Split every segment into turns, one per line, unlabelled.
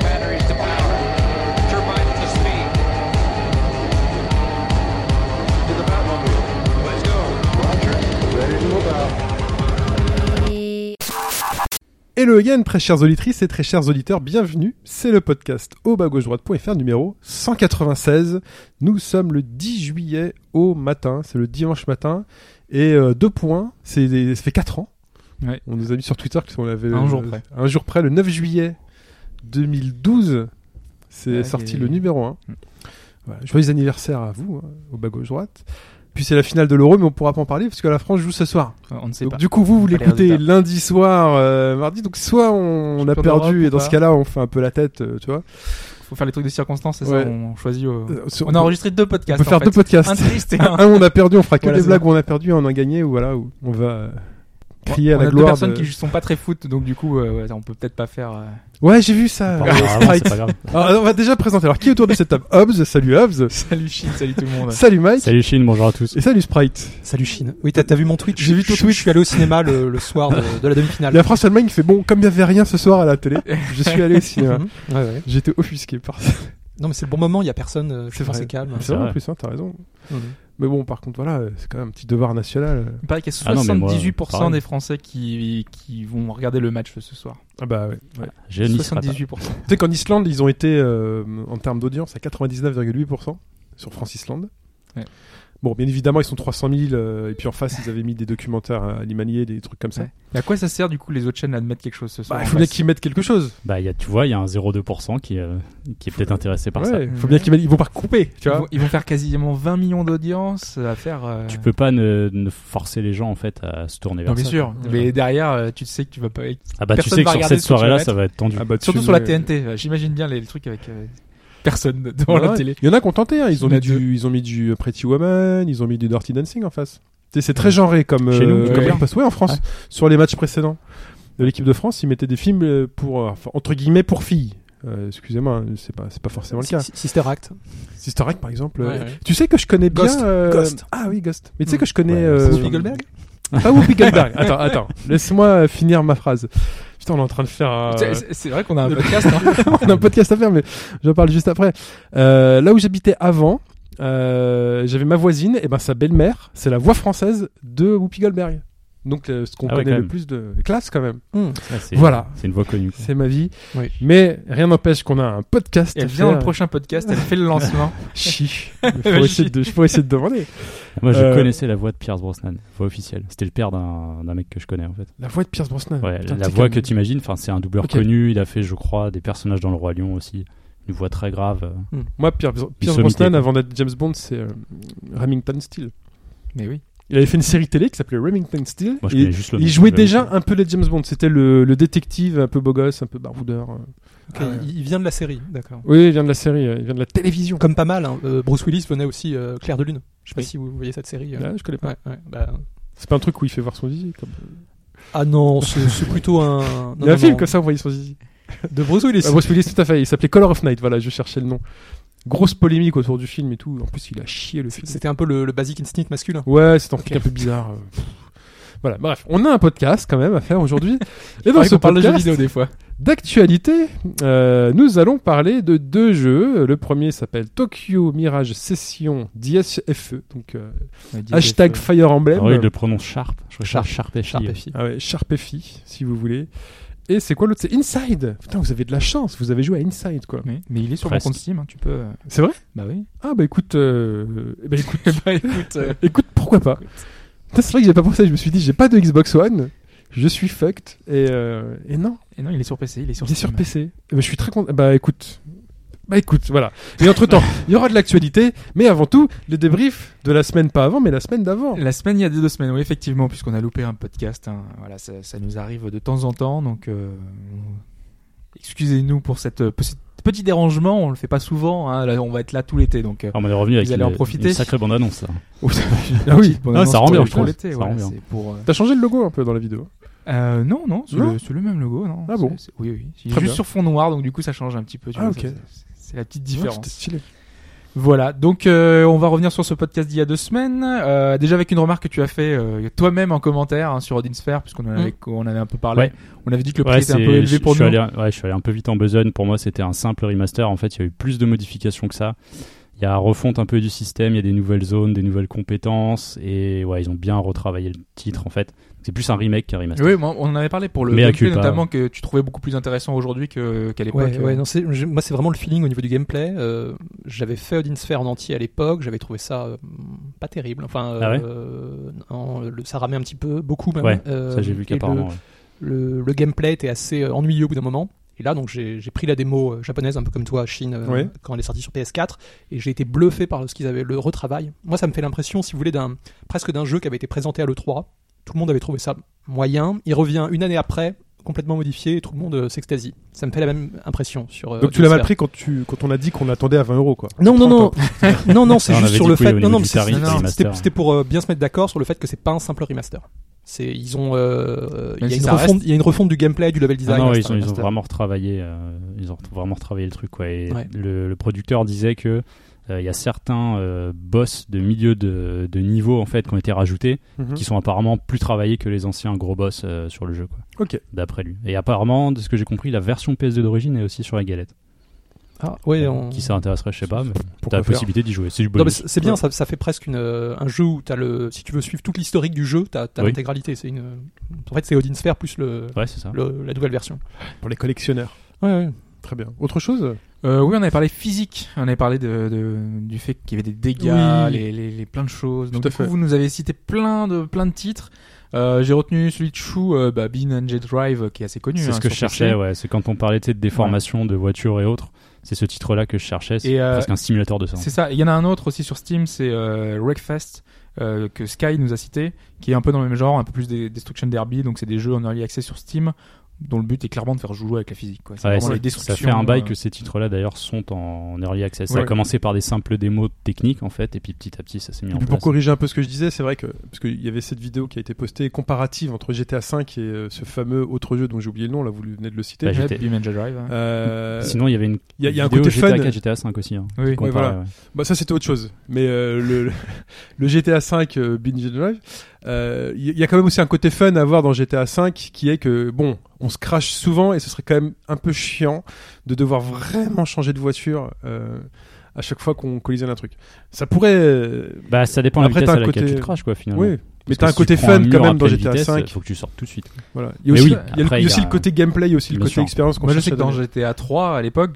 batteries to power. Turbines to speed. To the Batmobile. Let's go.
Hello again, très chères auditrices et très chers auditeurs, bienvenue. C'est le podcast au bas gauche droite.fr numéro 196. Nous sommes le 10 juillet au matin, c'est le dimanche matin. Et euh, deux points, c'est des- ça fait 4 ans.
Ouais.
On nous a mis sur Twitter qu'on avait
Un jour
euh,
près.
Un jour près, le 9 juillet 2012, c'est
Ouais,
sorti
et-
le numéro 1.
Mm.
Voilà, joyeux anniversaire à vous, hein, au bas gauche droite. Puis c'est la finale de l'Euro, mais on pourra pas en parler parce que la France joue ce soir.
Euh, On ne sait
Donc,
pas.
du coup, vous, vous
Pas les
l'écoutez
résultats.
lundi soir, euh, mardi. Donc, soit on, on a
Coupe d'Europe
perdu,
ou
et dans
pas.
ce cas-là, on fait un peu la tête, euh, tu vois.
Faut faire les trucs de circonstances, c'est
Ouais.
ça On choisit. euh,
Euh, sur-
On a enregistré deux podcasts.
on peut
en
faire
fait.
deux podcasts.
Un triste et un.
un, on a perdu, on fera que
Voilà,
des
c'est
blagues où on a perdu, on a gagné, ou voilà, où on va euh, crier
on
à la
a
gloire. euh.
deux personnes
de-
qui sont pas très foot, donc du coup, euh, ouais, on peut peut-être pas faire. euh,
Ouais, j'ai vu ça.
Pardon,
euh,
vraiment,
Sprite.
Ah, c'est pas grave.
Alors, on va déjà présenter. Alors, qui est autour de cette table Hobbs, salut Hobbs.
Salut Chine, salut tout le monde.
Salut Mike.
Salut Chine, bonjour à tous.
Et salut Sprite.
Salut Chine. Oui, t'as t'as vu mon tweet
J'ai vu ton
Je- Je suis allé au cinéma le, le soir de, de la demi-finale.
La France-Allemagne fait bon, comme il n'y avait rien ce soir à la télé, je suis allé au cinéma.
Mhm. Ouais, ouais.
J'étais offusqué par ça.
Non, mais c'est le bon moment, il y a personne, euh,
C'est
je pense
vrai.
c'est
Ah, bah,
calme.
C'est vrai en
vrai.
plus, hein, t'as raison.
Mhm.
Mais bon, par contre, voilà, euh, c'est quand même un petit devoir national. euh.
Il paraît qu'il y a
Ah non, mais moi,
78%
pareil.
des Français qui, qui vont regarder le match ce soir.
Ah bah ouais.
Je n'y serai pas.
78%.
Tu sais qu'en Islande, ils ont été, euh, en termes d'audience, à 99,8% sur France-Islande.
Ouais.
Bon, bien évidemment, ils sont 300 000, euh, et puis en face, ils avaient mis des documentaires à Limanier, des trucs comme ça.
Ouais. Et à quoi ça sert du coup les autres chaînes là, de mettre quelque chose ce soir
Bah,
en
il faut bien
face
qu'ils mettent quelque chose.
Bah, il y a, tu vois, il y a un 0,2% qui, euh, qui est peut-être intéressé par ça.
Ouais, faut bien qu'ils mettent- Ils vont pas couper, tu
ils,
vois.
vont, ils vont faire quasiment 20 millions d'audience à faire. euh,
Tu peux pas ne, ne forcer les gens en fait à se tourner vers
Non, bien
ça.
sûr.
Ouais.
Mais derrière, euh, tu sais que tu vas pas.
Ah bah,
Personne
tu
va
sais que sur
regarder
cette
ce que tu vas
soirée-là,
mettre.
ça va être tendu.
Ah bah, tu
Surtout
mets-
sur la TNT. euh, J'imagine bien les, les trucs avec euh, personne devant
Voilà.
la télé.
Il y en a qui ont tenté, hein. ils, ont
Il y en
mis
a deux.
du, ils ont mis du euh, Pretty Woman, ils ont mis du Dirty Dancing en face. Tu sais, C'est très genré comme, euh,
Chez nous,
comme
ouais.
leur poste. Ouais, en France,
Ouais.
sur les matchs précédents de l'équipe de France, ils mettaient des films euh, pour, euh, enfin, entre guillemets pour filles. Euh, Excusez-moi, hein, c'est pas, c'est pas forcément le
Si-
cas. Ah
si- Sister Act.
Sister Act, par exemple.
Ouais,
euh,
ouais.
Tu sais que je connais
Ghost.
bien. euh,
Ghost.
Ah oui, Ghost. Mais tu sais que je connais.
Ouais,
euh,
Whoopi Goldberg
Pas Whoopi Goldberg. attends, attends. Laisse-moi euh, finir ma phrase. Putain, on est en train de faire. euh, un-
C'est- C'est c'est vrai qu'on a un euh, podcast. hein.
on a un podcast à faire, mais j'en parle juste après. Euh, là où j'habitais avant, euh, j'avais ma voisine, et ben sa belle-mère, c'est la voix française de Whoopi Goldberg. Donc euh, ce qu'on
Ah ouais,
connaît
quand
le
même.
plus de classe quand même.
Ah, c'est-
Voilà.
C'est une voix connue. quoi.
C'est ma vie.
Oui.
Mais rien n'empêche qu'on a un podcast.
Elle
à
vient dans le
faire.
prochain podcast, elle fait le lancement.
Chiche. Il faut essayer de, faut essayer de demander.
Moi, je
Euh,
connaissais la voix de Pierce Brosnan, voix officielle. C'était le père d'un d'un mec que je connais en fait.
La voix de Pierce Brosnan.
Ouais,
Putain,
la
c'est
voix
comme-
que t'imagines, enfin, c'est un doubleur
Ok.
connu. Il a fait, je crois, des personnages dans Le Roi Lion aussi. Une voix très grave. euh.
Moi, Pierce, Pierce
sommité,
Brosnan,
quoi.
avant d'être James Bond, c'est euh, Remington Steele.
Mais oui.
Il avait fait une série télé qui s'appelait Remington Steele.
Moi, je
et
connais juste le nom.
il jouait
Je vais
déjà
vous-
un peu les James Bond. C'était le, le détective un peu beau gosse, un peu baroudeur. euh.
Ok,
Ah
Il il vient de la série, d'accord.
Oui, il vient de la série, euh, il vient de la télévision.
Comme pas mal, hein, euh, Bruce Willis venait aussi euh, Claire de Lune. Je sais pas
Oui.
si vous voyez cette série. euh.
Ah, je connais pas.
Ouais, ouais, bah,
C'est pas un truc où il fait voir son zizi. Comme...
Ah non, c'est c'est plutôt un.
il y a un film comme ça, on voyait son zizi.
De Bruce Willis.
Ah, Bruce Willis, tout à fait. Il s'appelait Color of Night. Voilà, je cherchais le nom. Grosse polémique autour du film et tout. En plus, il a chié le film.
C'était un peu le, le basic instinct masculin.
Ouais, c'est un
Ok.
truc un peu bizarre. euh, pff. Voilà, bref, on a un podcast quand même à faire aujourd'hui. et dans
Pareil
ce
qu'on parle de jeux
podcast
vidéo des fois.
d'actualité, euh, nous allons parler de deux jeux. Le premier s'appelle Tokyo Mirage Session DSFE, donc euh, hashtag Fire Emblem.
E. Ah oui, il le prononce Sharp. Je crois que
Sharp.
c'est Sharp E. et Sharp.
Sharp et
E.
fille.
Ah ouais, Sharp FI, si vous voulez. Et c'est quoi l'autre C'est Inside. Putain, vous avez de la chance, vous avez joué à Inside, quoi.
Mais, mais il est sur
Presque.
mon compte Steam, hein, tu peux. euh,
C'est vrai
Bah oui.
Ah bah écoute, euh, eh ben écoute,
bah écoute. euh,
écoute, pourquoi pas Putain, C'est vrai que j'ai pas pensé, je me suis dit, j'ai pas de Xbox One, je suis fucked, et, euh, et non,
Et non, il est sur PC, il est sur.
il est sur
Steam.
PC. Eh ben, je suis très content. Bah écoute, bah écoute, voilà. Et entre-temps, il y aura de l'actualité, mais avant tout, le débrief de la semaine, pas avant, mais la semaine d'avant.
La semaine, il y a deux semaines, oui, effectivement, puisqu'on a loupé un podcast. hein. voilà, ça, ça nous arrive de temps en temps, donc euh, on- excusez-nous pour cette, euh, pe- ce petit dérangement. On le fait pas souvent. hein. Là, on va être là tout l'été, donc. euh,
Ah, on est revenu avec
allez
une,
en profiter.
une sacrée bande annonce.
Ah oui,
bon,
Ah,
annonce
ça rend
pour-
bien, je
pour
trouve.
l'été.
Ça
voilà,
rend bien.
c'est pour. euh,
T'as changé le logo un peu dans la vidéo.
euh, non, non, c'est
Non
le, c'est le même logo, non.
Ah bon
C'est- c'est- Oui, oui. Il est
Très
juste
bien.
sur fond noir, donc du coup, ça change un petit peu. tu
Ah,
vois,
ok.
ça- c'est- C'est la petite
Non,
différence.
C'était stylé.
Voilà, donc euh, on va revenir sur ce podcast d'il y a deux semaines. Euh, déjà avec une remarque que tu as fait euh, toi-même en commentaire hein, sur Odin Sphere, puisqu'on en avait, on avait un peu parlé.
Hmm. Ouais.
On avait dit que le prix
Ouais,
était un
c'est-
peu
je-
élevé pour
je suis
nous.
allé- ouais, je suis allé un peu vite en besogne. Pour moi, c'était un simple remaster. En fait, il y a eu plus de modifications que ça. Il y a refonte un peu du système, il y a des nouvelles zones, des nouvelles compétences. Et ouais, ils ont bien retravaillé le titre, en fait. C'est plus un remake qu'un remaster.
Oui, moi, on en avait parlé pour le
Mea
gameplay
culpa.
notamment que tu trouvais beaucoup plus intéressant aujourd'hui que- qu'à l'époque. euh.
Ouais, ouais, non, c'est- j'ai- moi c'est vraiment le feeling au niveau du gameplay. Euh, j'avais fait Odin Sphere en entier à l'époque, j'avais trouvé ça euh, pas terrible. Enfin,
Ah ouais
euh, non, le- ça ramait un petit peu, beaucoup même.
Ouais,
Euh,
ça, j'ai vu
et
qu'apparemment. ouais.
le, le, le gameplay était assez euh, ennuyeux au bout d'un moment. Et là, donc j'ai j'ai pris la démo euh, japonaise, un peu comme toi, Chine, euh,
Ouais.
quand elle est sortie sur PS4, et j'ai été bluffé par ce qu'ils avaient, le retravail. Moi, ça me fait l'impression, si vous voulez, d'un presque d'un jeu qui avait été présenté à l'E3. Tout le monde avait trouvé ça moyen. Il revient une année après, complètement modifié, et tout le monde euh, s'extasie. Ça me fait la même impression sur. euh,
Donc tu l'as
Odin
mal
Sphere.
pris quand, tu, quand on a dit qu'on attendait à 20 euros, quoi.
Non, non,
30,
non, non, non, c'est
Ah, on
juste
avait
sur
dit
le
que oui,
fait.
au
Non,
niveau
non,
du
mais c'est-
tarif,
c'est-
les
c'était-
masters.
c'était pour euh, bien se mettre d'accord sur le fait que c'est pas un simple remaster. C'est ils ont euh, euh, il
Même
y, a
si
une
ça reste-
refonte- il y a une refonte du gameplay, du level
Ah
design.
non,
hein,
ils
c'est
ont,
un
ils ont
remaster.
vraiment retravaillé. euh, ils ont vraiment retravaillé le truc, quoi. Et
Ouais.
le, le producteur disait que euh, il y a certains euh, boss de milieu de, de niveau en fait qui ont été rajoutés,
Mmh.
Mhm.
qui sont apparemment plus travaillés que les anciens gros boss euh, sur le jeu, quoi.
Ok.
D'après lui. Et apparemment, de ce que j'ai compris, la version PS2 d'origine est aussi sur la galette.
Ah, ouais, on-
Qui ça intéresserait, je sais pas, mais t'as
Pourquoi
la
faire
possibilité d'y jouer. C'est du
Non, mais
bonus.
c'est c'est bien, ça, ça fait presque une, euh, un jeu où t'as le, si tu veux suivre toute l'historique du jeu, t'as t'as
Oui.
l'intégralité. C'est une, en fait, c'est Odin Sphere plus le,
Ouais, c'est ça.
le- la nouvelle version.
Pour les collectionneurs.
Ouais, ouais.
Très bien. Autre chose
Euh, oui, on avait parlé physique, on avait parlé de, de- du fait qu'il y avait des dégâts,
Oui.
les, les- les plein de choses. Donc,
Tout à
du coup,
fait.
vous nous avez cité plein de, plein de titres. Euh, J'ai retenu celui de Chou, euh, bah, Bean and Jet Drive, euh, qui est assez connu.
C'est
hein,
ce que je
sur PC.
cherchais, ouais. C'est quand on parlait tu sais, de déformation, de voitures et autres. C'est ce titre-là que je cherchais. C'est
Et, euh,
presque un simulateur de ça.
C'est ça. Il y en a un autre aussi sur Steam, c'est euh, Wreckfest euh, que Sky nous a cité, qui est un peu dans le même genre, un peu plus des Destruction Derby. Donc c'est des jeux en early access sur Steam dont le but est clairement de faire jouer avec la physique. Quoi. C'est
Ouais,
vraiment
ça-
les
ça
destructions,
fait un bail
euh,
que ces titres-là d'ailleurs sont en early access. Ça
Ouais.
a commencé par des simples démos techniques en fait, et puis petit à petit ça s'est mis
Et
en
puis
place.
pour corriger un peu ce que je disais, c'est vrai que parce qu'il y avait cette vidéo qui a été postée comparative entre GTA V et euh, ce fameux autre jeu dont j'ai oublié le nom, là vous venez de le citer.
Bah,
ouais,
j'étais-
Beam and Jet Drive. hein.
Euh,
Sinon il y avait une
il y a- il y a un
vidéo
côté
GTA
fun.
4, GTA 5 aussi. Hein,
Oui.
qui
Ouais,
comparait,
voilà.
ouais.
Bah ça c'était autre chose, mais euh, le, le- le GTA V euh, Binge Drive, euh, il y, y a quand même aussi un côté fun à voir dans GTA V qui est que bon, on se crache souvent et ce serait quand même un peu chiant de devoir vraiment changer de voiture euh, à chaque fois qu'on collisionne un truc. Ça pourrait, euh,
Bah ça dépend de la
Après,
vitesse
t'as
à
un
laquelle
côté-
tu te crashes quoi finalement.
oui, mais
Parce
t'as
que
un
si
côté
tu prends un
fun
mur
quand
à
même dans
pleine
GTA
vitesse,
V.
Faut que tu sortes tout de suite.
Voilà. Il y a
Mais
aussi, il
oui,
y a le- il
après,
y a
il y
aussi
a-
le côté gameplay, il y a aussi le
Bien
côté
sûr.
expérience. qu'on
Moi, je
cherche
sais
à
que dans
donner.
GTA 3, à l'époque,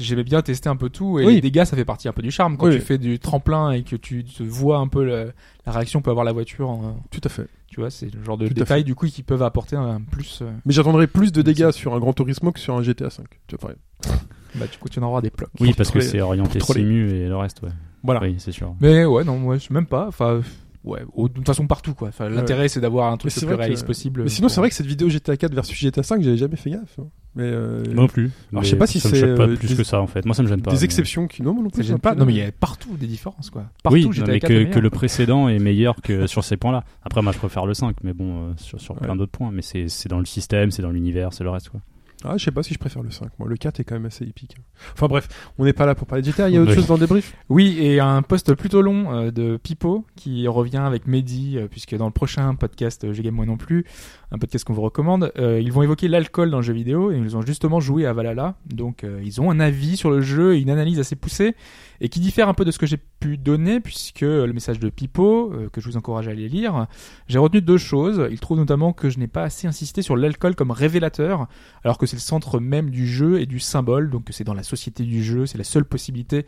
j'aimais bien tester un peu tout et
Oui.
les dégâts, ça fait partie un peu du charme. Quand
Oui.
tu fais du tremplin et que tu te vois un peu le- la réaction que peut avoir la voiture, en-
Tout à fait.
tu vois, c'est le genre de
Tout à
détail du coup qui peuvent apporter un plus. euh,
Mais j'attendrai plus de
Merci.
dégâts sur un Grand Turismo que sur un GTA V. Tu vois, pareil.
Bah, du coup, tu en auras des plocs.
Oui, parce que
troller-
c'est orienté
troller.
simu et le reste, ouais.
Voilà.
Oui, c'est sûr.
Mais ouais, non, moi, je sais même pas. Enfin, ouais, au- de toute façon, partout quoi. Enfin, l'intérêt, c'est d'avoir un
Mais
truc
c'est
le plus
vrai que-
réaliste possible.
Mais sinon, c'est vrai que cette vidéo GTA 4 versus GTA 5, j'avais jamais fait gaffe. hein. Mais euh,
Moi non plus.
Alors,
Mais
je sais pas si
ça me
c'est,
choque pas
euh,
plus
des-
que ça en fait. Moi ça me gêne pas.
des
mais-
exceptions qui non, moi non
Ça
plus.
gêne
ça
pas.
me
Non, mais il y
plaît.
a partout des différences quoi. Partout,
oui,
GTA
non, mais
4
que,
est
que le
meilleur.
précédent est meilleur que sur ces points-là. Après, moi, je préfère le 5, mais bon, euh, sur, sur
Ouais.
plein d'autres points. Mais c'est c'est dans le système, c'est dans l'univers, c'est le reste. Quoi.
Ah, je sais pas si je préfère le 5. Moi, le 4 est quand même assez épique. hein. Enfin bref, on n'est pas là pour parler de GTA. Il y a autre
Oui.
chose dans le débrief.
Oui, et un post plutôt long euh, de Pipo qui revient avec Mehdi, euh, puisque dans le prochain podcast euh, J'ai Game Moi Non Plus, un podcast qu'on vous recommande, euh, ils vont évoquer l'alcool dans le jeu vidéo et ils ont justement joué à Valhalla. Donc euh, ils ont un avis sur le jeu et une analyse assez poussée et qui diffère un peu de ce que j'ai pu donner, puisque euh, le message de Pipo, euh, que je vous encourage à aller lire, j'ai retenu deux choses. Il trouve notamment que je n'ai pas assez insisté sur l'alcool comme révélateur, alors que c'est le centre même du jeu et du symbole, donc que c'est dans la société du jeu, c'est la seule possibilité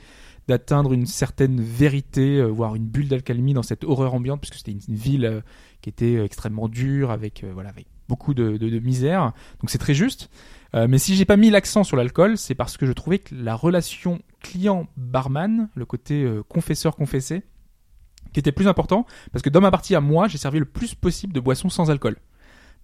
d'atteindre une certaine vérité, euh, voire une bulle d'alcalmie dans cette horreur ambiante, puisque c'était une, une ville euh, qui était euh, extrêmement dure, avec, euh, voilà, avec beaucoup de, de- de misère. Donc c'est très juste. Euh, mais si j'ai pas mis l'accent sur l'alcool, c'est parce que je trouvais que la relation client-barman, le côté euh, confesseur-confessé, qui était plus important, parce que dans ma partie à moi, j'ai servi le plus possible de boissons sans alcool.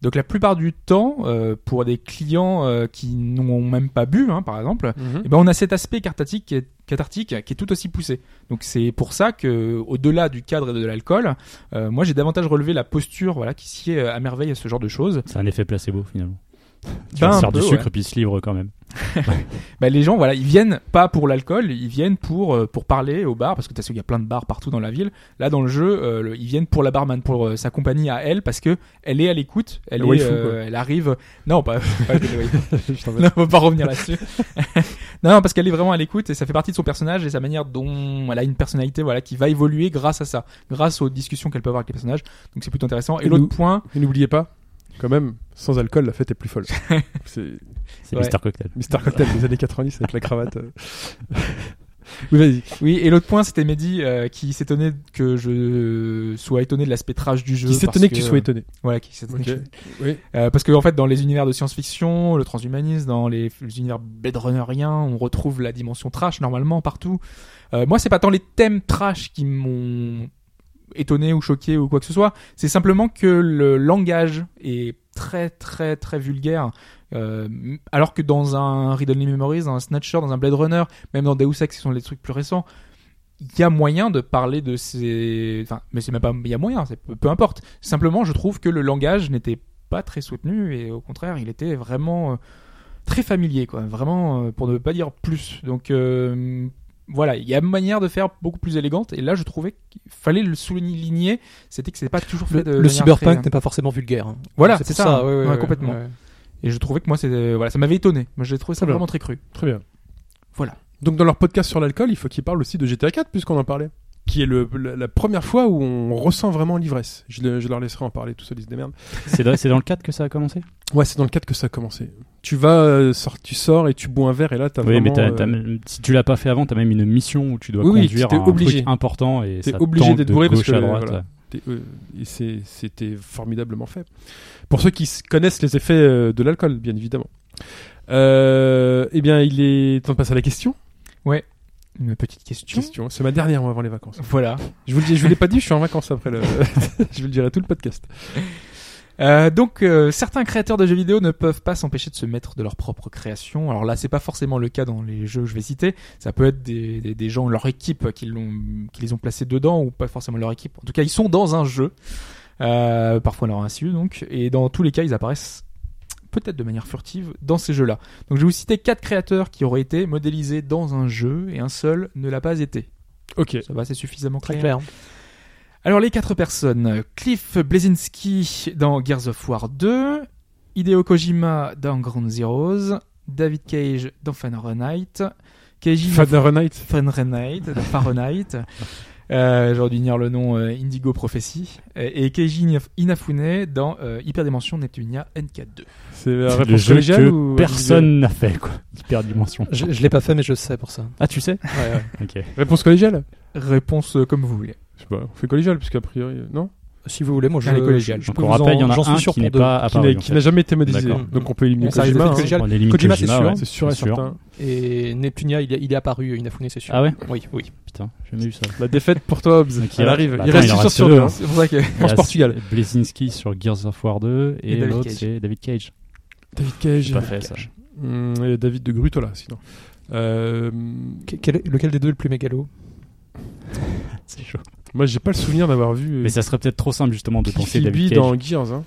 Donc la plupart du temps, euh, pour des clients euh, qui n'ont même pas bu, hein, par exemple, eh ben, on a cet aspect cathartique qui est, cathartique qui est tout aussi poussé. Donc c'est pour ça que, au-delà du cadre et de l'alcool, euh, moi j'ai davantage relevé la posture, voilà, qui sied euh, à merveille à ce genre de choses.
C'est un effet placebo, finalement. Tu
Ben,
vas
un
faire du
peu, ouais.
sucre et puis ils se livrent quand même.
Bah, les gens, voilà, ils viennent pas pour l'alcool, ils viennent pour euh, pour parler au bar parce que t'as sûr qu'il y a plein de bars partout dans la ville. Là, dans le jeu, euh, le- ils viennent pour la barman, pour euh, sa compagnie à elle parce que elle est à l'écoute, elle
Le
est,
waifu,
euh,
quoi.
elle arrive. Non, pas. pas le waifu.
Je t'en
non, on va pas revenir là-dessus. non, non, parce qu'elle est vraiment à l'écoute et ça fait partie de son personnage et sa manière dont elle a une personnalité, voilà, qui va évoluer grâce à ça, grâce aux discussions qu'elle peut avoir avec les personnages. Donc c'est plutôt intéressant. Et
Et
l'autre
nous-
point,
Et n'oubliez pas, quand même, sans alcool, la fête est plus folle. C'est
C'est
Ouais.
Mister Cocktail.
Mister Cocktail des années 90 avec la cravate. euh. oui, vas-y.
oui, et l'autre point, c'était Mehdi euh, qui s'étonnait que je sois étonné de l'aspect trash du jeu.
Qui s'étonnait
parce
que tu sois étonné.
Ouais, qui s'étonnait.
Ok.
que-
Oui.
Euh, parce que en fait, dans les univers de science-fiction, le transhumanisme, dans les, les univers Blade Runnerien, on retrouve la dimension trash normalement partout. Euh, moi, c'est pas tant les thèmes trash qui m'ont étonné ou choqué ou quoi que ce soit. C'est simplement que le langage est très très très vulgaire. Euh, alors que dans un Read Only Memories, dans un Snatcher, dans un Blade Runner, même dans Deus Ex, qui sont les trucs plus récents, il y a moyen de parler de ces. Enfin, mais c'est même pas. Il y a moyen, c'est peu, peu importe. Simplement, je trouve que le langage n'était pas très soutenu et au contraire, il était vraiment euh, très familier, quoi. Vraiment, euh, pour ne pas dire plus. Donc. euh, voilà, il y a manière de faire beaucoup plus élégante, et là je trouvais qu'il fallait le souligner, c'était que c'était pas toujours
Le,
fait de
le
manière très-
cyberpunk n'est pas forcément vulgaire. hein.
Voilà,
pour
c'est ça,
ouais, ouais,
ouais,
ouais,
complètement.
ouais.
Et je trouvais que moi, c'est euh, voilà, ça m'avait étonné. Moi, j'ai trouvé ça
Très bien.
vraiment très cru.
Très bien.
Voilà.
Donc dans leur podcast sur l'alcool, il faut qu'ils parlent aussi de GTA 4 puisqu'on en parlait. Qui est le, la, la première fois où on ressent vraiment l'ivresse. Je, le- je leur laisserai en parler tout seul, ils se démerdent.
C'est dans, c'est dans le cadre que ça a commencé
Ouais, c'est dans le 4 que ça a commencé. Tu vas, euh, sort- tu sors et tu bois un verre et là t'as
Oui,
vraiment...
mais t'as-
euh,
t'as même- si tu l'as pas fait avant, t'as même une mission où tu dois
Oui, oui,
conduire
t'es
un
obligé.
truc important et
T'es
ça
obligé
tente
d'être
de
bourré parce
gauche
que,
à droite.
voilà. T'es- euh, et c'est- c'était formidablement fait. Pour ceux qui s- connaissent les effets euh, de l'alcool, bien évidemment. Euh, eh bien, il est temps de passer à la question.
Une petite question.
question. C'est ma dernière moi, avant les vacances.
Voilà.
Je vous le dis, je vous l'ai pas dit, je suis en vacances après le. je vous le dirai tout le podcast.
Euh, donc, euh, certains créateurs de jeux vidéo ne peuvent pas s'empêcher de se mettre de leur propre création. Alors là, c'est pas forcément le cas dans les jeux que je vais citer. Ça peut être des, des, des gens, leur équipe qui l'ont, qui les ont placés dedans, ou pas forcément leur équipe. En tout cas, ils sont dans un jeu, euh, parfois à leur insu donc. Et dans tous les cas, ils apparaissent peut-être de manière furtive dans ces jeux-là. Donc, je vais vous citer quatre créateurs qui auraient été modélisés dans un jeu et un seul ne l'a pas été.
Ok.
Ça va, c'est suffisamment
Très
clair.
clair.
Alors les quatre personnes, Cliff Blazinski dans Gears of War 2, Hideo Kojima dans Ground Zeroes, David Cage dans Fahrenheit, Keiji dans
Fahrenheit.
Fahrenheit, dans Fahrenheit, euh, j'ai envie de dire le nom euh, Indigo Prophecy, euh, et Keiji Inaf- Inafune dans euh, Hyperdimension Neptunia NK2.
C'est la
Le
réponse
jeu
collégiale
que
ou
personne n'a fait, quoi. Hyper dimension.
Je, je l'ai pas fait, mais je sais pour ça.
Ah, tu sais
Ouais, ouais.
Ok.
individuelle Réponse collégiale.
Réponse euh, comme vous voulez.
Je sais pas. On fait collégiale puisqu'a priori euh, non.
Si vous voulez, moi je.
Allez, collégial.
je
Donc
peux
on
vous
rappelle, il y en
j'en
a
suis
un
sûr
qui
pour
n'est
deux.
pas
Qui n'a-
apparu. en
qui
fait.
n'a jamais été modélisé.
D'accord.
Donc on peut éliminer
On s'arrête
Kojima.
de
hein.
collégial.
On élimine
Kojima, c'est sûr,
ouais.
C'est sûr et
C'est sûr.
certain.
Et Neptunia, il, est- il est apparu, Inafune, c'est sûr.
Ah ouais
Oui, oui.
Putain, j'ai jamais vu ça.
La défaite pour toi, Hobbs.
Donc, il
Bah, Elle
a-
arrive.
bah,
il
attends,
reste
il en
une sur
reste
sur
deux,
deux.
hein.
hein.
C'est pour ça que...
France-Portugal.
Blesinski sur Gears of War 2
Et
et,
David
l'autre
Cage.
c'est David Cage.
David Cage.
J'ai pas fait ça.
Hum, et David de Grutola, sinon. Euh,
Que- quel- lequel des deux est le plus mégalo
C'est chaud.
moi, j'ai pas le souvenir d'avoir vu.
Mais ça serait peut-être trop simple justement de penser
Phoebe
David Cage.
dans Gears. Hein.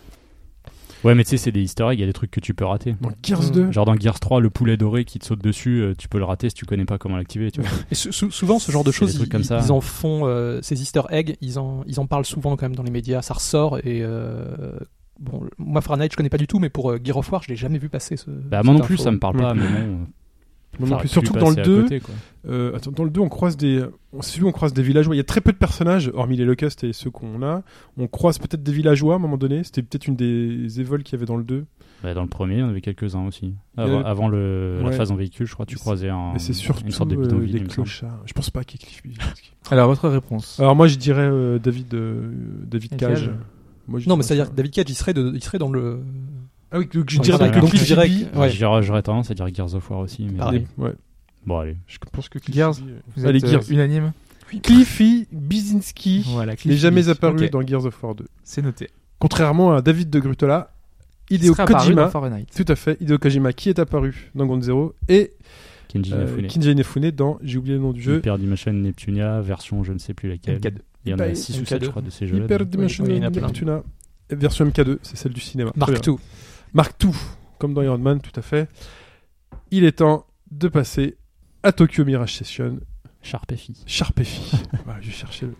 Ouais, mais tu sais, c'est des easter eggs, il y a des trucs que tu peux rater.
Dans Gears
Mm.
2.
Genre dans Gears 3, le poulet doré qui te saute dessus, euh, tu peux le rater si tu connais pas comment l'activer. Tu vois.
Et sou- sou- souvent, ce genre de
C'est
choses,
des trucs
ils,
comme ça.
ils en font euh, ces Easter eggs. Ils en, ils en parlent souvent quand même dans les médias. Ça ressort et euh, bon, moi Fahrenheit, je connais pas du tout, mais pour euh, Gear of War, je l'ai jamais vu passer. Ce,
Bah, moi
cette
non plus,
info.
ça me parle pas, mais bon. euh,
Non,
ça
non
aurait
plus.
pu
Surtout que dans le
passer à
2.
côté, quoi.
Euh, attends, dans le 2, on croise des. on- C'est celui où on croise des villageois. Il y a très peu de personnages, hormis les Locust et ceux qu'on a. On croise peut-être des villageois à un moment donné. C'était peut-être une des évoles qu'il y avait dans le 2.
Bah, dans le premier, on avait quelques-uns aussi.
y
Avant,
avait-
avant le,
Ouais.
la phase en véhicule, je crois, tu
Mais c'est-
croisais un,
Mais c'est surtout
une sorte de
euh,
bidonville. il
des
me semble.
clochards. Je pense pas qu'il y ait Cliff Bleszinski.
Alors votre réponse.
Alors moi, je dirais euh, David, euh, David
Et
Cage.
Cage.
Moi, je
Non,
dirais
mais c'est-à-dire
ça.
que David Cage, il serait, de- il serait dans le.
Ah oui, donc je
dirais
dans le-
dirais
pas
que
que
donc
Cliff
je dirais
Bleszinski-
que- ouais.
J'aurais j'aurais tendance à dire Gears of War aussi. Mais...
Pareil.
Ouais,
Bon, allez.
je pense que Cliff
Gears, vous
Allez,
êtes euh,
Gears.
unanime
Cliffy Bizinski
Voilà,
n'est
Cliff
jamais
Bleszinski.
apparu
Ok,
dans Gears of War 2.
C'est noté.
Contrairement à David de Grutola, Hideo
Il serait apparu dans
Kojima,
Fahrenheit.
tout à fait, Hideo Kojima qui est apparu dans Ground Zero et
Kenji
euh,
Inafune.
Kinji Inafune dans, j'ai oublié le nom du jeu,
Hyper Dimension Neptunia, version je ne sais plus laquelle.
MK2.
Il y en a
Hyper-
6 ou 7,
MK2.
je crois, de ces jeux-là.
Hyper
donc.
Dimension
Oui, oui, il y en a plein.
Neptuna, version MK2, c'est celle du cinéma.
Mark
Très bien.
II.
Mark II, comme dans Iron Man, tout à fait. Il est temps de passer à Tokyo Mirage Session,
Sharp FI.
Sharp et Fi. Voilà, je cherchais le.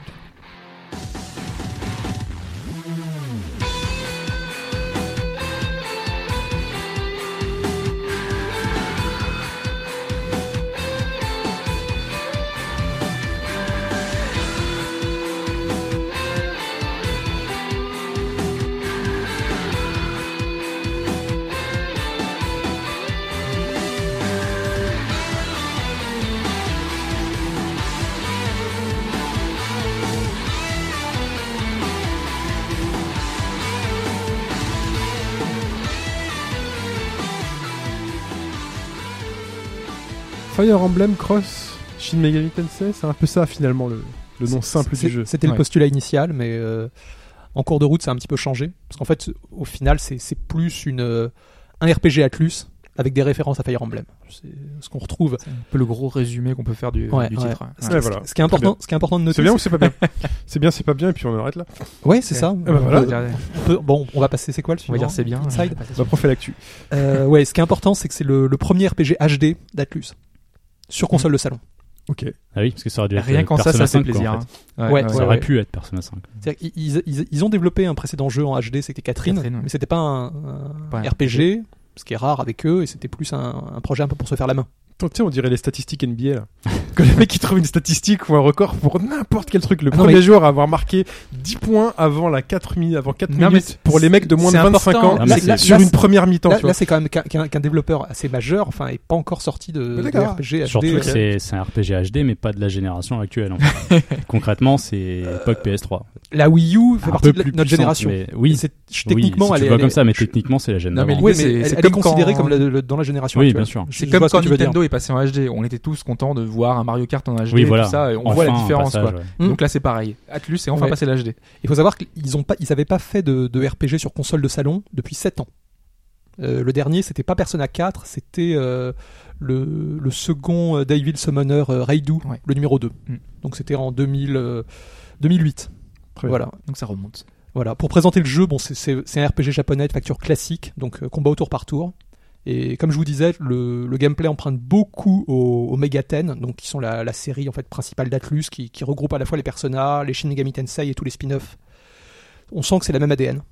Fire Emblem Cross Shin Megami Tensei, c'est un peu ça finalement le, le nom
C'est-
simple
c'est-
du jeu.
C'était le
Ouais.
postulat initial, mais euh, en cours de route, ça a un petit peu changé. Parce qu'en fait, au final, c'est c'est plus une, euh, un RPG Atlus avec des références à Fire Emblem. C'est ce qu'on retrouve.
C'est un peu le gros résumé qu'on peut faire du,
Ouais,
du
ouais.
titre. hein.
Ce,
Ouais,
ce-
voilà.
ce qui
Très
est important, ce qui est important de
C'est
noter.
bien ou c'est pas bien C'est bien, c'est pas bien, et puis on arrête là.
c'est- Ouais, c'est
Ouais.
ça.
bah voilà.
On peut- on peut- bon, on va passer. C'est quoi le
On va
suivant
dire c'est bien.
Inside.
On va passer
On
sur-
va profiter l'actu.
Euh, ouais, ce qui est important, c'est que c'est le, le premier RPG HD d'Atlus sur
Mm.
console de salon.
Ok.
Ah oui, parce que ça aurait dû être.
Rien
euh,
qu'en ça,
Persona
ça fait
5, quoi,
plaisir.
en
hein.
fait.
Ouais,
Ça
ouais,
aurait pu être Persona 5.
C'est-à-dire qu'ils- Ils, ils- ils ont développé un précédent jeu en HD, c'était Catherine,
Catherine, ouais.
mais c'était pas un, un
Pas un
RPG, ce qui est rare avec eux, et c'était plus un, un projet un peu pour se faire la main.
Attends, tu sais, on dirait les statistiques NBA là. Quand les mecs ils trouvent une statistique ou un record pour n'importe quel truc, le
Ah non,
premier
mais-
joueur à avoir marqué 10 points avant la 4 minutes, avant 4
Non, mais
minutes
c'est-
pour les mecs de moins de
c'est
25
important.
ans
Ah, mais c'est-
sur
là,
une première mi-temps.
Là,
tu vois.
là, c'est quand même qu'un qu'un- qu'un développeur assez majeur, enfin, est pas encore sorti de,
Mais
de
d'accord.
RPG HD.
Surtout
euh,
que c'est- c'est un RPG HD, mais pas de la génération actuelle. en fait. Concrètement, c'est époque PS3.
La Wii U fait
Un
partie
peu
de la-
plus
notre
puissante,
génération.
mais oui.
C'est-
Oui,
techniquement,
si
elle
tu
est-
vois
elle
comme
est-
ça, mais techniquement, c'est la gêne.
Non, mais
d'avant.
l'idée,
Ouais, mais
c'est-
elle,
c'est
elle est
comme
considérée
quand-
comme la- le- dans la génération
Oui,
actuelle.
bien sûr.
Je-
C'est
je
comme
vois ce
quand
que tu veux dire.
Nintendo est passé en HD. On était tous contents de voir un Mario Kart en HD
Oui,
et
voilà.
tout ça. et on
Enfin,
voit la
un
différence.
passage,
quoi.
ouais.
Mm.
Donc là, c'est pareil. Atlus est enfin
Ouais.
passé l'HD.
Il faut savoir qu'ils ont pas, ils avaient pas fait de, de RPG sur console de salon depuis 7 ans. Euh, le dernier, c'était pas Persona 4, c'était euh, le, le second euh, Devil Summoner euh, Raidu,
Ouais.
le numéro 2.
Mm.
Donc c'était en 2000, euh, 2008.
Très bien.
Voilà.
Donc ça remonte.
voilà. Pour présenter le jeu, bon, c'est- c'est c'est un RPG japonais de facture classique, donc euh, combat au tour par tour. Et comme je vous disais, le, le gameplay emprunte beaucoup au, au Megaten, donc qui sont la, la série en fait principale d'Atlus, qui, qui regroupe à la fois les Persona, les Shin Megami Tensei et tous les spin-offs. On sent que c'est la même ADN.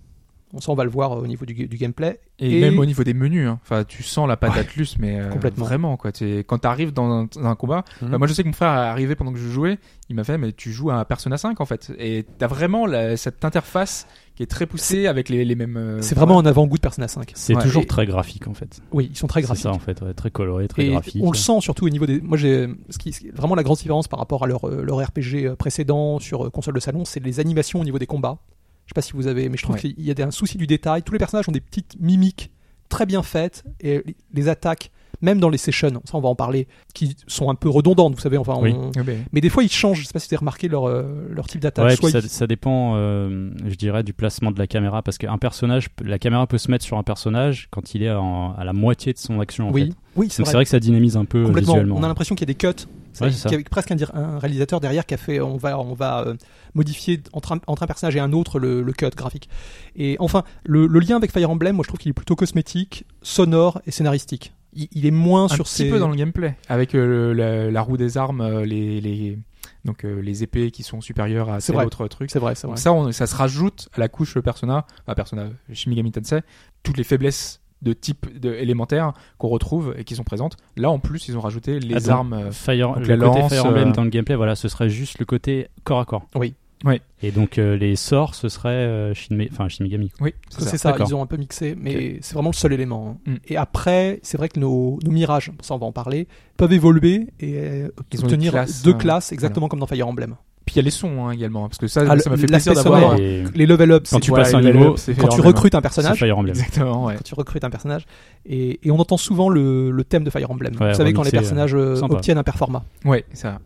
On sent, on va le voir euh, au niveau du, du gameplay.
Et, même au niveau des menus, hein. enfin, tu sens la patte Atlus, mais euh,
Complètement.
vraiment quoi. T'es- Quand t'arrives dans un, dans un combat,
Mhm.
bah, moi je sais que mon frère est arrivé pendant que je jouais, il m'a fait mais tu joues à un Persona 5 en fait, et t'as vraiment la- cette interface qui est très poussée avec les, les mêmes. euh,
C'est vraiment un avant-goût de Persona 5.
C'est
Ouais.
toujours
Et-
très graphique en fait.
Oui, ils sont très
C'est
graphiques.
ça en fait, ouais, très coloré, très
Et
graphique.
on le sent surtout au niveau des. Moi, j'ai ce qui, ce qui est vraiment la grande différence par rapport à leur, euh, leur RPG euh, précédent sur euh, console de salon, c'est les animations au niveau des combats. Je sais pas si vous avez, mais je trouve
Ouais.
qu'il y a des- un souci du détail. Tous les personnages ont des petites mimiques très bien faites et les attaques, même dans les sessions, ça on va en parler, qui sont un peu redondantes, vous savez. Enfin, on-
Oui.
Ouais, bah,
mais des fois ils changent. Je sais pas si vous avez remarqué leur euh, leur type d'attaque.
Ouais,
Soit
puis ça,
ils-
ça dépend, euh, je dirais, du placement de la caméra, parce qu'un personnage, peut- la caméra peut se mettre sur un personnage quand il est en- à la moitié de son action. En
oui,
fait.
oui,
Donc c'est vrai que ça dynamise un peu euh,
Complètement.
visuellement.
On a l'impression qu'il y a des cuts. C'est
Ouais, c'est ça.
qu'il y a presque un, dir- un réalisateur derrière qui a fait on va, on va euh, modifier entre un, entre un personnage et un autre le, le cut graphique. Et enfin, le, le lien avec Fire Emblem, moi je trouve qu'il est plutôt cosmétique, sonore et scénaristique. Il, il est moins
un
sur
petit
ses.
peu dans le gameplay avec euh, le- la, la roue des armes euh, les, les donc euh, les épées qui sont supérieures à
C'est
tel
vrai.
autre truc
C'est vrai, c'est vrai.
donc ça on- ça se rajoute à la couche persona à persona Shin Megami Tensei toutes les faiblesses de type de, élémentaire qu'on retrouve et qui sont présentes là en plus ils ont rajouté les
Ah, donc,
armes euh,
Fire,
donc
le
la
côté
lance,
Fire Emblem
euh,
dans le gameplay, voilà, ce serait juste le côté corps à corps.
Oui.
Ouais.
Et donc euh, les sorts, ce serait euh, Shin Me- enfin, Shin Megami.
oui
Parce que
c'est
C'est
ça
ça,
D'accord.
ils ont un peu mixé, mais c'est vraiment le seul élément. hein.
Mm.
Et après, c'est vrai que nos, nos mirages, ça on va en parler, peuvent évoluer et euh,
Ils ont une
obtenir
classe,
deux
euh,
classes exactement comme dans Fire Emblem.
puis il y a les sons hein, également parce que ça
Ah,
ça m'a fait
l'aspect
plaisir d'avoir
sonore.
Et
Les level ups,
Quand
c'est
tu
Voilà,
passes un
les
niveau,
levels, c'est
quand
Fire
tu
Emblem. hein.
recrutes un
c'est
personnage.
Fire Emblem.
exactement ouais
quand tu recrutes un personnage. Et, et on entend souvent le, le thème de Fire Emblem.
Ouais,
Vous savez, quand les
remixé,
personnages euh,
sympa.
obtiennent un performa.
Ouais, ça.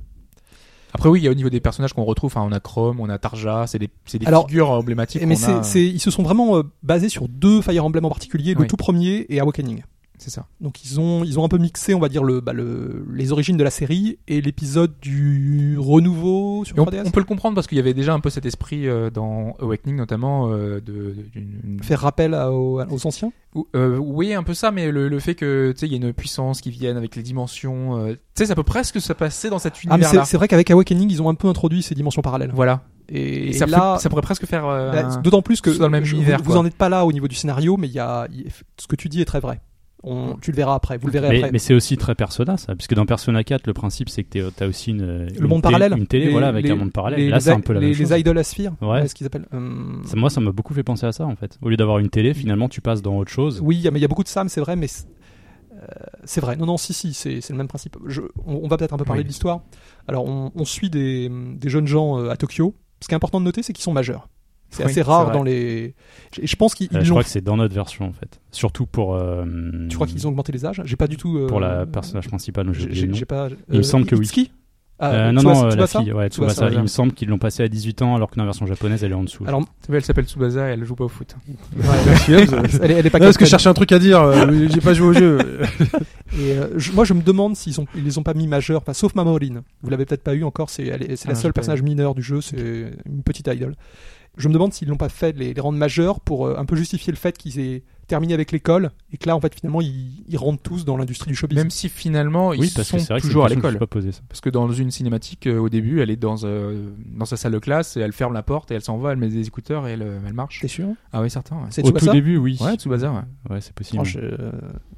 Après oui, il y a au niveau des personnages qu'on retrouve, enfin, on a Chrome, on a Tarja, c'est des, c'est des
Alors, eh,
figures emblématiques.
Mais
qu'on a,
euh, c'est, c'est- ils se sont vraiment euh, basés sur deux Fire Emblem en particulier, le
Oui.
tout premier et Awakening.
c'est c'est ça.
Donc ils ont, ils ont un peu mixé, on va dire, le, bah, le- les origines de la série et l'épisode du renouveau sur
Et on,
3DS.
on peut le comprendre parce qu'il y avait déjà un peu cet esprit euh, dans Awakening notamment euh, de, de- d'une- une-
Faire rappel à- aux, aux anciens
Ou- euh, oui, un peu ça, mais le, le fait que tu sais, il y a une puissance qui vienne avec les dimensions, euh, tu sais, ça peut presque se passer dans cet
Ah, mais c'est
univers-là.
c'est vrai qu'avec Awakening, ils ont un peu introduit ces dimensions parallèles.
voilà.
Et,
Et, ça,
et là,
peut- ça pourrait presque faire. euh,
Bah,
un-
D'autant plus que
dans le même
je-
univers,
vous
quoi.
n'en êtes pas là au niveau du scénario, mais il y a, il- ce que tu dis est très vrai. On, tu le verras après, vous le verrez
Mais,
après.
mais c'est aussi très Persona, ça, puisque dans Persona 4, le principe c'est que t'es- t'as aussi une, une
monde
télé-
parallèle.
une télé,
Les-
voilà, avec
les-
un monde parallèle.
les,
Là, c'est
les-
un peu la
les,
même chose.
les idoles à sphère,
Ouais.
ouais, ce qu'ils appellent. euh,
Ça- Moi, ça m'a beaucoup fait penser à ça, en fait. Au lieu d'avoir une télé, finalement, tu passes dans autre chose. Euh,
Oui, il y a- mais il y a beaucoup de ça, mais c'est vrai, mais c'est euh, c'est vrai. Non, non, si, si, c'est c'est le même principe. Je- on, on va peut-être un peu parler
Oui.
de l'histoire. Alors, on, on suit des, des jeunes gens euh, à Tokyo. Ce qui est important de noter, c'est qu'ils sont majeurs. C'est
Oui,
assez
c'est
rare
vrai.
dans les. Et je pense qu'ils
Euh,
ils
je
l'ont.
crois que c'est dans notre version, en fait. Surtout pour. euh,
Tu crois qu'ils ont augmenté les âges J'ai pas du tout. euh,
Pour la personnage principale, j'ai
J'ai
oublié le
j'ai-
nom.
j'ai pas.
Il me semble que oui.
Itsuki
Euh,
Ah,
non,
Tsubasa-
non, euh, la
Tsubasa
fille, ouais,
Tsubasa,
Tsubasa, il
ouais.
me semble qu'ils l'ont passé à 18 ans, alors que dans la version japonaise, elle est en dessous.
Alors,
Elle s'appelle Tsubasa et elle joue pas au foot.
elle, est, elle est pas
Non, parce que je
capitaine.
cherchais un truc à dire, euh, j'ai pas joué au jeu.
Et euh, je- moi, je me demande s'ils ont, ils les ont pas mis majeurs, enfin, sauf Mamorine. Vous l'avez peut-être pas eu encore. C'est, elle est- c'est la
Ah, j'ai
seule
pas
personnage mineur du jeu. C'est une petite idole. Je me demande s'ils l'ont pas fait les, les rendre majeurs pour euh, un peu justifier le fait qu'ils aient terminé avec l'école et que là, en fait, finalement, ils, ils rentrent tous dans l'industrie du showbiz.
Même si finalement,
oui,
ils
parce que
sont
c'est vrai que c'est
toujours à
une question que
l'école.
je me suis pas posée, ça.
Parce que dans une cinématique, euh, au début, elle est dans, euh, dans sa salle de classe et elle ferme la porte et elle s'en va, elle met des écouteurs et elle, euh, elle marche.
T'es sûr
Ah oui, certain. Ouais,
C'est
Au
Tsubasa
tout début, oui.
ouais Tsubasa. Ouais.
Ouais, c'est possible.
Franche, euh,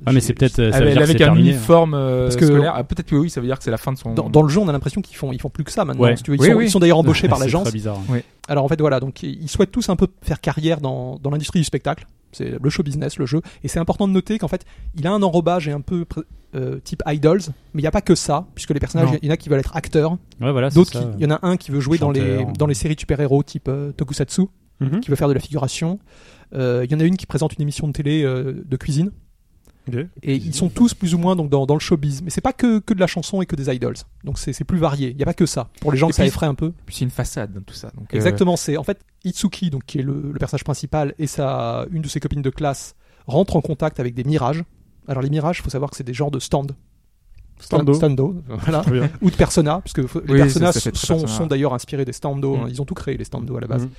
Ah, mais
j'ai-
c'est peut-être. euh, ça veut
avec
dire que
avec
c'est
un
terminé, hein.
uniforme euh,
Parce que-
scolaire. Ah, Peut-être que oui, ça veut dire que c'est la fin de son.
Dans, dans le jeu, on a l'impression qu'ils font, ils font plus que ça maintenant.
Ouais.
si tu veux. ils,
Oui,
sont,
oui.
ils sont d'ailleurs embauchés par
hein. C'est
l'agence.
très bizarre.
Alors en fait voilà, donc ils souhaitent tous un peu faire carrière dans, dans l'industrie du spectacle. C'est le show business, le jeu. Et c'est important de noter qu'en fait, il a un enrobage et un peu pr- euh, type idols, mais il n'y a pas que ça, puisque les personnages,
Non.
il y en a qui veulent être acteurs,
hein. Ouais, voilà, c'est
d'autres,
ça.
qui- il y en a un qui veut jouer dans les,
Chanteur.
dans les séries de super-héros type euh, Tokusatsu,
Mhm.
qui veut faire de la figuration. Euh, Il y en a une qui présente une émission de télé euh, de cuisine.
Ok.
Et ils sont tous plus ou moins donc dans, dans le showbiz, mais c'est pas que, que de la chanson et que des idols. Donc c'est c'est plus varié. Il y a pas que ça. Pour les gens
Et
que ça
puis-
effraie un peu.
Puis c'est une façade, dans tout ça. Donc, euh,
Exactement, c'est en fait Itsuki, donc, qui est le, le personnage principal, et sa, une de ses copines de classe rentre en contact avec des mirages. Alors les mirages, faut savoir que c'est des genres de stand.
Stando.
Stando, voilà.
Très bien.
Ou de persona, puisque faut- les
Oui,
personas
ça, ça fait très
sont,
persona.
sont d'ailleurs inspirés des stando. hein.
Mm.
Ils ont tout créé, les stando à la base.
Mhm.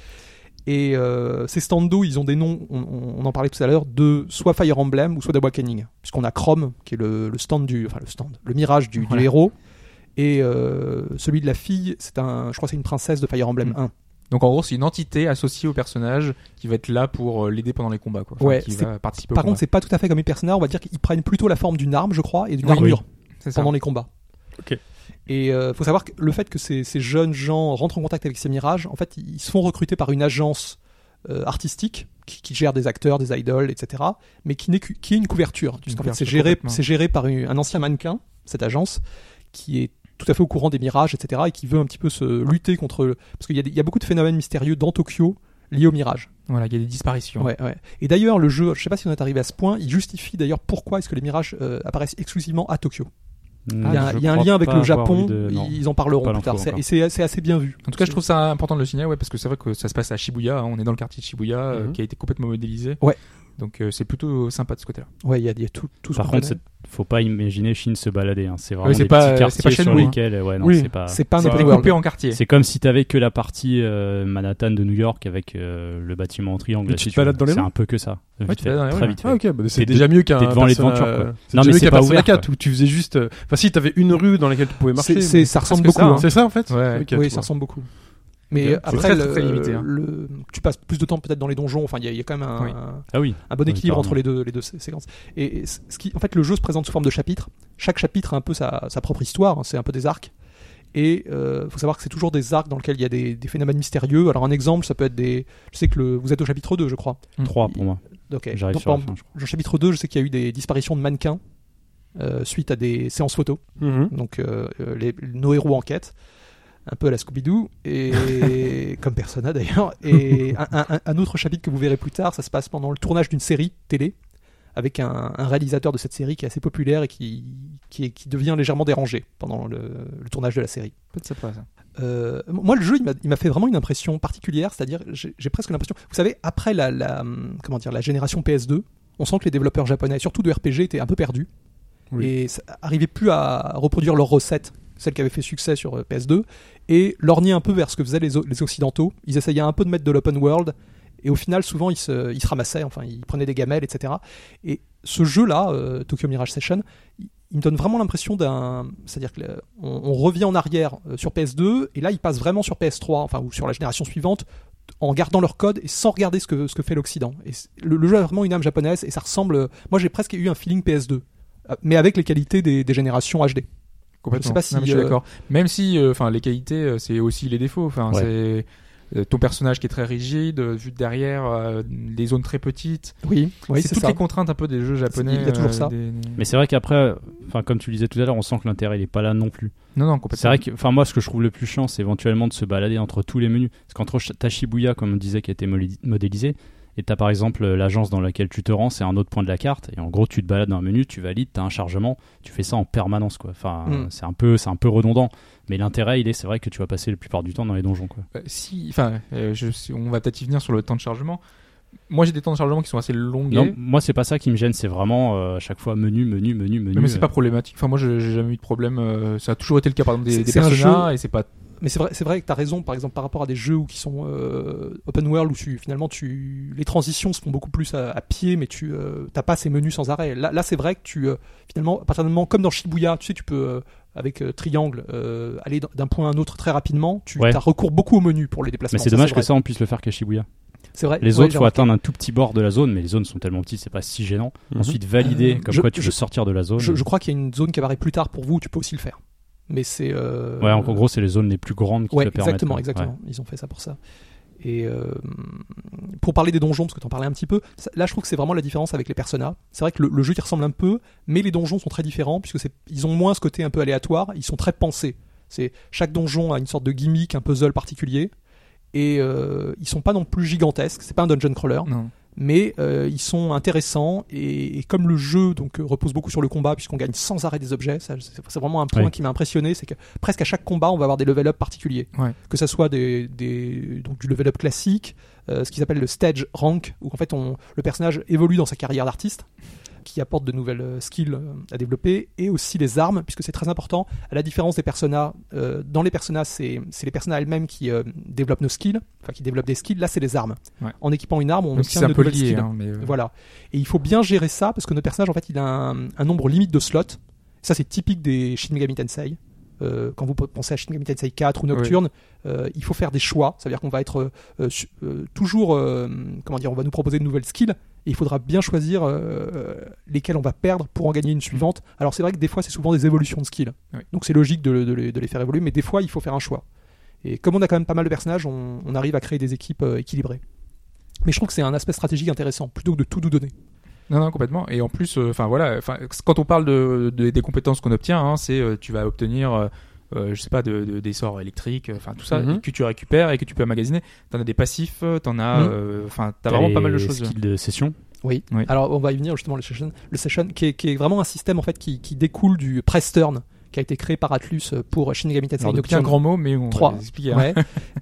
Et euh, ces stando, ils ont des noms, on, on- on en parlait tout à l'heure, de soit Fire Emblem ou soit d'Awakening. Puisqu'on a Chrome, qui est le, le stand du. Enfin, le stand, le mirage du, du
Voilà.
héros. Et euh, celui de la fille, c'est un. Je crois que c'est une princesse de Fire Emblem
Mm.
1.
Donc en gros, c'est une entité associée au personnage qui va être là pour euh, l'aider pendant les combats, quoi.
Ouais,
qui
c'est-
va participer.
Par
au
contre, c'est pas tout à fait comme les personnages. On va dire qu'ils prennent plutôt la forme d'une arme, je crois, et d'une
Oui.
armure
combat. c'est ça.
pendant les combats.
Ok.
Et euh, faut savoir que le fait que ces, ces jeunes gens rentrent en contact avec ces mirages, en fait, ils se font recruter par une agence euh, artistique qui, qui gère des acteurs, des idoles, etc. Mais qui, n'est, qu'u- qui est une couverture. Puisqu'en fait,
couverture,
c'est géré,
complètement.
c'est géré par une- un ancien mannequin, cette agence, qui est tout à fait au courant des mirages, etc. Et qui veut un petit peu se lutter contre... le- Parce qu'il y a des- il y a beaucoup de phénomènes mystérieux dans Tokyo liés aux mirages.
Voilà, il y a des disparitions.
Ouais, ouais. Et d'ailleurs, le jeu, je sais pas si on est arrivé à ce point, il justifie d'ailleurs pourquoi est-ce que les mirages euh, apparaissent exclusivement à Tokyo. Il y a,
Ah, Je
il y a un
crois
lien avec
pas
le
avoir
Japon,
eu de- non.
ils en parleront
Pas
plus tard.
l'info
C'est-
encore.
Et c'est c'est assez bien vu.
En tout cas, je trouve ça important de le signaler, ouais, parce que c'est vrai que ça se passe à Shibuya. hein. on est dans le quartier de Shibuya euh,
Mhm.
qui a été complètement modélisé.
Ouais. Ah,
Donc euh, c'est plutôt sympa de ce côté-là.
Ouais, il y a, il y a tout, tout ce
Par
qu'on
contre,
connaît.
c'est- faut pas imaginer Chine se balader. hein. C'est vraiment
Oui, c'est
des
pas-
petits
euh, c'est
quartiers
pas
sur
Shenmue, hein.
lesquels. euh, Ouais, non,
Oui.
c'est pas.
c'est pas un
C'est
open
découpé
world.
en quartier.
C'est comme si t'avais que la partie euh, Manhattan de New York avec euh, le bâtiment en triangle.
Mais
là,
tu
si
te balades
veux.
dans les
C'est
rues
un peu que ça. Vite
tu
fait,
vas dans les
très
rues,
vite fait.
Ah, ok, bah, c'est
T'es
déjà mieux qu'un.
t'es devant les
Persona-
devantures, quoi.
C'est
Non,
déjà
mais
mieux
c'est
qu'un
pas
Persona
ouvert,
4 où tu faisais juste. euh, Enfin, si, t'avais une rue dans laquelle tu pouvais marcher.
C'est- c'est-
mais-
ça ressemble
presque
beaucoup.
ça,
hein.
hein.
C'est ça en fait
Ouais, ouais.
Ok,
Oui,
tu
ça
vois.
ressemble beaucoup. Mais
C'est
après,
très,
le-
très, très limité, hein.
le- tu passes plus de temps peut-être dans les donjons. Enfin, il y, a- il y a quand même un,
Oui.
un-
Ah oui.
un bon
Oui,
équilibre
carrément.
entre les deux, les deux sé- séquences. Et et c- ce qui, en fait, le jeu se présente sous forme de chapitres. Chaque chapitre a un peu sa, sa propre histoire. hein, c'est un peu des arcs. Et euh, faut savoir que c'est toujours des arcs dans lesquels il y a des, des phénomènes mystérieux. Alors un exemple, ça peut être des. Je sais que le, vous êtes au chapitre 2, je crois.
3 pour moi.
Ok.
J'arrive
Donc,
sur la
par-
fin, je
dans le chapitre 2, je sais qu'il y a eu des disparitions de mannequins euh, suite à des séances photos.
Mhm.
Donc euh, euh, les, nos héros enquêtent, un peu à la Scooby-Doo, et comme Persona d'ailleurs. Et un, un- un autre chapitre que vous verrez plus tard, ça se passe pendant le tournage d'une série télé avec un, un réalisateur de cette série qui est assez populaire et qui, qui, est- qui devient légèrement dérangé pendant le, le tournage de la série.
Peut-être sympa, ça.
Euh, moi, le jeu, il m'a- il m'a fait vraiment une impression particulière, c'est-à-dire j'ai j'ai presque l'impression, vous savez, après la, la, hum, comment dire, la génération PS2, on sent que les développeurs japonais, surtout de RPG, étaient un peu perdus.
Oui.
Et ça- arrivaient plus à reproduire leurs recettes, celles qui avaient fait succès sur euh, PS2, et lorgnaient un peu vers ce que faisaient les, o- les Occidentaux. Ils essayaient un peu de mettre de l'open world, et au final, souvent, ils se, ils se ramassaient, enfin, ils prenaient des gamelles, etc. Et ce jeu-là, euh, Tokyo Mirage Session, il, il me donne vraiment l'impression d'un. C'est-à-dire qu'on on on revient en arrière euh, sur PS2, et là, ils passent vraiment sur PS3, enfin, ou sur la génération suivante, en gardant leur code et sans regarder ce que, ce que fait l'Occident. Et c- le, le jeu a vraiment une âme japonaise, et ça ressemble. euh, Moi, j'ai presque eu un feeling PS2, euh, mais avec les qualités des, des générations HD.
Complètement.
Je sais pas si,
Non, mais je suis
euh,
d'accord. Même si, euh, enfin, les qualités, euh, c'est aussi les défauts. Enfin, c'est euh, ton personnage qui est très rigide, euh, vu de derrière, euh, des zones très petites.
Oui,
c'est toutes les contraintes un peu des jeux japonais.
il y a toujours
euh,
ça.
des-
Mais c'est vrai qu'après, enfin comme tu le disais tout à l'heure, on sent que l'intérêt il est pas là non plus.
Non, non, complètement.
C'est vrai que, enfin moi, ce que je trouve le plus chiant, c'est éventuellement de se balader entre tous les menus. Parce qu'entre Sh- ta Shibuya, comme on disait, qui a été moli- modélisée, et t'as par exemple euh, l'agence dans laquelle tu te rends, c'est un autre point de la carte. Et en gros, tu te balades dans un menu, tu valides, t'as un chargement, tu fais ça en permanence, quoi. Enfin,
Mm.
euh, c'est un peu, c'est un peu redondant. Mais l'intérêt, il est, c'est vrai que tu vas passer la plupart du temps dans les donjons, quoi.
Euh, si, enfin, euh, je sais- on va peut-être y venir sur le temps de chargement. Moi, j'ai des temps de chargement qui sont assez longs.
Non, moi, c'est pas ça qui me gêne. C'est vraiment euh, à chaque fois menu, menu, menu, menu.
Mais, c'est
euh,
pas problématique. Enfin, moi, je- j'ai jamais eu de problème. euh, ça a toujours été le cas, par exemple, des,
C'est-
des
c'est un
personnages, et c'est pas.
Mais c'est vrai, c'est vrai que tu as raison, par exemple, par rapport à des jeux où- qui sont euh, open world, où tu, finalement tu, les transitions se font beaucoup plus à, à pied, mais tu euh, t'as pas ces menus sans arrêt. Là, là c'est vrai que tu, euh, finalement, à partir du moment, comme dans Shibuya, tu sais, tu peux, euh, avec euh, triangle, euh, aller d- d'un point à un autre très rapidement, tu
Ouais.
as recours beaucoup aux menus pour les déplacements.
Mais c'est dommage que
vrai.
ça, on puisse le faire qu'à Shibuya.
C'est vrai.
Les
Ouais,
autres,
j'ai
faut
remarqué.
atteindre un tout petit bord de la zone, mais les zones sont tellement petites, c'est pas si gênant. Ensuite, valider
Euh,
comme
je-
quoi tu
je-
veux sortir de la zone.
Je, je crois qu'il y a une zone qui apparaît plus tard pour vous, tu peux aussi le faire. Mais c'est. euh,
Ouais, en gros, c'est les zones les plus grandes qui
Ouais,
te le permettent.
exactement,
quoi.
exactement. Ils ont fait ça pour ça. Et euh, pour parler des donjons, parce que t'en parlais un petit peu, ça- là je trouve que c'est vraiment la différence avec les personas. C'est vrai que le, le jeu il ressemble un peu, mais les donjons sont très différents puisque c'est, ils ont moins ce côté un peu aléatoire. Ils sont très pensés. C'est chaque donjon a une sorte de gimmick, un puzzle particulier, et euh, ils sont pas non plus gigantesques. C'est pas un dungeon crawler
Mm.
Non.
mais euh, ils sont intéressants et, et comme le jeu donc euh, repose beaucoup sur le combat puisqu'on gagne sans arrêt des objets, ça, c'est c'est vraiment un point
Oui.
qui m'a impressionné, c'est que presque à chaque combat on va avoir des level up particuliers,
Ouais.
que ça soit des, des- donc du level up classique, euh, ce qu'ils appellent le stage rank où en fait on, le personnage évolue dans sa carrière d'artiste qui apporte de nouvelles euh, skills euh, à développer et aussi les armes puisque c'est très important à la différence des personas euh, dans les personas c'est c'est les personas elles-mêmes qui euh, développent nos skills enfin qui développent des skills là c'est les armes
Ouais.
en équipant une arme on
Même si
obtient
c'est un
de
peu
nouvelles
lié.
skills
hein, mais, euh,
voilà. Et il faut bien gérer ça parce que notre personnage, en fait, il a un, un nombre limite de slots. Ça, c'est typique des Shin Megami Tensei. Euh, quand vous pensez à Shin Megami Tensei 4 ou Nocturne, euh, il faut faire des choix. Ça veut dire qu'on va être euh, su- euh, toujours, euh, comment dire, on va nous proposer de nouvelles skills et il faudra bien choisir euh, lesquelles on va perdre pour en gagner une suivante. Alors c'est vrai que des fois, c'est souvent des évolutions de skills.
Oui.
Donc c'est logique de, le- de les, de les faire évoluer, mais des fois, il faut faire un choix. Et comme on a quand même pas mal de personnages, on, on arrive à créer des équipes euh, équilibrées. Mais je trouve que c'est un aspect stratégique intéressant, plutôt que de tout nous donner.
Non, non, complètement. Et en plus, euh, enfin voilà, enfin, quand on parle de, de- des compétences qu'on obtient, hein, c'est euh, tu vas obtenir, euh, euh, je sais pas, de, de- des sorts électriques, euh, enfin tout ça,
Mhm.
et que tu récupères et que tu peux magasiner. T'en as des passifs, euh, t'en as,
Mhm.
euh, enfin t'as
T'as
vraiment pas mal de
les
choses.
skills de hein. session.
Oui.
Alors on va y venir justement le session, le session qui, est, qui est vraiment un système en fait qui, qui découle du press turn qui a été créé par Atlus euh, pour Shin Megami Tensei
Alors, depuis un
Nocturne.
grand mot, mais on
Trois.
va les expliquer. hein.
Ouais.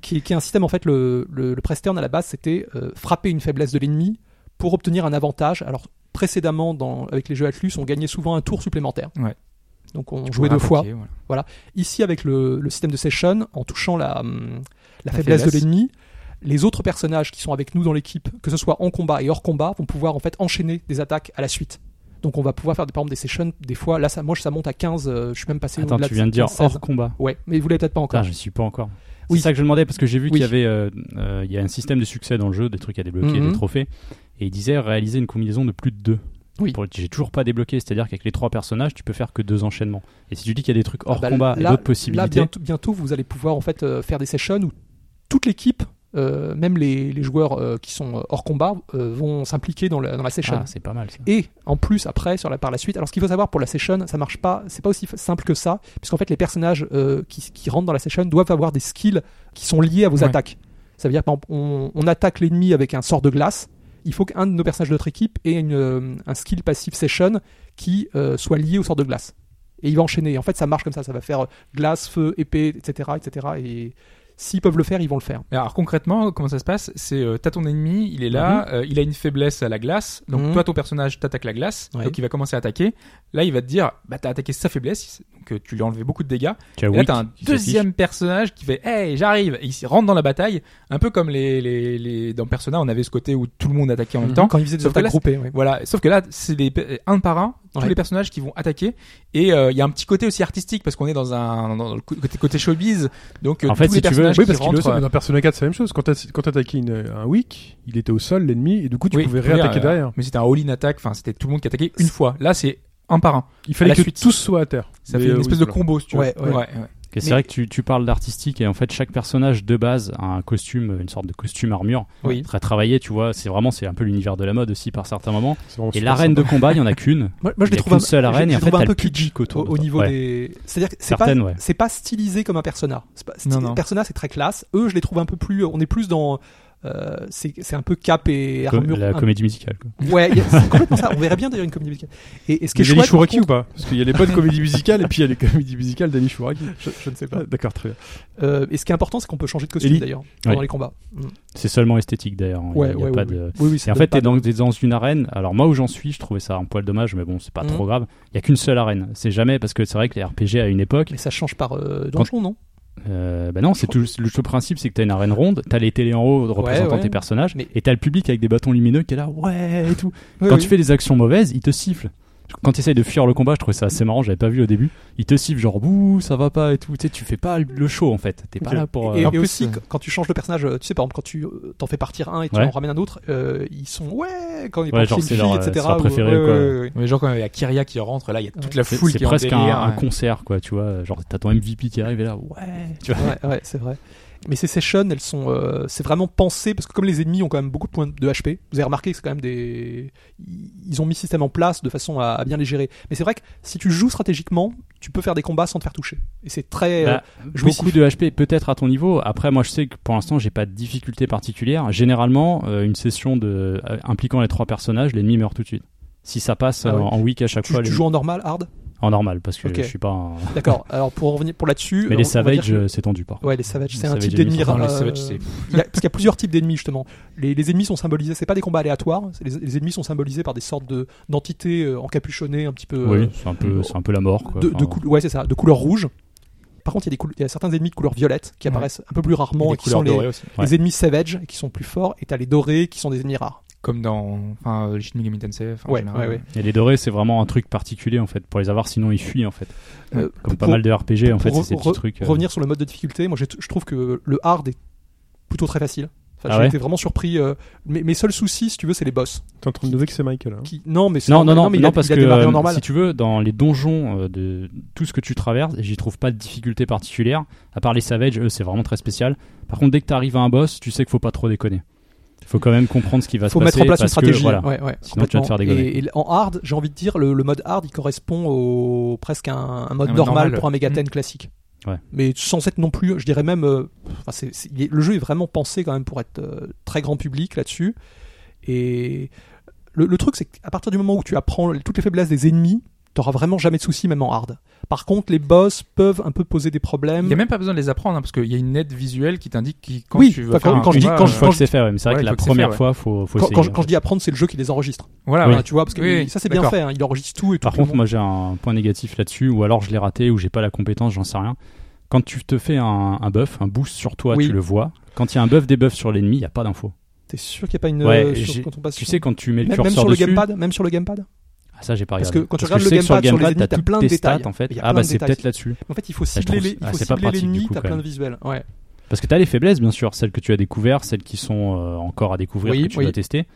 qui, qui est un système en fait le, le, le press turn à la base c'était euh, frapper une faiblesse de l'ennemi pour obtenir un avantage. Alors précédemment dans, avec les jeux Atlus on gagnait souvent un tour supplémentaire.
Ouais.
Donc on
Tu
jouait
pourras
deux fois.
attaquer, voilà.
Ici, avec le, le système de session, en touchant la, hum,
La
la, faiblesse, de
faiblesse.
l'ennemi, les autres personnages qui sont avec nous dans l'équipe, que ce soit en combat et hors combat, vont pouvoir en fait enchaîner des attaques à la suite. Donc on va pouvoir faire par exemple des sessions, des fois, là ça, moi ça monte à 15, euh, je suis même passé
Attends,
au-delà
tu viens de dire
15, 16.
hors combat.
Ouais, mais vous l'avez peut-être pas encore.
Putain, je suis pas encore.
Oui.
C'est ça que je demandais parce que j'ai vu
Oui.
qu'il y avait euh, euh, il y a un système de succès dans le jeu, des trucs à débloquer,
Mhm.
des trophées. Et il disait réaliser une combinaison de plus de deux.
Oui.
Pour- J'ai toujours pas débloqué, c'est-à-dire qu'avec les trois personnages, tu peux faire que deux enchaînements. Et si tu dis qu'il y a des trucs hors
Ah bah,
combat et
là-
d'autres
Là
possibilités,
bientôt, bientôt, vous allez pouvoir en fait euh, faire des sessions où toute l'équipe, euh, même les, les joueurs euh, qui sont euh, hors combat, euh, vont s'impliquer dans la, dans la session.
Ah, c'est pas mal ça.
Et en plus, après, sur la, par la suite, alors ce qu'il faut savoir pour la session, ça marche pas, c'est pas aussi fa- simple que ça, puisqu'en fait, les personnages euh, qui, qui rentrent dans la session doivent avoir des skills qui sont liés à vos
Ouais.
attaques. Ça veut dire, par exemple, on, on attaque l'ennemi avec un sort de glace, il faut qu'un de nos personnages de notre équipe ait une, euh, un skill passif session qui euh, soit lié au sort de glace. Et il va enchaîner. Et en fait, ça marche comme ça, ça va faire euh, glace, feu, épée, etc. etc. et S'ils peuvent le faire, ils vont le faire.
Mais alors concrètement, comment ça se passe C'est euh, t'as ton ennemi, il est là, euh, il a une faiblesse à la glace. Donc
Mhm.
toi, ton personnage, t'attaques la glace,
Ouais.
donc il va commencer à attaquer. Là, il va te dire, bah t'as attaqué sa faiblesse, donc euh, tu lui as enlevé beaucoup de dégâts.
Tu as
Et là,
Wick
t'as un
Ah qui s'affiche.
deuxième personnage qui fait Hey, j'arrive Et Il s'y rentre dans la bataille, un peu comme les, les, les- dans Persona, on avait ce côté où tout le monde attaquait en même temps.
Quand ils faisaient des
Sauf que
attaques
là,
groupées, ouais.
Voilà, sauf que là, c'est des pe- un par un, tous
Ouais.
les personnages qui vont attaquer. Et euh, il y a un petit côté aussi artistique parce qu'on est dans un dans le co- côté, côté showbiz. Donc, euh,
En fait,
tous
si
les
tu veux-
personnages
Oui,
qui
parce que
rentrent. euh,
dans Persona 4, c'est la même chose. Quand t'as- quand t'attaquais une- un wick, il était au sol, l'ennemi, et du coup, tu
oui,
pouvais
tu peux dire,
réattaquer
euh,
derrière.
Mais c'était un all-in attaque, enfin, c'était tout le monde qui attaquait une fois. Là, c'est un par un.
Il fallait
la
que
suite.
tous soient à terre.
Ça
Mais,
fait une
euh, oui,
espèce de
voilà.
combo, si tu
Ouais,
veux.
ouais.
Que C'est
Mais-
vrai que tu, tu parles d'artistique et en fait chaque personnage de base a un costume, une sorte de costume armure
Oui.
très travaillé, tu vois. C'est vraiment c'est un peu l'univers de la mode aussi par certains moments.
C'est vraiment
Et
super
l'arène
sympa.
de combat, il y en a qu'une.
Moi, moi, je
Il y
les
a
trouve
qu'une seule
je-
arène, et
je les
en fait,
trouve un
t'as
peu
le
kitsch
public autour
au,
de
au
toi.
niveau
Ouais.
des c'est-à-dire que c'est pas
Certaines, ouais.
c'est pas stylisé comme un persona. C'est pas sti-
Non, non.
Persona c'est très classe. Eux, je les trouve un peu plus on est plus dans euh, c'est c'est un peu cap et
Com-
armure.
la
un-
comédie musicale. quoi.
Ouais, il y a- c'est complètement ça. On verrait bien d'ailleurs une comédie musicale. Et, et ce qui
Il
est
y a les
chouette, par
Shuriki ou
contre-
pas Parce qu'il y a les bonnes comédies musicales et puis il y a les comédies musicales d'Ali Shuraki.
je, je ne sais pas.
Ah, D'accord, très bien.
Euh, et ce qui est important, c'est qu'on peut changer de costume
Ellie.
d'ailleurs pendant
Ouais.
les combats. Mm.
C'est seulement esthétique d'ailleurs. hein. Il y a-
Ouais,
il y a
ouais,
pas
oui,
de-
Oui, oui.
Et
ça
en
donne
fait,
pas
t'es
de-
dans, t'es dans une arène. Alors moi où j'en suis, je trouvais ça un poil dommage, mais bon, c'est pas
Mhm.
trop grave. Il y a qu'une seule arène. C'est jamais parce que c'est vrai que les RPG à une époque,
Mais ça change par euh, donjon, non
Euh, bah non, c'est tout, le le principe, c'est que t'as une arène ronde, t'as les télés en haut représentant
ouais.
tes personnages,
Mais-
et t'as le public avec des bâtons lumineux qui est là, ouais et tout.
Oui,
quand
oui.
tu fais des actions mauvaises, ils te sifflent. Quand tu essayes de fuir le combat, je trouvais ça assez marrant, j'avais pas vu au début. Ils te sifflent genre bouh, ça va pas et tout. Tu sais, tu fais pas le show en fait. T'es pas
Ok.
là pour.
en
Et, et
euh,
plus,
aussi,
euh,
quand- quand tu changes le personnage, euh, tu sais, par exemple, quand tu euh, t'en fais partir un et tu
Ouais.
en ramènes un autre, euh, ils sont ouais, quand ils
Ouais,
partent
genre,
une
c'est
fille,
leur, euh,
etc.
c'est leur
ou-
préféré,
ouais,
quoi.
ouais, ouais, ouais.
Mais genre, quand il y a euh, Kyria qui rentre, là, il y a toute la
c'est-
foule
c'est
qui est en
presque un,
délire,
un
ouais.
concert quoi, tu vois. Genre t'as ton MVP qui arrive et là, ouais. Tu vois.
Ouais, ouais, c'est vrai. Mais ces sessions, elles sont, euh, c'est vraiment pensé parce que comme les ennemis ont quand même beaucoup de points de HP, vous avez remarqué que c'est quand même des, ils ont mis le système en place de façon à, à bien les gérer. Mais c'est vrai que si tu joues stratégiquement, tu peux faire des combats sans te faire toucher. Et c'est très, euh,
Bah, beaucoup de HP peut-être à ton niveau. Après, moi, je sais que pour l'instant, j'ai pas de difficulté particulière. Généralement, euh, une session de euh, impliquant les trois personnages, l'ennemi meurt tout de suite. Si ça passe
Ah
euh,
oui.
en week à chaque
tu,
fois,
tu
les-
joues en normal, hard.
en normal parce que
Ok.
je suis pas. un-
D'accord. Alors pour revenir pour là-dessus,
Mais les
on- on va dire
Savage,
que-
euh, c'est tendu par. contre.
Ouais, les Savages,
Les
c'est un
Savage
type d'ennemi.
ennemis,
Non, les
euh,
Savage, c'est-
il y a- parce qu'il y a plusieurs types d'ennemis, justement. Les, les ennemis sont symbolisés, c'est pas des combats aléatoires, c'est les, les ennemis sont symbolisés par des sortes de- d'entités euh, encapuchonnées, un petit peu. euh,
Oui, c'est un peu, c'est un peu la mort. Quoi.
de, de
Enfin,
cou- ouais, c'est ça, de couleur rouge. Par contre, il y, a des cou- il y a certains ennemis de couleur violette qui
Ouais.
apparaissent un peu plus
Et
rarement
des
et qui sont
couleurs
les,
dorées aussi.
Ouais.
les ennemis Savage qui sont plus forts, et t'as les dorés qui sont des ennemis rares.
Comme dans enfin, euh, Shin Megami Tensei. enfin, en
Ouais,
général.
ouais, ouais.
Et les dorés, c'est vraiment un truc particulier en fait. Pour les avoir, sinon ils fuient en fait.
Euh,
Comme
pour-
pas mal de RPG en
pour
fait, c'est
re-
ces petits
re-
trucs. euh,
revenir sur le mode de difficulté, moi j'ai t- je trouve que le hard est plutôt très facile. Enfin,
Ah
j'ai
ouais
été vraiment surpris. euh, mes, mes seuls soucis, si tu veux, c'est les boss.
T'es en train de nous dire que c'est Michael. hein.
Qui... Non, mais c'est
Non, non,
normal.
non,
mais
non,
il a-
parce
il a
que
démarré en
euh,
normal.
si tu veux, dans les donjons euh, de tout ce que tu traverses, j'y trouve pas de difficulté particulière. À part les Savage, eux, c'est vraiment très spécial. Par contre, dès que tu arrives à un boss, tu sais qu'il faut pas trop déconner. Il faut quand même comprendre ce qui va
faut
se passer.
mettre en place une
parce que,
stratégie.
voilà.
ouais, ouais,
Sinon, tu vas te faire
complètement.
dégommer.
Et, et en hard, j'ai envie de dire, le, le mode hard, il correspond au presque à un, un mode
Un mode
normal,
normal. Mm.
pour un Megaten classique.
Ouais.
Mais sans être non plus, je dirais même, euh, enfin, c'est- c'est- il est- le jeu est vraiment pensé quand même pour être euh, très grand public là-dessus. Et le, le truc, c'est qu'à partir du moment où tu apprends toutes les faiblesses des ennemis, t'auras vraiment jamais de soucis, même en hard. Par contre, les boss peuvent un peu poser des
Il
problèmes.
n'y a même pas besoin de les apprendre, hein, parce qu'il y a une aide visuelle qui t'indique qui- quand
Oui,
tu vas
enfin,
faire
quand-
un
quand je dis-
combat, euh,
quand
Une
je-
fois que c'est fait, ouais, mais c'est
Ouais,
vrai que
une
la
fois que c'est
première
fait, ouais.
fois, faut, faut essayer.
Quand,
hein.
quand je, quand je dis apprendre, c'est le jeu qui les enregistre.
Voilà,
Enfin, tu vois, parce que
Ah Oui, oui,
ça c'est bien
d'accord.
fait, hein, il enregistre tout et tout.
Par
tout le
contre,
monde-
moi j'ai un point négatif là-dessus, ou alors je l'ai raté, ou j'ai pas la compétence, j'en sais rien. Quand tu te fais un, un buff, un boost sur toi,
Oui.
tu le vois. Quand il y a un buff des buffs sur l'ennemi, il n'y a pas d'info.
T'es sûr qu'il n'y a pas une.
Ouais,
euh,
et
sur-
j'ai-
quand on passe
Tu
sur-
sais, quand tu mets le
même, même
curseur
sur le
dessus,
gamepad Même sur le gamepad
Ah, ça j'ai pas
Parce
regardé.
que quand tu regardes
je
le
sais que sur
gamepad, sur les
gamepad,
ennemis,
t'as
t'as
toutes
plein de
tes
détails.
stats en fait.
Il y a
Ah
plein
bah
de
c'est
détails.
peut-être là-dessus.
En fait, il faut
Ça, je
cibler
trouve
les-
ça-
il
ah,
faut
c'est pas
cibler
pratique, du
l'ennemi,
coup,
t'as
quand
plein de
même.
visuels. Ouais.
Parce que t'as les faiblesses bien sûr, celles que tu as découvertes, celles qui sont euh, encore à découvrir,
Oui,
que tu
oui.
dois tester.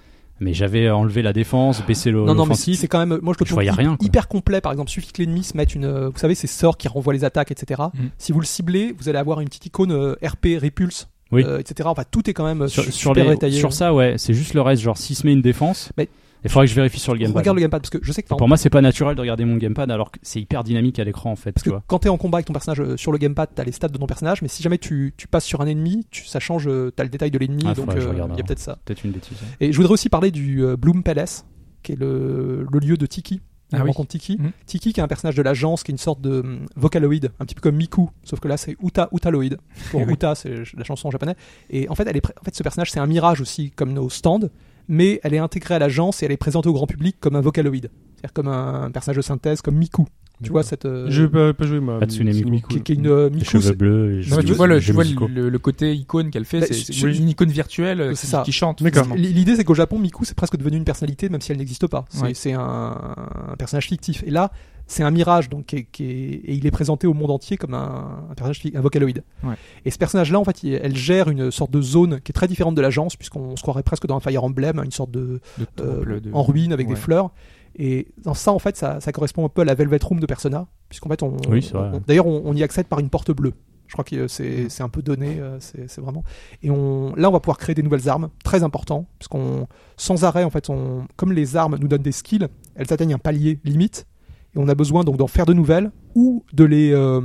Mais j'avais enlevé la défense, baissé le-
Non, non, mais c'est
Euh, l'offensive.
c'est quand même. Moi, je le
Je voyais
trouve
rien, quoi.
hyper complet. Par exemple, suffit que l'ennemi se mette une. euh, Vous savez, ces sorts qui renvoient les attaques, etc.
Mm.
Si vous le ciblez, vous allez avoir une petite icône euh, RP, Repulse,
Oui.
euh, etc. Enfin, tout est quand même euh,
Sur,
su-
sur
super
les-
détaillé.
sur ça, ouais, c'est juste le reste. Genre, si se met une défense,
Mais-
il faudrait que je vérifie sur le gamepad.
Regarde le gamepad, parce que je sais que. par
Pour moi, c'est pas naturel de regarder mon gamepad alors que c'est hyper dynamique à l'écran en fait.
Parce
tu
que
vois.
quand t'es en combat avec ton personnage euh, sur le gamepad, t'as les stats de ton personnage, mais si jamais tu, tu passes sur un ennemi, tu, ça change, euh, t'as le détail de l'ennemi,
Ah,
donc
faudrait que je
euh,
regarde
il y a
alors.
peut-être ça.
Peut-être une bêtise.
Et je voudrais aussi parler du euh, Bloom Palace, qui est le, le lieu de Tiki, on
Ah oui.
rencontre Tiki.
Mhm.
Tiki qui est un personnage de l'agence qui est une sorte de hum, vocaloid, un petit peu comme Miku, sauf que là c'est Uta Utaloid. Pour
Eh oui.
Uta, c'est la chanson en japonais. Et en fait, elle est pré- en fait ce personnage c'est un mirage aussi comme nos stands, mais elle est intégrée à l'agence et elle est présentée au grand public comme un vocaloid, c'est-à-dire comme un personnage de synthèse comme Miku. Tu vois cette euh,
Je peux pas jouer moi.
Hatsune
Hatsune Miku.
Miku.
qui, qui est une euh,
Les
Miku,
cheveux
c'est-
bleus. les
Non, mais
cheveux-
tu vois, le,
les
tu vois
musicaux.
le, le côté icône qu'elle fait,
Bah,
c'est-
je-
c'est
je-
une icône virtuelle
C'est
qui,
ça.
qui chante.
D'accord.
finalement.
L'idée, c'est qu'au Japon, Miku, c'est presque devenu une personnalité, même si elle n'existe pas. C'est
Ouais.
c'est un, un personnage fictif. Et là, c'est un mirage, donc, qui est- qui est- et il est présenté au monde entier comme un, un personnage, fi- un vocaloïde.
Ouais.
Et ce personnage-là, en fait, il- elle gère une sorte de zone qui est très différente de l'agence, puisqu'on se croirait presque dans un Fire Emblem, une sorte de,
De temple,
euh,
de-
en ruine avec
Ouais.
des fleurs. Et dans ça, en fait, ça, ça correspond un peu à la Velvet Room de Persona, puisqu'en fait, on,
Oui, c'est vrai. Mm.
on- d'ailleurs, on, on y accède par une porte bleue. Je crois que euh, c'est c'est un peu donné, euh, c'est c'est vraiment. Et on, là, on va pouvoir créer des nouvelles armes, très important, puisqu'on sans arrêt, en fait, on, comme les armes nous donnent des skills, elles atteignent un palier limite, et on a besoin donc d'en faire de nouvelles ou de les euh,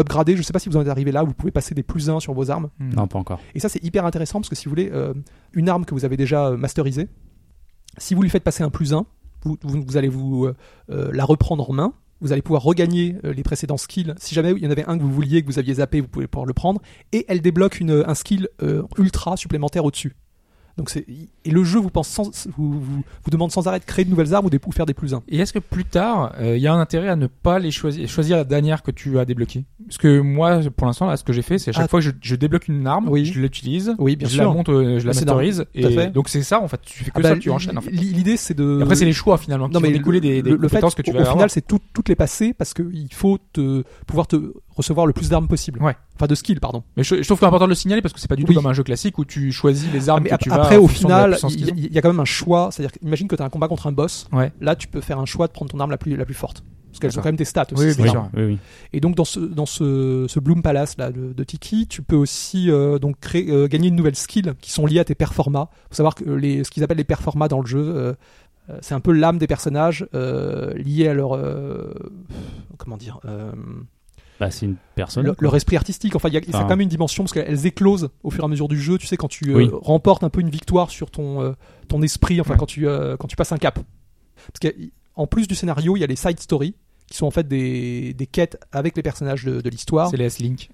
upgrader. Je sais pas si vous en êtes arrivé là, vous pouvez passer des plus 1 sur vos armes.
Hmm.
Non, pas encore.
Et ça, c'est hyper intéressant parce que si vous voulez, euh, une arme que vous avez déjà euh, masterisée, si vous lui faites passer un plus 1, vous, vous- vous allez vous euh, euh, la reprendre en main. Vous allez pouvoir regagner euh, les précédents skills. Si jamais il y en avait un que vous vouliez, que vous aviez zappé, vous pouvez pouvoir le prendre. Et elle débloque une, un skill euh, ultra supplémentaire au-dessus. Donc c'est et le jeu vous pense sans- vous, vous, vous demande sans arrêt de créer de nouvelles armes ou de ou faire des plus 1.
Et est-ce que plus tard, euh, il y a un intérêt à ne pas les choisir, choisir la dernière que tu as débloquée Parce que moi, pour l'instant, là, ce que j'ai fait, c'est à chaque
Ah.
fois que je, je débloque une arme,
Oui.
je l'utilise,
Oui, bien
je la
sûr.
monte, euh, je la
Bah, c'est normal.
masterise,
à
et
fait.
donc c'est ça, en fait, tu fais que
Ah bah,
ça, tu enchaînes. En fait.
L'idée c'est de
Et après, c'est les choix finalement qui
Non,
vont
mais
découler
le-
des, des
le, le fait,
compétences que tu
au-
vas
au
avoir.
final, c'est tout- toutes les passer parce qu'il faut te, pouvoir te recevoir le plus d'armes possible.
Ouais.
Enfin, de skills, pardon.
Mais je, je trouve que c'est important de le signaler parce que c'est pas du tout
Oui. Ah,
comme un jeu classique où tu choisis les armes
mais
Ah, que
ap-
tu vas.
après,
en
au
fonction de la
final,
puissance
il
qu'ils ont.
il y, a quand même un choix. C'est-à-dire, que- imagine que tu as un combat contre un boss.
Ouais.
Là, tu peux faire un choix de prendre ton arme la plus, la plus forte. Parce qu'elles ont
D'accord.
quand même des stats aussi.
Oui,
ces
bien
Oui,
armes.
sûr.
oui, oui.
Et donc, dans ce, dans ce, ce Bloom Palace là, de, de Tiki, tu peux aussi euh, donc créer, euh, gagner une nouvelle skill qui sont liées à tes performas. faut savoir que les, ce qu'ils appellent les performas dans le jeu, euh, euh, c'est un peu l'âme des personnages euh, liée à leur. euh, comment dire euh,
Bah, c'est une personne.
le- leur esprit artistique. Enfin, il y a, ça a
Enfin.
quand même une dimension parce qu'elles éclosent au fur et à mesure du jeu. Tu sais, quand tu euh,
Oui.
remportes un peu une victoire sur ton, euh, ton esprit, enfin,
Ouais.
quand, tu, euh, quand tu passes un cap. Parce qu'en plus du scénario, il y a les side stories qui sont en fait des, des quêtes avec les personnages de, de l'histoire,
C'est les S-Link.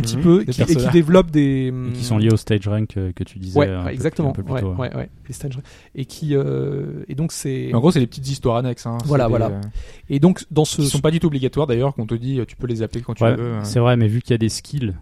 petit peu, et
Des
qui, et qui
personnages.
développent des. mm,
Et qui sont liés au stage rank euh, que tu disais
Ouais,
un peu-
exactement.
un peu plus
Ouais,
tôt, hein.
ouais, ouais. Les stages- Et qui. euh, et donc, c'est.
En gros, c'est les petites histoires annexes. hein. C'est
Voilà,
des,
voilà.
euh,
Et donc, dans ce.
Qui sont pas du tout obligatoires d'ailleurs, qu'on te dit, euh, tu peux les appeler quand tu
Ouais,
veux. euh.
C'est vrai, mais vu qu'il y a des skills,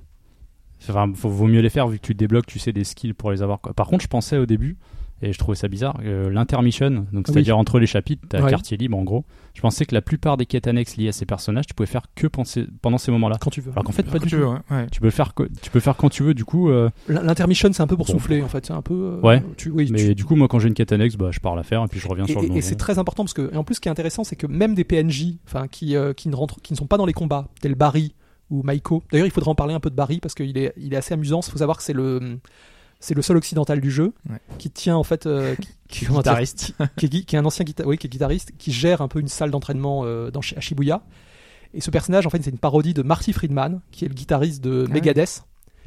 enfin, faut, vaut mieux les faire vu que tu débloques, tu sais, des skills pour les avoir. quoi. Par contre, je pensais au début, et je trouvais ça bizarre, euh, l'intermission, donc c'est-à-dire entre les chapitres, t'as
Ah Ouais.
quartier libre en gros. Je pensais que la plupart des quêtes annexes liées à ces personnages, tu pouvais faire que penser- pendant ces moments-là.
Quand tu veux.
Alors qu'en fait, pas
Quand
du
tu
tout.
veux, ouais. ouais.
Tu peux, le faire, co- tu peux faire quand tu veux, du coup. euh,
L'intermission, c'est un peu pour
Bon.
souffler, en fait. C'est un peu. euh,
Ouais.
Tu, oui,
mais
tu-
du coup, moi, quand j'ai une quête annexe, bah, je pars la faire et puis je reviens
Et,
sur le
et- et
donjon.
c'est très important parce que, et en plus, ce qui est intéressant, c'est que même des PNJ, enfin, qui, euh, qui ne rentrent, qui ne sont pas dans les combats, tels Barry ou Maiko. D'ailleurs, il faudra en parler un peu de Barry parce qu'il est, il est assez amusant. Il faut savoir que c'est le, c'est le seul occidental du jeu
Ouais.
qui tient en fait, euh, qui- qui, comment dire,
Guitariste.
qui, est, gui- qui est un ancien guita- oui, qui est guitariste, qui gère un peu une salle d'entraînement euh, dans Shi- à Shibuya. Et ce personnage, en fait, c'est une parodie de Marty Friedman, qui est le guitariste de
Ah
Megadeth,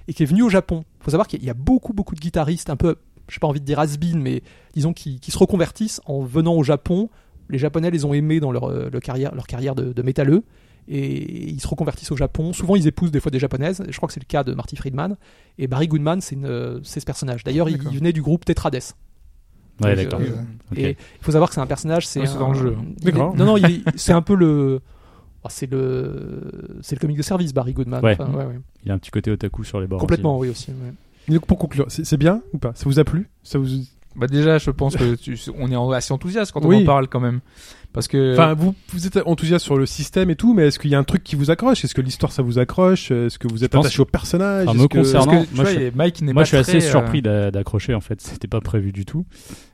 et qui est venu au Japon. Il faut savoir qu'il y a beaucoup, beaucoup de guitaristes, un peu, je n'ai pas envie de dire has mais disons qui, qui se reconvertissent en venant au Japon. Les Japonais les ont aimés dans leur, euh, leur carrière, leur carrière de, de métalleux, et ils se reconvertissent au Japon. Souvent, ils épousent des fois des Japonaises. Je crois que c'est le cas de Marty Friedman. Et Barry Goodman, c'est une, euh, c'est ce personnage. D'ailleurs, il,
D'accord.
il venait du groupe Tetrades.
Ouais, d'accord.
Donc, euh,
Ok.
et il faut savoir que c'est un personnage, c'est
Ouais, c'est
un-
dans le jeu.
il est-
D'accord.
Non, non, il est- c'est un peu le. oh, c'est le. C'est le comique de service, Barry Goodman.
Ouais.
Enfin, ouais, ouais.
Il a un petit côté otaku sur les bords.
Complètement, oui, aussi. ouais.
Et donc, pour conclure, c'est c'est bien ou pas Ça vous a plu Ça vous
Bah déjà, je pense que tu- on est en- assez enthousiaste quand on
Oui.
en parle quand même, parce que
Enfin, vous, vous êtes enthousiaste sur le système et tout, mais est-ce qu'il y a un truc qui vous accroche Est-ce que l'histoire ça vous accroche Est-ce que vous êtes
pense-
attaché au personnage
Enfin,
Est-ce
me
que-
parce
concernant-
que
Clairement,
tu
moi,
vois,
je-
et Mike n'est
Moi,
pas
je suis assez
très, euh,
surpris d'a- d'accrocher, en fait. C'était pas prévu du tout.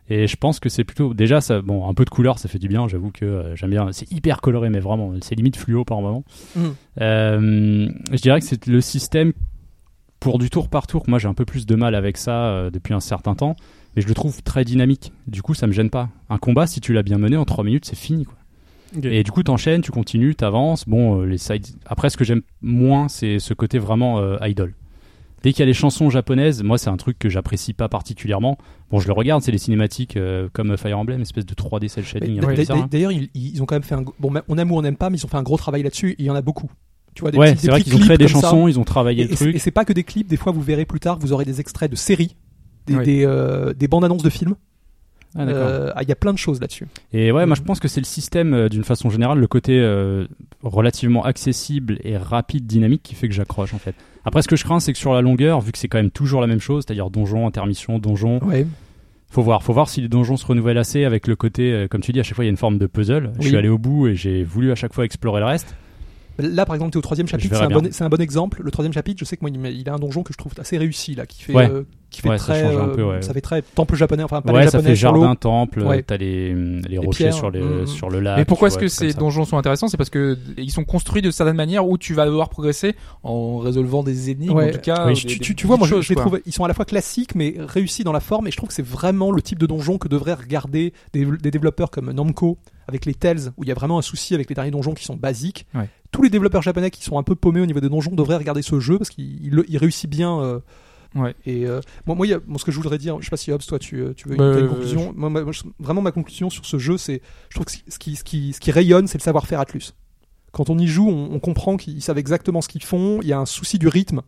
Et je pense que c'est plutôt. Déjà, ça, bon, un peu de couleur, ça fait du bien. J'avoue que euh, j'aime bien. C'est hyper coloré, mais vraiment, c'est limite fluo par moment.
Mm.
Euh, je dirais que c'est le système pour du tour par tour. Moi, j'ai un peu plus de mal avec ça euh, depuis un certain temps. Mais je le trouve très dynamique. Du coup, ça me gêne pas. Un combat, si tu l'as bien mené, en 3 minutes, c'est fini, quoi.
Ok.
Et du coup, t'enchaînes, tu continues, t'avances. Bon, euh, les sides. Après, ce que j'aime moins, c'est ce côté vraiment euh, idol. Dès qu'il y a les chansons japonaises, moi c'est un truc que j'apprécie pas particulièrement. Bon, je le regarde, c'est les cinématiques euh, comme Fire Emblem, espèce de 3D cel shading. un peu
Mais d'a-
bizarre,
d'a-
hein.
D'ailleurs, ils, ils ont quand même fait un. go- Bon, on aime ou on n'aime pas, mais ils ont fait un gros travail là-dessus. Il y en a beaucoup. Tu vois, des
Ouais,
petits- des
c'est vrai
petits
qu'ils ont créé des
clips comme ça.
chansons, ils ont travaillé
Et,
le
et c'est- et
truc.
c'est pas que des clips, des fois vous verrez plus tard, vous aurez des extraits de séries, des,
Oui.
des, euh, des bandes annonces de films.
Ah,
Euh,
d'accord.
ah, Il y a plein de choses là-dessus.
Et ouais, moi
Mhm.
je pense que c'est le système euh, d'une façon générale, le côté euh, relativement accessible et rapide, dynamique qui fait que j'accroche en fait. Après, ce que je crains, c'est que sur la longueur, vu que c'est quand même toujours la même chose, c'est-à-dire donjon, intermission, donjon,
Ouais.
faut voir, faut voir si les donjons se renouvellent assez avec le côté, euh, comme tu dis, à chaque fois il y a une forme de puzzle. Je
Oui.
suis allé au bout et j'ai voulu à chaque fois explorer le reste.
Là, par exemple, tu es au troisième chapitre,
verrai
c'est un,
bien.
bon, c'est un bon exemple. Le troisième chapitre, je sais que moi, il m'a- il a un donjon que je trouve assez réussi, là, qui fait,
Ouais.
euh, qui fait
Ouais, ça
très.
change un
euh,
peu, ouais.
ça fait très temple japonais, enfin, pas
ouais, ça
japonais
fait
sur l'eau.
jardin, temple,
Ouais.
t'as les, mm, les rochers
pierres,
sur, les,
mhm.
sur le lac.
Mais pourquoi
tu
est-ce que
vois, trucs comme
ces
ça.
donjons sont intéressants C'est parce que ils sont construits de certaine manière où tu vas devoir progresser en résolvant des énigmes
Ouais.
en tout cas.
Oui,
ou
tu-
des-
Tu, tu-
des
tu vois, moi, je,
petites
je les
choses, quoi.
trouve, ils sont à la fois classiques, mais réussis dans la forme, et je trouve que c'est vraiment le type de donjon que devraient regarder des, des développeurs comme Namco, avec les Tales, où il y a vraiment un souci avec les derniers donjons qui sont basiques.
Ouais.
Tous les développeurs japonais qui sont un peu paumés au niveau des donjons devraient regarder ce jeu, parce qu'il il le- il réussit bien. euh,
Ouais.
Et euh, moi, moi, il y a- moi, ce que je voudrais dire, je sais pas si Hobbs, toi, tu, euh, tu veux une,
Bah,
t'as une
euh,
conclusion. Moi, ma- moi, je- vraiment, ma conclusion sur ce jeu, c'est, je trouve que ce qui, ce qui, ce qui rayonne, c'est le savoir-faire Atlus. Quand on y joue, on, on comprend qu'ils savent exactement ce qu'ils font. Il y a un souci du rythme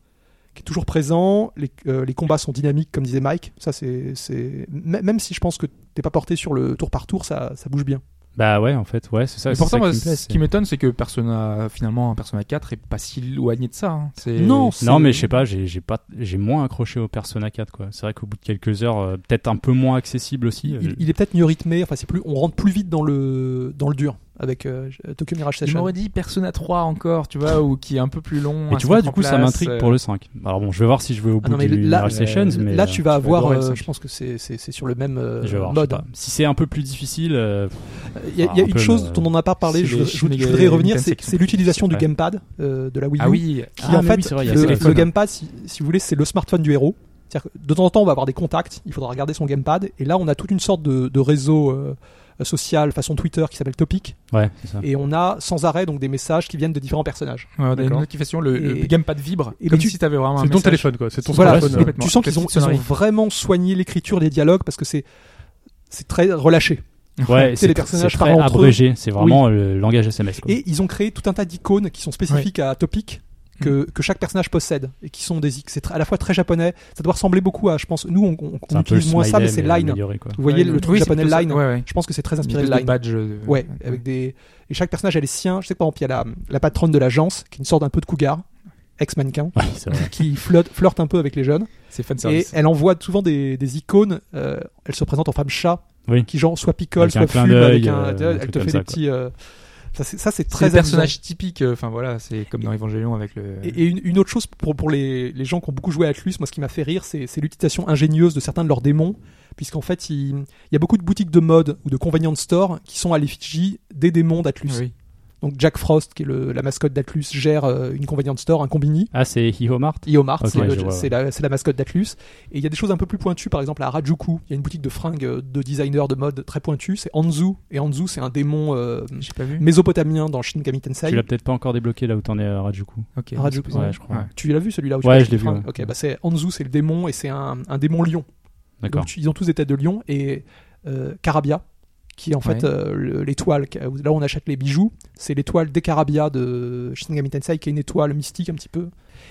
qui est toujours présent. Les, euh, les combats sont dynamiques, comme disait Mike. Ça, c'est, c'est- m- même si je pense que t'es pas porté sur le tour par tour, ça, ça bouge bien.
Bah ouais, en fait, ouais, c'est ça.
Et
c'est
pourtant,
ça
moi,
qui me plaît,
ce qui m'étonne, c'est que Persona, finalement, un Persona 4 est pas si éloigné de ça. hein. C'est-
Non, c'est-
Non, mais je sais pas, j'ai j'ai pas, j'ai moins accroché au Persona 4 quoi. C'est vrai qu'au bout de quelques heures, euh, peut-être un peu moins accessible aussi. euh,
Il, il est peut-être mieux rythmé. Enfin, c'est plus, on rentre plus vite dans le, dans le dur avec euh, Tokyo Mirage
Je
Session.
m'aurais dit Persona 3 encore, tu vois, ou qui est un peu plus long.
Et
à
tu
se
vois,
mettre
du
en
coup, ça
place,
m'intrigue
euh,
pour le 5. Alors bon, je vais voir si je vais au bout
Ah non, mais
du
là-
Mirage Sessions, mais
Là,
euh,
tu vas
tu vas
avoir,
adorer le
euh,
cinq.
je pense que c'est, c'est, c'est sur le même euh,
je vais voir. je sais
mode.
pas. Si c'est un peu plus difficile, euh,
Il y a, il y a
Un
une
peu,
chose
euh,
dont on n'a pas parlé,
c'est
je,
les
je- je
Shin
voudrais y
Megami
revenir,
Tensei
c'est
qui sont
c'est l'utilisation du
Ouais.
gamepad euh, de la Wii U.
Ah oui,
Qui,
Ah,
en
mais
fait,
oui, c'est vrai, il y a
le,
le
le
téléphone.
gamepad, si, si vous voulez, c'est le smartphone du héros. C'est-à-dire que de temps en temps, on va avoir des contacts, il faudra regarder son gamepad, et là, on a toute une sorte de, de réseau euh, social façon Twitter qui s'appelle Topic,
ouais, c'est ça.
et on a sans arrêt donc des messages qui viennent de différents personnages.
Ouais, on a une
D'accord.
notification, le, le
Et-
gamepad vibre,
et
comme
tu-
si t'avais vraiment un
C'est ton
message.
téléphone, quoi. C'est ton
Voilà,
smartphone.
c'est-
euh.
donc tu sens qu'ils ont,
Complètement.
ils ont vraiment soigné l'écriture des dialogues parce que c'est c'est très relâché.
Ouais, c'est
les
tr-
personnages
c'est
parlent
très
entre eux.
abrégé. C'est vraiment le langage SMS. Quoi.
Et ils ont créé tout un tas d'icônes qui sont spécifiques à Topic.
Mm.
Que, que chaque personnage possède et qui sont des ic- c'est tr- à la fois très japonais ça doit ressembler beaucoup à je pense nous on, on-
C'est
on
un peu le
utilise moins ça mais
smiley,
c'est line
amélioré, quoi.
vous voyez le
Oui,
truc
c'est
japonais
plutôt ça.
line
Ouais, ouais.
je pense que c'est très
Une
inspiré
espèce
de
de
line
badge. euh,
ouais avec des et chaque personnage a les siens je sais que par exemple il y a la, la patronne de l'agence qui est une sorte un peu de cougar ex mannequin
Ouais, c'est vrai.
qui flotte flirte un peu avec les jeunes
C'est fan
et
service.
elle envoie souvent des, des icônes euh, elle se présente en femme chat
Oui.
qui genre soit picole
Avec un
soit
clin
fume
d'œil,
avec
euh,
un,
un
elle
truc
te
comme
fait
ça,
des
quoi.
petits euh, ça c'est ça, c'est
Très
très amusant.
personnage typique. euh, Enfin voilà, c'est comme dans Evangelion avec le.
Et, et une, une autre chose pour, pour les, les gens qui ont beaucoup joué à Atlus, moi ce qui m'a fait rire, c'est c'est l'utilisation ingénieuse de certains de leurs démons, puisqu'en fait il, il y a beaucoup de boutiques de mode ou de convenience store qui sont à l'effigie des démons d'Atlus.
Ah Oui.
Donc Jack Frost, qui est le- la mascotte d'Atlus, gère euh, une convenience store, un combini.
Ah, c'est Hihomart.
Iomart,
Ok,
c'est le-
je vois,
c'est la, c'est la mascotte d'Atlus. Et il y a des choses un peu plus pointues, par exemple à Harajuku, il y a une boutique de fringues euh, de designers de mode très pointue, c'est Anzu, et Anzu c'est un démon euh,
J'ai pas vu.
mésopotamien dans Shin Megami Tensei.
Tu l'as peut-être pas encore débloqué là où t'en es, euh, Rajuku.
Ok.
Radio-
c'est
Ouais,
possible.
je crois.
Ouais.
Tu l'as vu celui-là où tu
Ouais,
vois
je l'ai
les
vu,
fringues
ouais.
Ok, bah c'est Anzu, c'est le démon et c'est un, un démon lion.
D'accord.
Donc tu- ils ont tous des têtes de lion et euh, Carabia, qui est en fait
Ouais.
euh, le- l'étoile. que- Là où on achète les bijoux, c'est l'étoile des Carabia de Shin Megami Tensei, qui est une étoile mystique un petit peu.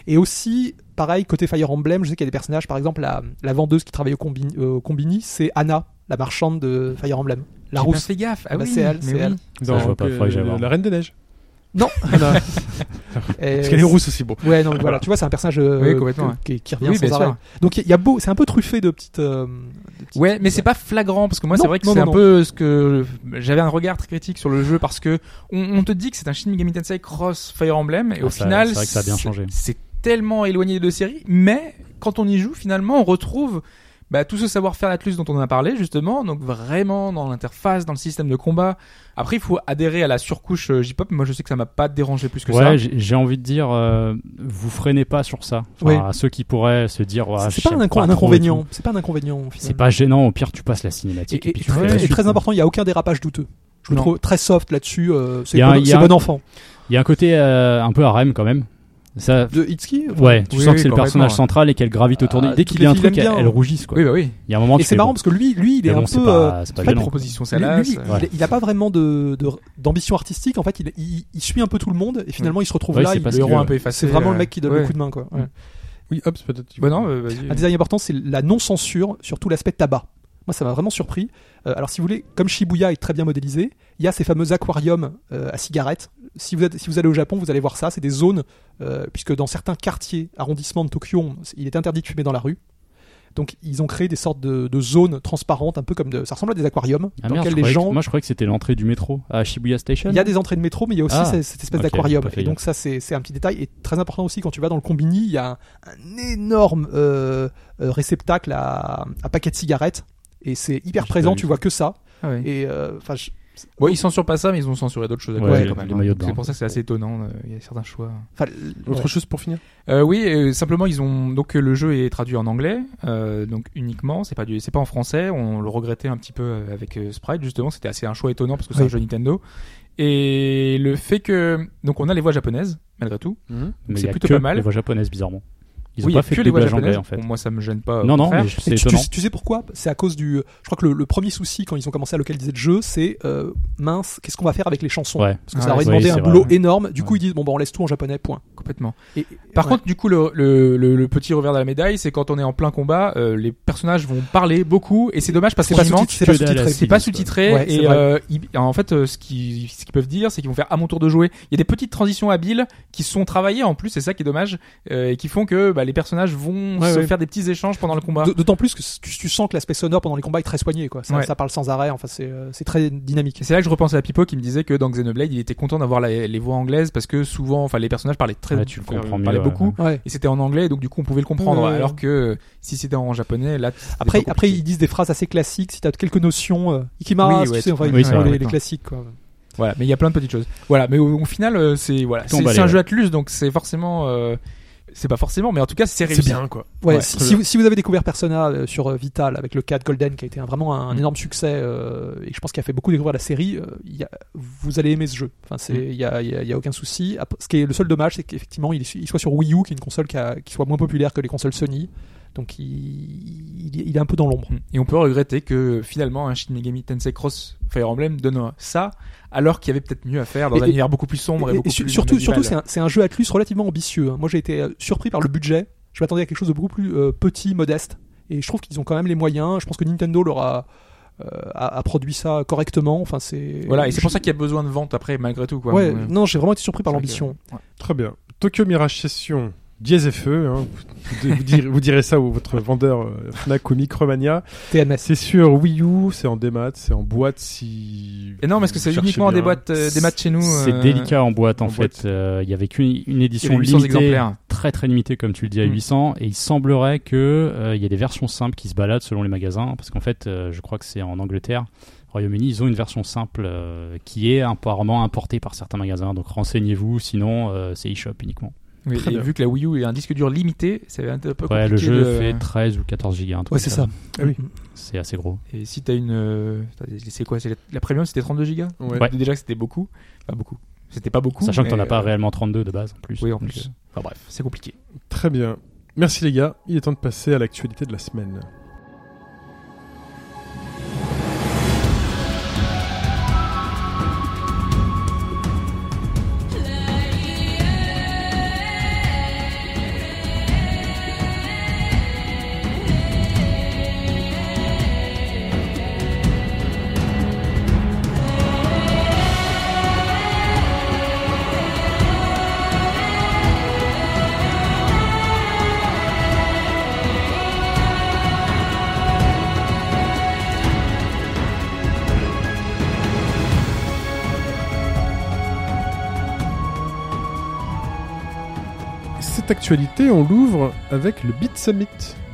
Et aussi, pareil, côté Fire Emblem, je sais qu'il y a des personnages, par exemple, la, la vendeuse qui travaille au combini, euh, au combini, c'est Anna, la marchande de Fire Emblem. La
J'ai pas
rousse.
fait gaffe. Ah
Bah,
oui.
c'est elle,
mais
c'est
oui.
elle.
Ça, je vois pas,
Donc,
faudrait que j'aille
euh,
voir.
La Reine des Neiges.
Non,
Anna.
Et
Parce qu'elle est rousse aussi, bon.
Ouais, non, mais voilà, tu vois, c'est un personnage euh,
Oui, complètement,
que-
ouais.
qui, qui revient
Oui, bien
sans arrêt.
sûr.
Donc il y a- il y a beau, c'est un peu truffé de petites. euh, de petites-
Ouais, mais c'est pas flagrant parce que moi
Non,
c'est vrai que
non,
c'est
non,
un
non.
peu ce que j'avais un regard très critique sur le jeu parce que on, on te dit que c'est un Shin Megami Tensei cross Fire Emblem et
Ah,
au
ça-
final
c'est vrai que ça a bien
c'est-
changé.
C'est tellement éloigné des deux séries, mais quand on y joue finalement on retrouve bah, tout ce savoir-faire d'Atlus dont on a parlé justement, donc vraiment dans l'interface, dans le système de combat. Après il faut adhérer à la surcouche euh, J-pop. Moi je sais que ça m'a pas dérangé plus que
ouais,
ça.
j'ai j'ai envie de dire, euh, vous freinez pas sur ça. Enfin,
Ouais.
à ceux qui pourraient se dire,
C'est-
ouais,
c'est
je
pas un,
sais
incon- un
trop et tout.
inconvénient. C'est pas un inconvénient. au final.
C'est pas gênant, au pire tu passes la cinématique
Et,
et,
et-
puis
et
tu fais
très,
la
et
suite,
Eh, très
quoi.
important, il y a aucun dérapage douteux. Je le
Non.
trouve très soft là-dessus. euh, c'est
Il y a un-
bon,
il y
c'est
a un-
bon enfant.
Il y a un côté euh, un peu harem quand même. Ça,
De Hitski
ouais, tu
Oui, oui,
sens que c'est le
complètement,
personnage
ouais.
central et qu'elle gravite autour de
Ah,
lui. Dès
toutes
qu'il
les
dit un
filles
truc, elle,
l'aiment bien,
elle
hein.
rougisse quoi.
Oui, bah oui.
Il y a un moment,
Et
tu
c'est
fais,
marrant
bon,
parce que lui, lui, il est
mais
un
bon, c'est
peu. euh,
pas, c'est
Pas
pas
de
violent.
proposition
lui-
salace. euh,
lui,
Ouais.
il- il n'a pas vraiment de- de- d'ambition artistique. En fait, il, il- il suit un peu tout le monde et finalement, il se retrouve
Ouais,
là.
c'est
il-
pas- parce
le héros
que,
un peu effacé.
C'est vraiment
euh,
le mec qui donne
ouais.
le coup de main. Quoi. Ouais.
Oui, hop, c'est peut-être.
Bah non, euh,
Ah,
vas-y.
Un dernier important, c'est la non-censure sur tout l'aspect tabac. Moi, ça m'a vraiment surpris. Euh, alors, si vous voulez, comme Shibuya est très bien modélisé, il y a ces fameux aquariums euh, à cigarettes. Si vous, êtes, si vous allez au Japon, vous allez voir ça. C'est des zones, euh, puisque dans certains quartiers, arrondissements de Tokyo, on- il est interdit de fumer dans la rue. Donc, ils ont créé des sortes de, de zones transparentes, un peu comme de, ça ressemble à des aquariums,
Ah
dans
merde, je
lesquels les
croyais que-
gens.
moi je croyais que c'était l'entrée du métro à Shibuya Station.
Il y a des entrées de métro, mais il y a aussi
Ah,
cette, cette espèce
ok,
d'aquarium.
pas fait
Et donc ça, c'est c'est un petit détail. Et très important aussi, quand tu vas dans le combini, il y a un, un énorme euh, euh, réceptacle à, à paquets de cigarettes. Et c'est hyper
J'ai pas
présent,
vu
tu vois que ça.
Ah ouais.
Et euh, enfin, je-
Ouais, ils censurent pas ça, mais ils ont censuré d'autres choses à
Ouais,
côté
les-
quand même.
les maillots
Donc
de bain.
C'est pour ça que c'est assez étonnant. euh, Il y a certains choix.
enfin,
Autre
ouais.
chose pour finir
Euh, oui, euh, simplement ils ont donc euh, le jeu est traduit en anglais, euh, donc uniquement. C'est pas du, c'est pas en français. On le regrettait un petit peu euh, avec euh, Sprite justement. C'était assez un choix étonnant parce que c'est
Oui.
un jeu Nintendo. Et le fait que donc on a les voix japonaises malgré tout.
Mais
Mhm.
c'est
il y a
plutôt
que
pas mal.
Les voix japonaises, bizarrement. Ils ont
oui, il y a
pas fait
que
le
les voix
doublage anglais
japonaises.
en fait.
Bon, moi ça me gêne pas. euh,
Non,
au
non,
contraire.
mais
bah, Et
c'est
tu, tu
étonnant.
sais, tu sais pourquoi C'est à cause du. Je crois que le, le premier souci quand ils ont commencé à localiser le jeu, c'est euh, mince, qu'est-ce qu'on va faire avec les chansons
Ouais. Ah,
Parce que
Ouais,
ça aurait
oui,
demandé
c'est
un
vrai,
boulot
ouais.
énorme. Du coup,
Ouais.
ils disent bon, bah, on laisse tout en japonais, point.
complètement.
Et,
Par
ouais.
contre, du coup, le, le, le- le petit revers de la médaille, c'est quand on est en plein combat, euh, les personnages vont parler beaucoup, et c'est dommage parce
c'est
qu'on
pas
y manque.
sous-titré, c'est
que
pas
dalle à
sous-titré.
la
C'est pas sous-titré,
Ouais, c'est
et
vrai.
euh, ils- en fait, euh, ce qu'ils ce qu'ils peuvent dire, c'est qu'ils vont faire à mon tour de jouer. Il y a des petites transitions habiles qui sont travaillées en plus, c'est ça qui est dommage, euh, et qui font que bah, les personnages vont
Ouais,
se
ouais.
faire des petits échanges pendant le combat.
D- D'autant plus que c- tu, tu sens que l'aspect sonore pendant les combats est très soigné, quoi. Ça,
Ouais.
ça parle sans arrêt, enfin, c'est euh, c'est très dynamique.
Et c'est là que je repense à Pipo qui me disait que dans Xenoblade, il était content d'avoir la- les voix anglaises parce que souvent, enfin, les personnages parlaient très,
Ouais, tu le comprends mieux,
parlaient
ouais.
beaucoup.
Ouais.
Et c'était en anglais, donc du coup on pouvait le comprendre.
Ouais.
Alors que si c'était en japonais, là. c'était
Après,
pas
après,
compliqué.
ils disent des phrases assez classiques, si t'as quelques notions, euh, Ikimara,
Oui,
tu
ouais,
sais, enfin,
tu-
ils
oui,
font
ça,
les,
ouais.
les classiques, quoi.
Voilà, mais il y a plein de petites choses. Voilà, mais au, au final, euh, c'est voilà,
T'en
c'est
balais,
c'est un
ouais.
jeu Atlus, donc c'est forcément, euh, c'est pas forcément, mais en tout cas c'est réussi.
quoi.
Ouais,
Ouais,
si,
très
si
bien.
vous, si vous avez découvert Persona euh, sur euh, Vital avec le 4 Golden qui a été un- vraiment un,
Mm.
énorme succès euh, et je pense qu'il a fait beaucoup découvrir la série, euh, il y a- vous allez aimer ce jeu. Enfin, c'est il y a, il y a- il y a aucun souci. Ap- Ce qui est le seul dommage, c'est qu'effectivement il, il soit sur Wii U, qui est une console qui, a- qui soit moins populaire que les consoles Sony, donc il, il- il est un peu dans l'ombre.
Et on peut regretter que finalement un Shin Megami Tensei Cross Fire Emblem donne ça, alors qu'il y avait peut-être mieux à faire dans
Et-
un
et-
univers beaucoup plus sombre et,
Et-
beaucoup
et su-
plus
surtout,
médiéval.
surtout c'est un, c'est un jeu Atlus relativement ambitieux. hein. Moi, j'ai été euh, surpris par le budget. Je m'attendais à quelque chose de beaucoup plus euh, petit, modeste. Et je trouve qu'ils ont quand même les moyens. Je pense que Nintendo leur a, euh, a, a produit ça correctement. Enfin, c'est
Voilà, et c'est pour
je-
ça qu'il y a besoin de vente après, malgré tout quoi.
Ouais,
Ouais.
non, j'ai vraiment été surpris par
C'est
l'ambition.
Très bien. Tokyo Mirage Session, dièse et feu. hein. Vous, vous direz, vous direz ça à votre vendeur euh, Fnac ou Micromania.
TMS.
C'est sur Wii U, c'est en démat, c'est en boîte si.
Et non, parce que c'est
vous cherchez
uniquement
bien.
des boîtes, euh, des matchs chez nous.
C'est
euh,
délicat en boîte en
en boîte.
fait. Euh, Il y avait qu'une une
Il y avait
édition
800
limitée,
exemplaires.
très très limitée comme tu le dis à
Mm.
800. Et il semblerait que euh, il y a des versions simples qui se baladent selon les magasins, parce qu'en fait, euh, je crois que c'est en Angleterre, Royaume-Uni, ils ont une version simple euh, qui est apparemment importée par certains magasins. Donc renseignez-vous, sinon euh, c'est eShop uniquement.
Oui,
Très
et
bien.
vu que la Wii U est un disque dur limité, c'est un peu compliqué.
Ouais, le jeu
de-
fait 13 ou 14 gigas. un truc
Ouais, c'est ça.
Ah
comme
Mm,
oui.
C'est assez gros.
Et si t'as une, euh, c'est quoi, c'est la, la premium, c'était 32 gigas. Bah,
Ouais.
Ouais.
Déjà que c'était beaucoup, pas beaucoup. C'était pas beaucoup.
Sachant que t'en
mais,
as pas
euh,
réellement 32 de base en plus.
Oui, en
Donc,
plus.
euh,
Enfin bref, c'est compliqué.
Très bien. Merci les gars. Il est temps de passer à l'actualité de la semaine. Cette actualité, on l'ouvre avec le Beat Summit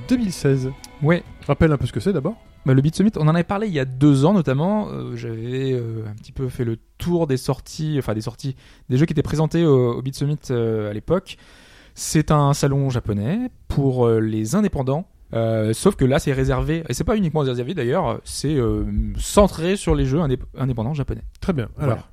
2016.
Ouais.
Rappelle un peu ce que c'est d'abord.
Bah, le Beat Summit, on en avait parlé il y a deux ans notamment. Euh, J'avais euh, un petit peu fait le tour des sorties, enfin des sorties, des jeux qui étaient présentés au, au Beat Summit euh, à l'époque. C'est un salon japonais pour euh, les indépendants. Euh, sauf que là, c'est réservé, et c'est pas uniquement réservé d'ailleurs, c'est euh, centré sur les jeux indép- indépendants japonais.
Très bien. Alors,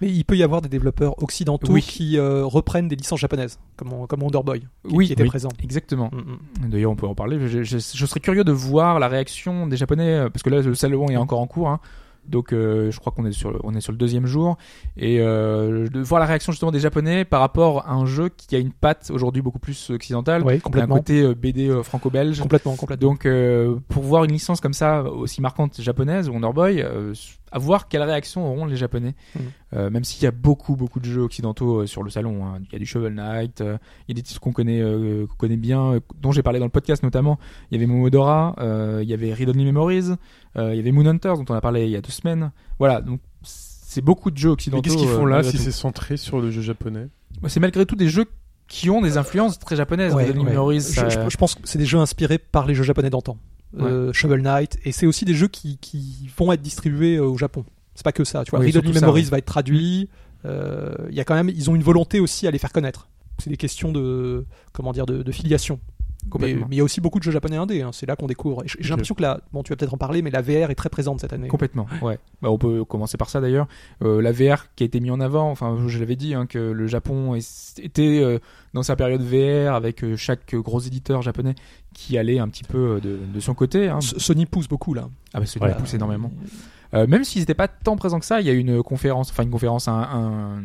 Mais il peut y avoir des développeurs occidentaux
Oui.
qui euh, reprennent des licences japonaises, comme, on- comme Wonder Boy, qui,
Oui,
qui était
oui.
présent.
Exactement.
Mm, mm.
D'ailleurs, on peut en parler. Je, je- je serais curieux de voir la réaction des Japonais, euh, parce que là, le salon est encore en cours. hein. Donc, euh, je crois qu'on est sur, le- on est sur le deuxième jour. Et euh, de voir la réaction justement des Japonais par rapport à un jeu qui a une patte aujourd'hui beaucoup plus occidentale,
Oui,
un
complètement.
côté euh, BD euh, franco-belge.
Complètement, complètement.
Donc, euh, pour voir une licence comme ça aussi marquante japonaise, Wonder Boy, euh, à voir quelle réaction auront les Japonais.
Mhm.
Euh, même s'il y a beaucoup, beaucoup de jeux occidentaux euh, sur le salon. hein. Il y a du Shovel Knight, euh, il y a des titres qu'on connaît, euh, qu'on connaît bien, euh, dont j'ai parlé dans le podcast notamment. Il y avait Momodora, euh, il y avait Read Only Memories, euh, il y avait Moon Hunters dont on a parlé il y a deux semaines. Voilà, donc c'est beaucoup de jeux
Mais
occidentaux.
qu'est-ce qu'ils
euh,
font là
malgré
si
tout.
c'est centré sur le jeu japonais
Bah, C'est malgré tout des jeux qui ont des influences très japonaises.
Ouais,
Read Only
ouais.
Memories, euh,
Je-
ça-
je, je pense que c'est des jeux inspirés par les jeux japonais d'antan. Euh, Shovel Knight, et c'est aussi des jeux qui, qui vont être distribués euh, au Japon. C'est pas que ça, tu vois.
Oui,
Riddle
surtout ça,
Memories
ouais.
va être traduit. Euh, Il y a quand même, ils ont une volonté aussi à les faire connaître. C'est des questions de, comment dire, de, de filiation. Mais mais
complètement.
il y a aussi beaucoup de jeux japonais indés. hein. C'est là qu'on découvre. Et j- J'ai l'impression que là, bon, tu vas peut-être en parler, mais la VR est très présente cette année.
Complètement, ouais. Bah, on peut commencer par ça d'ailleurs. Euh, la VR qui a été mise en avant, enfin je l'avais dit, hein, que le Japon est- était euh, dans sa période VR avec euh, chaque euh, gros éditeur japonais qui allait un petit peu euh, de, de son côté. hein.
S- Sony pousse beaucoup là.
Ah bah celui
Ouais.
qui pousse énormément. Euh, même s'ils n'étaient pas tant présents que ça, il y a eu une conférence, enfin une conférence, un... un-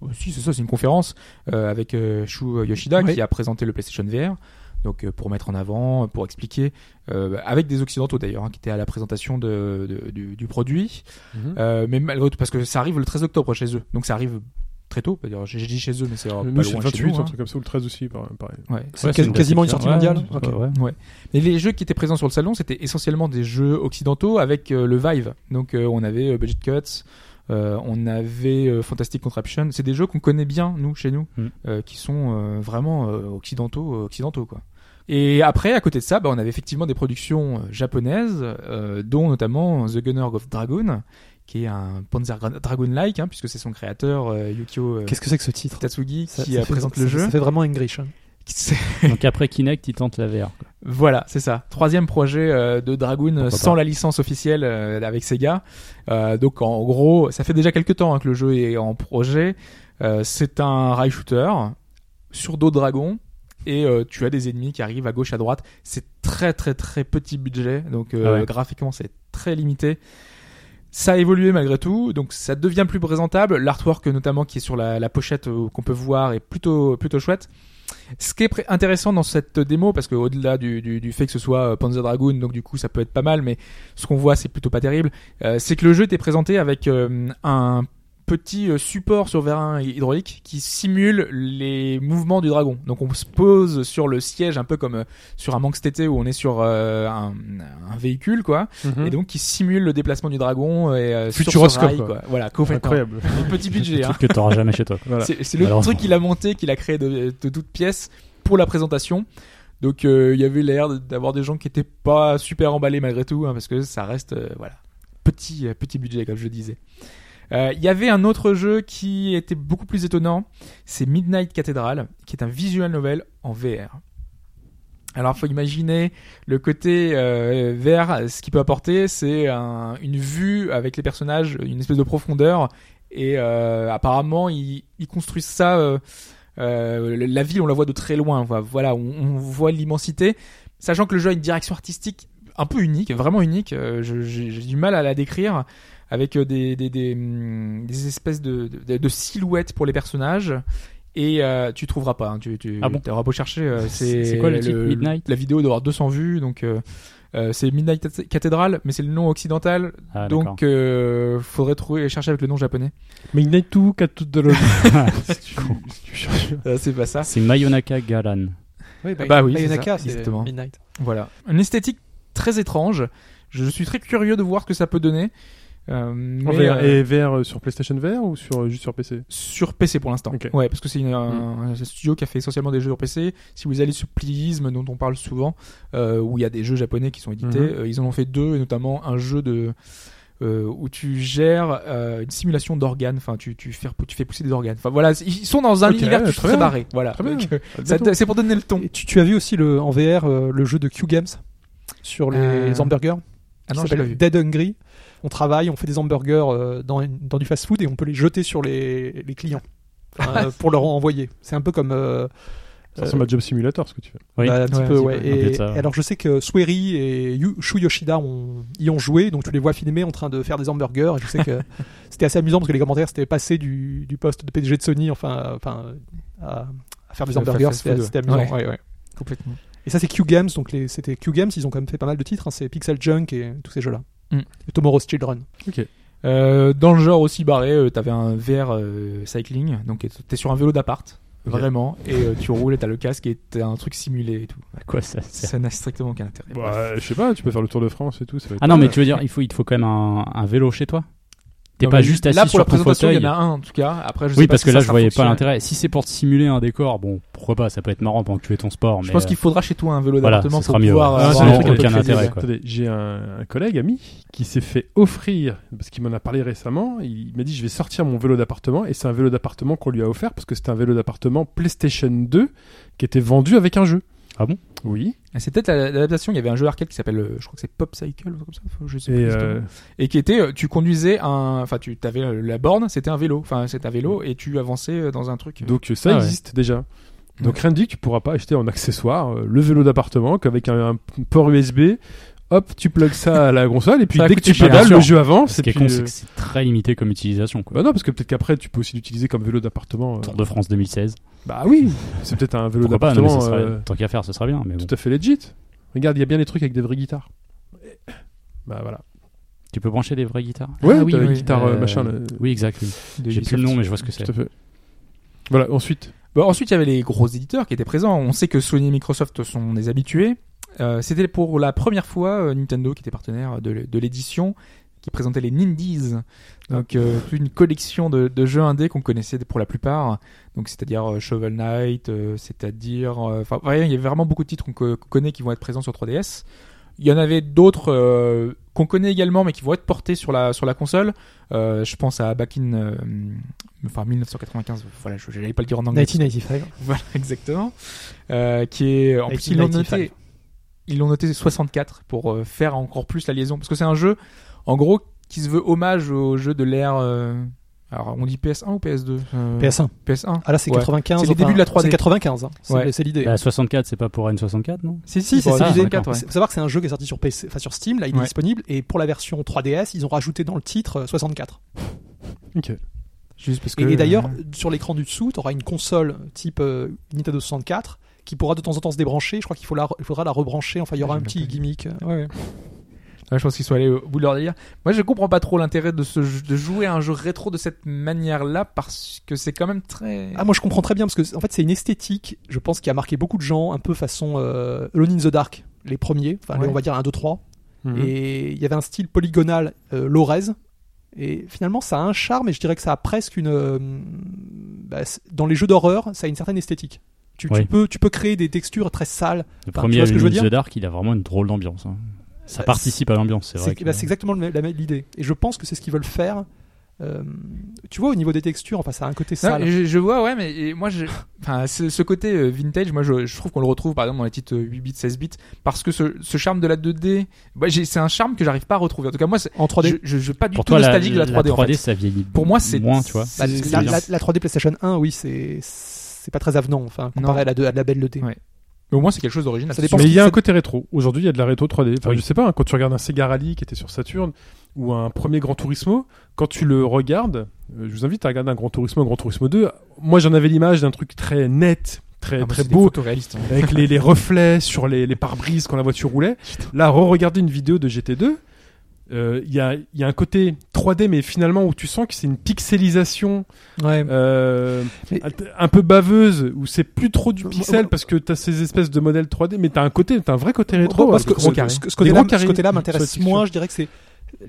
oh, si c'est ça, c'est une conférence euh, avec euh, Shu Yoshida
Oui.
qui a présenté le PlayStation VR. Donc euh, pour mettre en avant, pour expliquer, euh, avec des occidentaux d'ailleurs, hein, qui étaient à la présentation de- de- du, du produit.
Mhm.
Euh, mais malgré tout, parce que ça arrive le 13 octobre chez eux, donc ça arrive très tôt. d'ailleurs. J'ai j'ai dit chez eux, mais c'est euh, pas
Nous, c'est
loin
le
de chez
28,
nous,
un
hein.
truc comme ça, ou le 13 aussi, par- pareil.
Ouais.
C'est quasi- quasiment une sortie
hein.
mondiale. Ok.
Ouais, ouais.
Mais les jeux qui étaient présents sur le salon, c'était essentiellement des jeux occidentaux avec euh, le Vive. Donc euh, on avait euh, Budget Cuts, euh, on avait euh, Fantastic Contraption. C'est des jeux qu'on connaît bien, nous, chez nous,
Mm.
euh, qui sont euh, vraiment euh, occidentaux, euh, occidentaux, quoi. Et après, à côté de ça, bah, on avait effectivement des productions euh, japonaises, euh, dont notamment The Gunner of Dragon, qui est un Panzer Dra- Dragon-like, hein, puisque c'est son créateur, euh, Yukio euh,
Qu'est-ce que c'est que ce titre
Tatsugi,
Ça-
qui
ça
euh,
fait-
présente
ça-
le jeu.
Ça fait vraiment English. hein.
C'est-
Donc après Kinect, ils tentent la VR. quoi.
Voilà, c'est ça. Troisième projet euh, de Dragoon euh,
Pourquoi
sans
pas.
la licence officielle euh, avec Sega. Euh, donc en gros, ça fait déjà quelques temps hein, que le jeu est en projet. Euh, c'est un rail shooter sur dos de dragon et euh, tu as des ennemis qui arrivent à gauche à droite. C'est très très très petit budget, donc euh,
Ah ouais.
graphiquement c'est très limité. Ça a évolué malgré tout, donc ça devient plus présentable. L'artwork notamment qui est sur la, la pochette euh, qu'on peut voir est plutôt plutôt chouette. Ce qui est pré- intéressant dans cette démo, parce que au-delà du, du- du fait que ce soit euh, Panzer Dragoon, donc du coup ça peut être pas mal, mais ce qu'on voit c'est plutôt pas terrible, euh, c'est que le jeu était présenté avec euh, un petit euh, support sur vérin hydraulique qui simule les mouvements du dragon. Donc on se pose sur le siège un peu comme euh, sur un Manx TT où on est sur euh, un, un véhicule quoi,
Mhm.
et donc qui simule le déplacement du dragon et euh, sur ce
Mmh. Futuroscope,
rail,
quoi.
Voilà, complètement.
Incroyable.
Petit budget.
Des
hein.
trucs que t'auras jamais chez toi. quoi.
Voilà.
C'est c'est le
Malheureusement.
truc qu'il a monté, qu'il a créé de, de toutes pièces pour la présentation. Donc euh, il y avait l'air d'avoir des gens qui étaient pas super emballés malgré tout, hein, parce que ça reste euh, voilà petit euh, petit budget comme je le disais. Euh, Il y avait un autre jeu qui était beaucoup plus étonnant, c'est Midnight Cathedral, qui est un visual novel en VR. Alors faut imaginer le côté euh, VR, ce qu'il peut apporter, c'est un- une vue avec les personnages, une espèce de profondeur et euh, apparemment, ils, ils construisent ça. euh, euh, le- la ville, on la voit de très loin. vo- Voilà, on, on voit l'immensité. Sachant que le jeu a une direction artistique un peu unique, vraiment unique. euh, je- J'ai j'ai du mal à la décrire. Avec euh, des, des, des, hum, des espèces de, de, de silhouettes pour les personnages. Et euh, tu trouveras pas. hein, tu tu
Ah bon
t'auras beau chercher. euh,
C'est- c'est quoi le titre, Midnight
La vidéo doit avoir 200 vues. Donc, euh, euh, c'est Midnight Cathedral, mais c'est le nom occidental.
Ah, d'accord.
donc, euh, faudrait trouver chercher avec le nom japonais.
Midnight to Cat to the Si tu- si tu cherches.
Euh, c'est pas ça.
C'est Mayonaka Galan.
Oui, bah,
Bah oui, c'est
Bayonaka,
ça,
c'est
exactement.
Midnight.
Voilà. Une esthétique très étrange. Je suis très curieux de voir ce que ça peut donner. Euh,
En
mais,
VR,
euh,
Et VR euh, sur PlayStation VR ou sur, euh, juste sur PC
Sur PC pour l'instant.
Ok.
Ouais, parce que c'est une- un, un studio qui a fait essentiellement des jeux sur PC. Si vous allez sur Pliism, dont on parle souvent, euh, où il y a des jeux japonais qui sont édités,
Mhm.
euh, ils en ont fait deux, et notamment un jeu de. euh, où tu gères euh, une simulation d'organes, enfin tu, tu, fais, tu fais pousser des organes. Enfin voilà, ils sont dans un
Ok,
univers
très
très, très
bien.
barré. Voilà.
Très bien.
Donc, euh,
À
ça-
bientôt.
c'est pour donner le ton.
Et tu, tu as vu aussi le, en VR euh, le jeu de Q Games sur les
Euh,
hamburgers
Ah
qui
non, j'ai pas
s'appelle
vu.
Dead Hungry. on travaille, on fait des hamburgers euh, dans, une- dans du fast-food et on peut les jeter sur les, les clients
Ah.
Enfin, euh, pour leur envoyer. C'est un peu comme euh,
Ça ressemble à Job Simulator ce que tu fais.
Oui.
bah, un petit
Ouais,
peu,
un petit
ouais.
peu.
Et,
Un peu de ça, ouais.
alors je sais que Swery et Yu- Shu Yoshida ont, y ont joué, donc tu les vois filmer en train de faire des hamburgers. Et je sais que c'était assez amusant parce que les commentaires c'était passé du, du poste de PDG de Sony, enfin, enfin à, à faire des
Ça fait
hamburgers,
fast
c'était
food,
c'était
ouais.
amusant. ouais, ouais.
Complètement.
Et ça, c'est Q Games, donc les- c'était Q Games, ils ont quand même fait pas mal de titres, hein, c'est Pixel Junk et tous ces jeux-là.
Mm.
Et Tomorrow's Children.
Euh, dans le genre aussi barré, euh, t'avais un VR euh, cycling, donc t'es sur un vélo d'appart,
Ok.
vraiment, et euh, tu roules et t'as le casque et t'as un truc simulé et tout.
À quoi ça sert
Ça n'a strictement aucun intérêt.
Bah, euh, je sais pas, tu peux faire le Tour de France et tout. ça va être
Ah non, mais
pas
tu veux dire, il, faut, il te faut quand même un, un vélo chez toi T'es
Non,
pas
mais
juste
là,
assis
pour la
sur ton
présentation,
fauteuil
Il y en a un en tout cas. Après, je sais
Oui,
pas
parce
si
que
ça
là, je
sera hein.
voyais pas
fonctionnel.
l'intérêt. Si c'est pour te simuler un décor, bon, pourquoi pas Ça peut être marrant pendant que tu es ton sport.
Je
mais,
pense
euh,
qu'il faudra chez toi un vélo
voilà,
d'appartement
ce sera
pour
mieux,
pouvoir euh,
ouais.
avoir
c'est
Ah, ça
un
n'a
truc
aucun
crédible.
intérêt, quoi.
Attendez, j'ai un, un collègue ami qui s'est fait offrir parce qu'il m'en a parlé récemment. Il m'a dit je vais sortir mon vélo d'appartement et c'est un vélo d'appartement qu'on lui a offert parce que c'était un vélo d'appartement PlayStation 2 qui était vendu avec un jeu.
Ah bon
Oui.
Ah, C'est peut-être la- l'adaptation. Il y avait un jeu arcade qui s'appelle, euh, je crois que c'est Pop Cycle ou comme ça. faut- Je sais
Et
plus
euh,
exactement. Et qui était, euh, tu conduisais un, enfin, tu avais la borne, c'était un vélo, enfin, c'était un vélo et tu avançais euh, dans un truc.
donc ça
Ah ouais.
existe déjà. Donc rien ne dit que tu pourras pas acheter en accessoire euh, le vélo d'appartement qu'avec un, un port USB. Hop, tu plugues ça à la console et puis
Ça va
dès que
coûter
tu
cher,
pédales,
bien
le
sûr.
jeu avance.
Ce
et
qui est
puis,
con, c'est
euh,
que c'est très limité comme utilisation. Quoi.
bah non, parce que peut-être qu'après tu peux aussi l'utiliser comme vélo d'appartement. euh,
Tour de France 2016.
Bah oui, c'est peut-être un vélo
Pourquoi pas non, mais ça
d'appartement.
sera-
euh,
Tant qu'à faire, ce sera bien. Mais bon.
Tout à fait legit. Regarde, il y a bien des trucs avec des vraies guitares. Bah voilà.
Tu peux brancher des vraies guitares
Ouais,
Ah oui,
t'as
oui.
une guitare euh,
Euh,
machin. le-
Oui, exact. oui. J'ai plus le nom, mais je vois ce que c'est.
Tout à fait. Voilà, ensuite.
Bon, Bah, ensuite, il y avait les gros éditeurs qui étaient présents. On sait que Sony et Microsoft sont des habitués. Euh, C'était pour la première fois euh, Nintendo qui était partenaire de, l'é- de l'édition qui présentait les Nindies, donc euh, toute une collection de, de jeux indés qu'on connaissait pour la plupart, donc c'est-à-dire euh, Shovel Knight, euh, c'est-à-dire, euh, enfin, ouais, il y a vraiment beaucoup de titres qu'on co- qu'on connaît qui vont être présents sur 3DS. Il y en avait d'autres euh, qu'on connaît également, mais qui vont être portés sur la sur la console. Euh, je pense à Back in, euh, enfin 1995. Voilà, je n'allais pas le dire en anglais.
1995.
Voilà, exactement. Euh, qui est en plus ils l'ont noté,
1995.
ils l'ont noté 64 pour euh, faire encore plus la liaison parce que c'est un jeu en gros qui se veut hommage au jeu de l'ère. euh, alors on dit PS1 ou PS2 Euh,
PS1.
PS1.
Ah là, c'est
Ouais.
95.
C'est les débuts de la 3D.
C'est 95. hein. C'est
Ouais.
c'est l'idée.
La 64, c'est pas pour N64, non
Si
si, c'est
pour
ça,
la
l'idée.
64, ouais.
C'est- Faut savoir que c'est un jeu qui est sorti sur, PC, enfin, sur Steam, là il
Ouais.
est disponible, et pour la version 3DS, ils ont rajouté dans le titre euh, 64.
Ok.
Juste parce que.
Et, et d'ailleurs,
euh,
sur l'écran du dessous, t'auras une console type euh, Nintendo 64 qui pourra de temps en temps se débrancher. Je crois qu'il faut la- il faudra la rebrancher. Enfin, il y aura
Ah,
un
j'ai
petit
même pas
gimmick. euh,
ouais, je pense qu'ils sont allés au bout de leur délire. Moi, je comprends pas trop l'intérêt de ce jeu- de jouer à un jeu rétro de cette manière-là parce que c'est quand même très.
Ah moi je comprends très bien parce que en fait c'est une esthétique, je pense qui a marqué beaucoup de gens un peu façon euh, Alone in the Dark, les premiers, enfin les,
Ouais.
on va dire 1 2 3
Mhm.
et il y avait un style polygonal euh, lorraise et finalement ça a un charme et je dirais que ça a presque une euh, bah, c'est- dans les jeux d'horreur, ça a une certaine esthétique. Tu, tu
Oui.
peux tu peux créer des textures très sales.
Le
Enfin, tu
premier
vois ce que je veux
Alone in
dire
the Dark, il a vraiment une drôle d'ambiance. hein. Ça
Euh,
participe à l'ambiance, c'est vrai.
C'est
que-
bah, c'est exactement le même- la même- l'idée et je pense que c'est ce qu'ils veulent faire. Euh, tu vois au niveau des textures, enfin ça a un côté
Non,
sale.
je, je vois, ouais, mais et moi, je, enfin, ce, ce côté euh, vintage, moi, je, je trouve qu'on le retrouve par exemple dans les titres euh, 8 bits, 16 bits, parce que ce, ce charme de la 2D, bah, j'ai- c'est un charme que j'arrive pas à retrouver. En tout cas, moi, c'est-
En 3D.
je, je, je suis pas du
Pour
tout
toi, la,
nostalgique de la 3D. en fait.
ça vieillit.
Pour moi, c'est
moins, tu vois.
c'est-
Bah,
c'est-
la,
bien.
la- la 3D PlayStation 1, oui, c'est c'est pas très avenant, enfin, comparé
Non.
à la, deux- à la belle 2D.
Ouais. Mais au moins, c'est quelque chose d'original.
Ça dépend
Mais
ce
il y a un
que c'est-
côté rétro. Aujourd'hui, il y a de la rétro 3D. Enfin,
Oui.
je sais pas, hein, quand tu regardes un Sega Rally qui était sur Saturn ou un premier Gran Turismo, quand tu le regardes, euh, je vous invite à regarder un Gran Turismo, un Gran Turismo 2. Moi, j'en avais l'image d'un truc très net,
Ah,
très,
moi,
très
c'est
beau,
des photos réalistes, hein.
avec les, les reflets sur les, les pare-brises quand la voiture roulait. Là, re-regarder une vidéo de GT2, euh, il y, a, il y a un côté 3D, mais finalement où tu sens que c'est une pixelisation
Ouais.
euh,
Mais-
un peu baveuse, où c'est plus trop du
Moi-
pixel
moi-
parce que t'as ces espèces de modèles 3D, mais t'as un côté, t'as un vrai côté rétro.
Moi,
ouais,
ce,
de
que-
gros
ce-
gros-
carrés.
ce- ce côté-là
Des gros carrés
ce côté-là
sur la
m'intéresse
texture.
moins, je dirais que c'est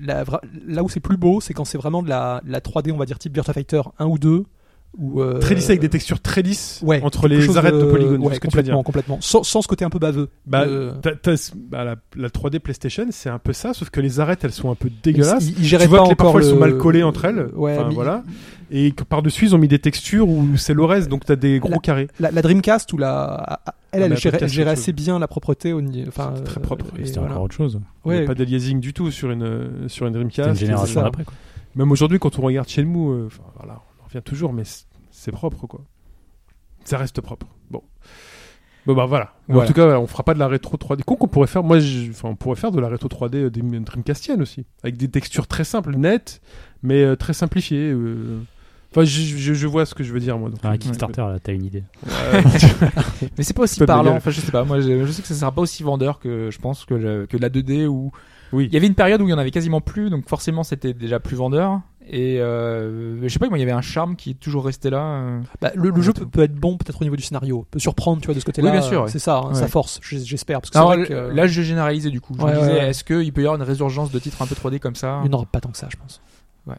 la vra- là où c'est plus beau, c'est quand c'est vraiment de la, la 3D, on va dire type Virtua Fighter 1 ou 2, Ou, euh,
Très lisse avec des textures très lisses
ouais,
entre
quelque
les
chose
arêtes de, polygones.
ouais,
c'est ce que tu veux dire.
complètement, complètement. Sans, sans ce côté un peu baveux.
Bah,
Euh,
t'as- t'as- bah, la, la 3D PlayStation, c'est un peu ça, sauf que les arêtes, elles sont un peu
ils-
dégueulasses.
ils géraient
tu vois
pas
que les-
encore
parfois, elles sont
le-
mal collées entre elles.
Ouais,
Enfin,
mais
voilà. Et que par-dessus, ils ont mis des textures où c'est l'orez, donc t'as des gros
La-
carrés.
La, la Dreamcast ou la, elle,
Ah, mais
elle
la
gérait, elle
Dreamcast,
gérait
surtout.
assez bien la propreté. Au, ni- enfin,
C'était très
euh,
propre,
et
C'était
voilà.
encore autre chose.
Il y avait
Ouais,
Pas de aliasing du tout sur une, euh, sur une
C'était une
Dreamcast.
c'est
génération
ça.
d'après. quoi.
Même aujourd'hui, quand on regarde Shenmue, euh, enfin, voilà, on en revient toujours, mais c- c'est propre, quoi. Ça reste propre. Bon. Bon, bah voilà. Mais
Voilà.
En tout cas, voilà, on fera pas de la rétro 3D. Quoi qu'on pourrait faire, moi, je- enfin, on pourrait faire de la rétro 3D euh, des Dreamcastienne aussi. Avec des textures très simples, nettes, mais euh, très simplifiées. euh. Enfin, je, je- je vois ce que je veux dire, moi. donc. euh,
Enfin, un Kickstarter, là, t'as une idée.
Ouais.
Mais c'est pas aussi
Pas de
parlant.
gueule.
Enfin, je sais pas. Moi, je, je sais que ça sera pas aussi vendeur que je pense que, le- que de la 2D ou.
Oui.
Il y avait une période où il y en avait quasiment plus, donc forcément c'était déjà plus vendeur. Et euh, je sais pas, moi, il y avait un charme qui est toujours resté là. euh.
Bah, le, le jeu peut, peut être bon peut-être au niveau du scénario, peut surprendre tu vois de ce côté-là.
Oui, bien sûr,
euh,
ouais.
C'est ça, hein, sa
Ouais.
force, j- j'espère. Parce que
Alors,
c'est vrai que,
l-
euh,
là, je généralisais du coup. Je
Ouais,
me
ouais,
disais,
ouais.
est-ce qu'il peut y avoir une résurgence de titres un peu 3D comme ça
il n'y en aura pas tant que ça, je pense.
Ouais.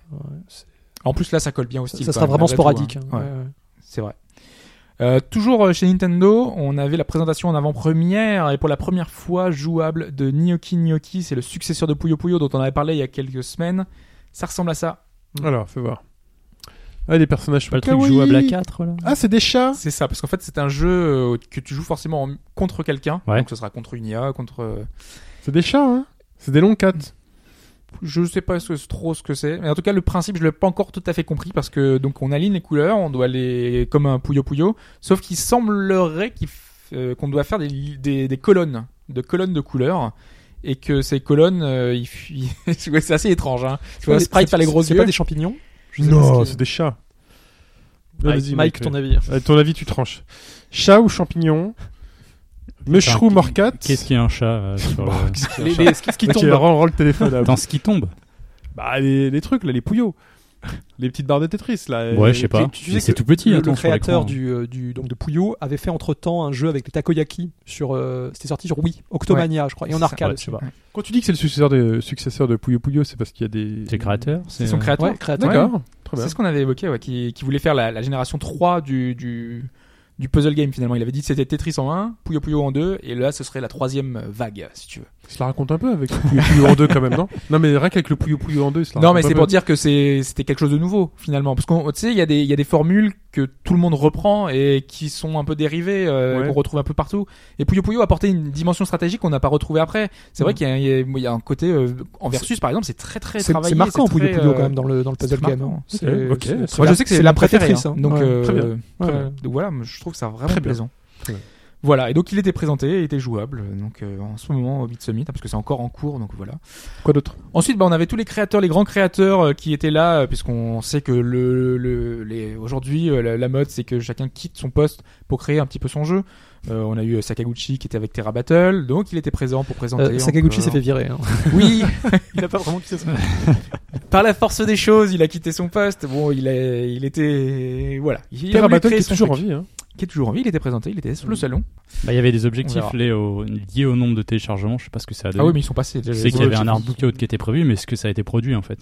c'est-
En plus, là, ça colle bien au
ça,
style.
ça
quand
sera
même,
vraiment
malgré tout,
sporadique.
hein.
hein,
Ouais,
ouais, ouais.
C'est vrai. Euh, toujours euh, chez Nintendo, on avait la présentation en avant-première et pour la première fois jouable de Gnocchi Gnocchi, c'est le successeur de Puyo Puyo dont on avait parlé il y a quelques semaines. Ça ressemble à ça.
Alors, fais voir. Ah, des personnages
Pas le truc
kawaii.
jouable à 4 là
Ah, c'est des chats
C'est ça, parce qu'en fait c'est un jeu euh, que tu joues forcément en- contre quelqu'un,
Ouais.
donc ce sera contre une IA, contre... euh,
C'est des chats, hein C'est des longs cats.
Je sais pas ce- trop ce que c'est, mais en tout cas le principe je l'ai pas encore tout à fait compris parce que donc on aligne les couleurs, on doit les... comme un Puyo Puyo, sauf qu'il semblerait qu'il f- euh, qu'on doit faire des, li- des, des colonnes, de colonnes de couleurs. Et que ces colonnes, euh, il fuit. Ouais, c'est assez étrange. Hein. Tu vois,
C'est-
Sprite
c'est-
faire les gros
C'est
yeux.
pas des champignons Je sais pas
Non,
ce
c'est
qu'il-
des chats.
Mike,
Vas-y,
Mike, ton avis.
Allez, ton avis, tu tranches. Chat ou champignon Mushroom
Putain,
or cat
Qu'est-ce qu'il y a un chat euh, sur le-
Les- les- Ce qui
Mec, il
tombe.
rend- rend le téléphone là.
Dans ce qui tombe
Bah, les, les trucs, là, les pouillots. les petites barres de Tetris, là.
Ouais,
Les-
je sais pas.
Tu- tu
Mais
sais
C'est
que-
tout petit,
le,
attends,
le
sur l'écran.
créateur du, euh, du- donc de Puyo avait fait entre temps un jeu avec les takoyaki sur euh, c'était sorti sur Wii Octomania je crois et en
C'est ça,
arcade
ouais,
aussi.
je sais pas.
Quand tu dis que c'est le successeur de, successeur de Puyo Puyo, c'est parce qu'il y a des.
C'est le créateur
C'est son
euh,
créateur.
Ouais, créateur.
D'accord, très bien.
C'est ce qu'on avait évoqué, ouais, qui, qui voulait faire la, la génération 3 du, du, du puzzle game finalement. Il avait dit que c'était Tetris en 1, Puyo Puyo en 2, et là ce serait la troisième vague, si tu veux.
Je la raconte un peu avec le Puyo Puyo en deux, quand même, non Non, mais rien qu'avec le Puyo Puyo en deux, ça la
non, mais
raconte
c'est
un
pour
peu.
dire que c'est- c'était quelque chose de nouveau finalement. Parce qu'on, tu sais, il y, a des- il y a des formules que tout le monde reprend et qui sont un peu dérivées, euh,
Ouais.
qu'on retrouve un peu partout. Et Puyo Puyo apportait une dimension stratégique qu'on n'a pas retrouvée après. C'est vrai
Mm.
qu'il y a- il y, a- il y a un côté, euh, en versus par exemple, c'est très très
C'est
travaillé.
c'est marquant
très,
Puyo Puyo
euh,
quand même dans le dans le
c'est
puzzle
très
game.
marquant.
hein.
Ok,
C'est-
ok.
c'est-
Moi,
c'est
Moi,
la-
je sais que c'est
c'est
la
la
préférée.
préfectrice,
hein.
hein.
Donc,
Ouais.
euh,
Très bien.
ouais.
bien.
Donc voilà, moi, je trouve ça vraiment
Très bien.
plaisant.
Très bien.
Voilà, et donc il était présenté, il était jouable. Donc euh, en ce moment au Beat Summit, hein, parce que c'est encore en cours, donc voilà.
Quoi d'autre
Ensuite, bah, on avait tous les créateurs, les grands créateurs euh, qui étaient là, euh, puisqu'on sait que le, le- les, aujourd'hui euh, la, la mode c'est que chacun quitte son poste pour créer un petit peu son jeu. Euh, on a eu euh, Sakaguchi qui était avec Terra Battle, donc il était présent pour présenter.
Euh, Sakaguchi
encore.
s'est fait virer. hein.
Oui,
Il a pas vraiment quitté son
par la force des choses, il a quitté son poste. Bon, il est, il était, voilà. Il a
Terra
voulu
Battle qui
créer
est
son
toujours
truc.
en vie, hein.
qui est toujours en vie, il était présenté, il était sur le salon.
Bah, il y avait des
On
objectifs
verra.
liés au, liés au nombre de téléchargements, je sais pas ce que ça a donné.
Ah oui, mais ils sont passés. déjà,
C'est
les
qu'il y avait un
objectifs.
artbook out qui était prévu, mais est-ce que ça a été produit en fait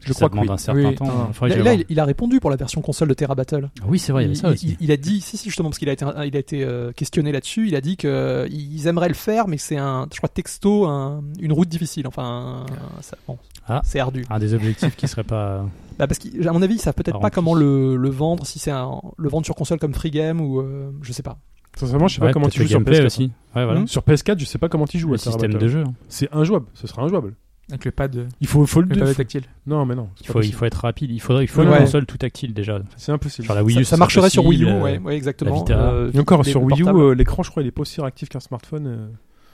Je
Ça
crois que
demande
oui.
un certain
Oui.
temps.
Ah.
il faudrait que
Là,
j'aille
là,
voir.
il il a répondu pour la version console de Terra Battle.
Ah oui, c'est vrai, il y avait ça
il,
aussi.
il- il a dit, si, si, justement, parce qu'il a été, il a été euh, questionné là-dessus, il a dit qu'ils aimeraient le faire, mais que c'est un, je crois, texto, un- une route difficile. Enfin, un- ça- bon,
Ah.
c'est ardu.
Un des objectifs qui serait pas.
Bah, parce qu'à mon avis, ils savent peut-être
Par Ah,
pas
en plus.
comment le, le vendre, si c'est un, le vendre sur console comme free game ou euh, je sais pas.
Sincèrement, je sais
Ouais,
pas comment
peut-être
tu joues
le
sur
gameplay
PS4.
aussi. Ouais, voilà.
Hmm.
Sur PS4, je sais pas comment tu joues
Le
à Terra
système
Battle.
de jeu. hein.
C'est injouable, ce sera injouable.
Avec le pad, euh,
Il faut, faut le
le pad
deux.
tactile.
Non, mais non. c'est
Il
pas
faut, il
possible.
faut être rapide. Il faudrait, il faut
Ouais.
une console tout tactile déjà.
C'est impossible.
Sur la Wii
Ça,
U,
ça
c'est
marcherait sur Wii
possible,
U,
euh,
ouais, ouais,
la
exactement. Euh,
Vita.
Et encore,
les
sur Wii U,
portables.
euh, l'écran, je crois, il est pas aussi réactif qu'un smartphone. euh.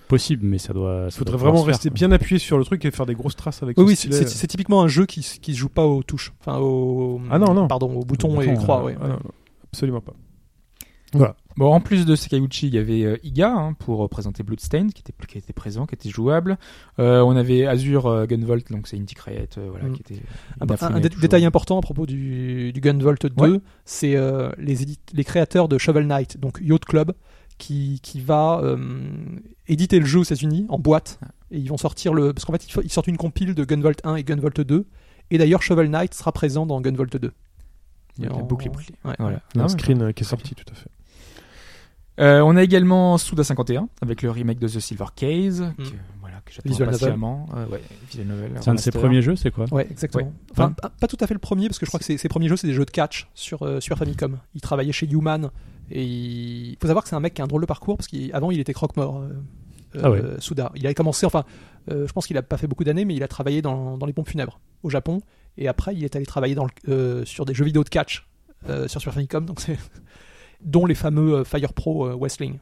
Possible, mais ça doit.
Il
ça
faudrait
doit pouvoir
vraiment
se faire,
rester
quoi.
bien appuyé sur le truc et faire des grosses traces avec
Oui,
son
oui, c'est
stylet.
c'est- c'est typiquement un jeu qui, s- qui se joue pas aux touches. Enfin, au,
Ah non, non.
Pardon, aux boutons et
bouton,
croix,
euh,
ouais.
Ah, non, non, absolument pas.
Bon, en plus de Sakaguchi, il y avait euh, Iga hein, pour euh, présenter Bloodstained, qui était, qui était présent, qui était jouable. Euh, on avait Azure euh, Gunvolt, donc c'est Indie Create, euh, voilà,
Mm.
qui était.
Ah bah, un
Inafune,
dé-
toujours.
détail important à propos du, du Gunvolt 2, c'est euh, les, édit- les créateurs de Shovel Knight, donc Yacht Club, qui, qui va euh, éditer le jeu aux États-Unis en boîte.
Ah.
Et ils vont sortir le. Parce qu'en fait, ils, fo- ils sortent une compile de Gunvolt 1 et Gunvolt 2. Et d'ailleurs, Shovel Knight sera présent dans Gunvolt 2.
Il y a la
En-
boucle est bouclée.
Ouais.
Voilà.
Il y a un
Ah, ouais.
screen euh, qui est sorti, tout à fait.
Euh, on a également Souda 51 avec le remake de The Silver Case, que,
Mm.
voilà, que j'attends
Visual novel.
patiemment. Euh, ouais, visual novel,
C'est un de ses
remaster.
premiers jeux, c'est quoi
Ouais, exactement. Enfin, pas, pas tout à fait le premier, parce que je crois que ses, ses premiers jeux, c'est des jeux de catch sur, euh, sur Famicom. Il travaillait chez Human, et il faut savoir que c'est un mec qui a un drôle de parcours, parce qu'avant, il était croque-mort, euh, euh,
Ah ouais.
Suda. Il avait commencé, enfin, euh, je pense qu'il a pas fait beaucoup d'années, mais il a travaillé dans, dans les pompes funèbres au Japon, et après, il est allé travailler dans le- euh, sur des jeux vidéo de catch euh, sur Super Famicom, donc c'est- dont les fameux euh, Fire Pro euh, Wrestling.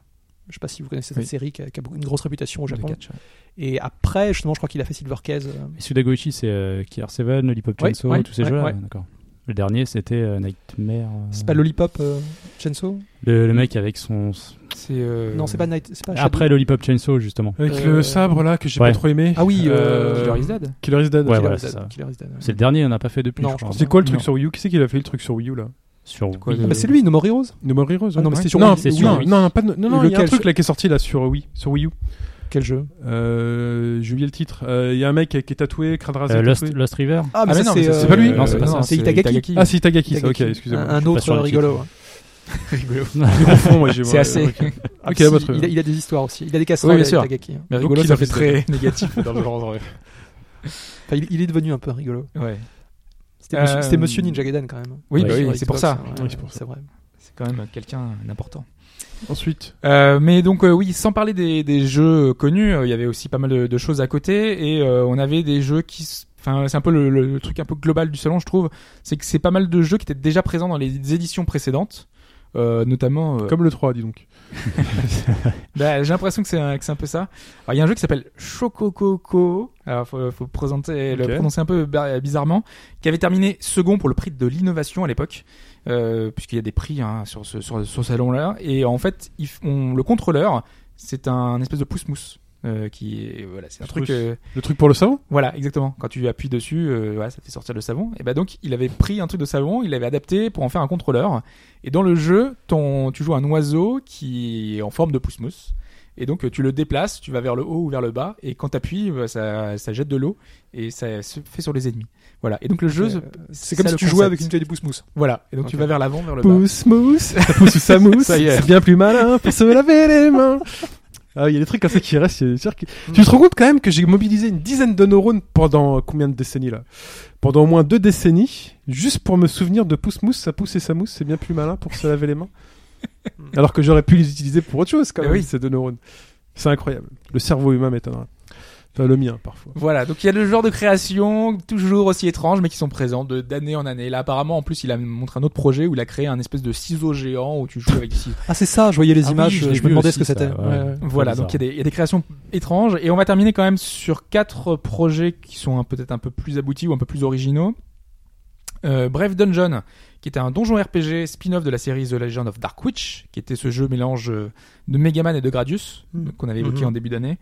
Je sais pas si vous connaissez cette
Oui.
série qui a, qui a beaucoup- une grosse réputation au
De
Japon.
catch, ouais.
Et après, justement, je crois qu'il a fait Silver Case. euh,
Et Sudagoichi, c'est euh, Killer 7, Lollipop
Ouais,
Chainsaw,
ouais,
tous ces
ouais,
jeux-là
ouais.
D'accord. Le dernier, c'était euh, Nightmare. euh,
C'est pas Lollipop, euh, Chainsaw
le, le mec avec son.
C'est, euh,
Non, c'est pas Night. C'est pas Shadow.
Après Lollipop Chainsaw, justement.
Avec
Euh,
le sabre là que j'ai
ouais.
pas trop aimé.
Ah oui, euh,
Killer is Dead.
Killer is Dead.
Ouais,
Killer
voilà,
is Dead,
c'est ça.
Killer is Dead, ouais.
C'est le dernier, il n'y en a pas fait depuis.
Non,
je
je
crois. hein,
pense
C'est quoi le
Non.
truc sur Wii U Qui c'est qui a fait le truc sur Wii U là
Sur
Quoi,
Wii. Euh,
le-
Bah, c'est lui, No More Heroes
No More Heroes
Ah
ouais.
non, mais c'était sur
non,
Wii.
c'est
oui,
sur
non,
Wii.
non, non, pas de- non, non, il y a un
Lequel
truc
sur-
là qui est sorti là sur Wii, sur Wii U.
Quel jeu
Euh, j'ai oublié le titre. Euh, Il y a un mec qui est tatoué, crâne rasé.
Euh, Lost,
tatoué.
Lost River
Ah,
mais non, mais ça,
euh,
c'est pas lui.
Non, c'est pas
euh,
ça.
C'est Itagaki.
Ah, c'est Itagaki, ça, ok,
Itagaki. Un-
excusez-moi.
Un
suis pas sûr
autre
du
rigolo. hein.
Ah.
Je confonds, moi, j'ai-
C'est
ouais,
assez.
ok.
Ah,
Ok, bah,
si,
votre-
il, a, il a des histoires aussi. Il a des casseroles,
Oui, bien
euh,
sûr.
Itagaki, hein.
Mais
Donc,
rigolo,
il
ça
a
fait
fait
très négatif dans le genre. ouais.
Enfin, il, il est devenu un peu rigolo.
Ouais.
C'était monsieur-
Euh,
c'était Monsieur Ninja Gaiden quand même.
Oui,
bah
Sur
oui,
Xbox,
c'est pour ça.
hein,
Oui, c'est pour ça.
C'est vrai.
C'est quand même quelqu'un d'important.
Ensuite,
Euh, mais donc euh, oui, sans parler des, des jeux connus, euh, il y avait aussi pas mal de, de choses à côté et euh, on avait des jeux qui, s- enfin c'est un peu le, le- le truc un peu global du salon, je trouve, c'est que c'est pas mal de jeux qui étaient déjà présents dans les éditions précédentes, euh, notamment. euh,
comme le 3, dis donc.
bah, j'ai l'impression que c'est un, que c'est un peu ça. Alors il y a un jeu qui s'appelle Chocococo, alors faut, faut présenter, le
Ok.
prononcer un peu ba- bizarrement, qui avait terminé second pour le prix de l'innovation à l'époque. euh, puisqu'il y a des prix hein, sur ce sur, sur ce salon-là. Et en fait, il f- on, le contrôleur, c'est un espèce de pouce-mousse. euh, qui est- voilà, c'est un truc.
Pousse.
euh,
Le truc pour le savon
voilà, exactement. Quand tu appuies dessus, euh, voilà, ça fait sortir le savon. Et ben donc, il avait pris un truc de savon, il l'avait adapté pour en faire un contrôleur. Et dans le jeu, ton, tu joues un oiseau qui est en forme de pousse-mousse. Et donc, euh, tu le déplaces, tu vas vers le haut ou vers le bas. Et quand t'appuies, bah, ça, ça jette de l'eau et ça se fait sur les ennemis. Voilà. Et donc, le jeu,
Euh,
c'est
C'est comme
ça
si
le
tu jouais
concept.
avec une télé pousse-mousse.
voilà. Et donc, tu
Ok.
vas vers l'avant, vers le bas.
Pousse mousse, ça pousse ou ça mousse,
Ça y est.
c'est bien plus malin pour se laver les mains. Ah, il y a des trucs comme ça qui restent. il y a des trucs qui- Tu te rends compte quand même que j'ai mobilisé une dizaine de neurones pendant combien de décennies là Pendant au moins deux décennies, juste pour me souvenir de pousse mousse, ça pousse et ça mousse, c'est bien plus malin pour se laver les mains. Alors que j'aurais pu les utiliser pour autre chose quand
Eh
même,
oui.
ces deux neurones. C'est incroyable. Le cerveau humain m'étonnerait. Enfin, le mien parfois.
Voilà, donc il y a le genre de création toujours aussi étrange, mais qui sont présents de d'année en année. Là, apparemment, en plus, il a montré un autre projet où il a créé un espèce de ciseau géant où tu joues avec des ciseaux.
Ah, c'est ça, je voyais les
Ah oui,
images,
je
je,
l'ai
me
vu
demandais
aussi,
ce que c'était.
ça, ouais.
Ouais, ouais.
Voilà,
bizarre.
donc il y, a des- il y a des créations étranges. Et on va terminer quand même sur quatre projets qui sont un- peut-être un peu plus aboutis ou un peu plus originaux. Euh, Bref Dungeon, qui était un donjon RPG spin-off de la série The Legend of Dark Witch, qui était ce jeu mélange euh, de Megaman et de Gradius,
Mm.
qu'on avait évoqué
Mhm.
en début d'année.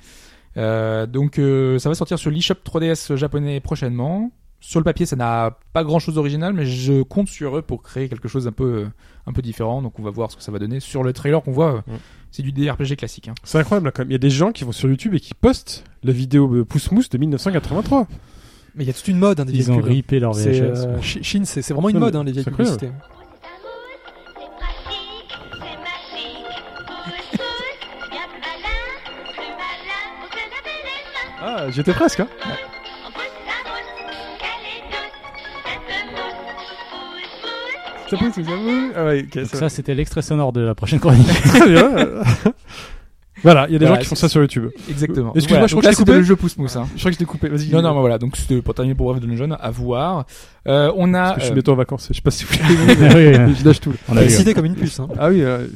Euh, donc euh, ça va sortir sur l'eShop 3DS japonais prochainement. Sur le papier, ça n'a pas grand-chose d'original, mais je compte sur eux pour créer quelque chose un peu, euh, un peu différent. Donc on va voir ce que ça va donner. Sur le trailer qu'on voit, euh,
Mm.
c'est du DRPG classique. hein.
C'est incroyable là quand même. Il y a des gens qui vont sur YouTube et qui postent la vidéo de pousse mousse de 1983.
Mais il y a toute une mode, hein, des
Ils
vieilles
ont
pubs.
ripé leur
C'est,
VHS.
euh, Chi- Chine, c'est c'est vraiment une
Non, mais
mode, hein, les vieilles
c'est incroyable.
publicités.
C'est pratique, c'est magique. Pousse, pousse, bien plus malin, plus malin. Vous se lavez les mains.
Ah, j'étais presque. Hein.
On pousse, ça pousse, qu'elle est douce. Elle se pousse, pousse, pousse.
Ça pousse, ça pousse. Ah ouais, ok,
Donc
ça va.
ça, c'était l'extrait sonore de la prochaine chronique.
Très bien. voilà, il y a des
Voilà,
gens qui font
c'est-
ça sur YouTube.
Exactement.
Excuse-moi,
Voilà,
je crois
donc
que
là,
je t'ai
c'était
coupé.
le jeu pousse-mousse. hein.
Je crois que je t'ai coupé. Vas-y.
Non, non, mais voilà. Donc, c'était pour terminer pour Brave de Dungeon, à voir. Euh, on
Parce
a.
que je suis
euh,
bientôt en vacances. Je sais pas si vous
Oui,
Je lâche tout. là.
on a eu.
Publicité comme une puce. hein.
Ah oui. euh,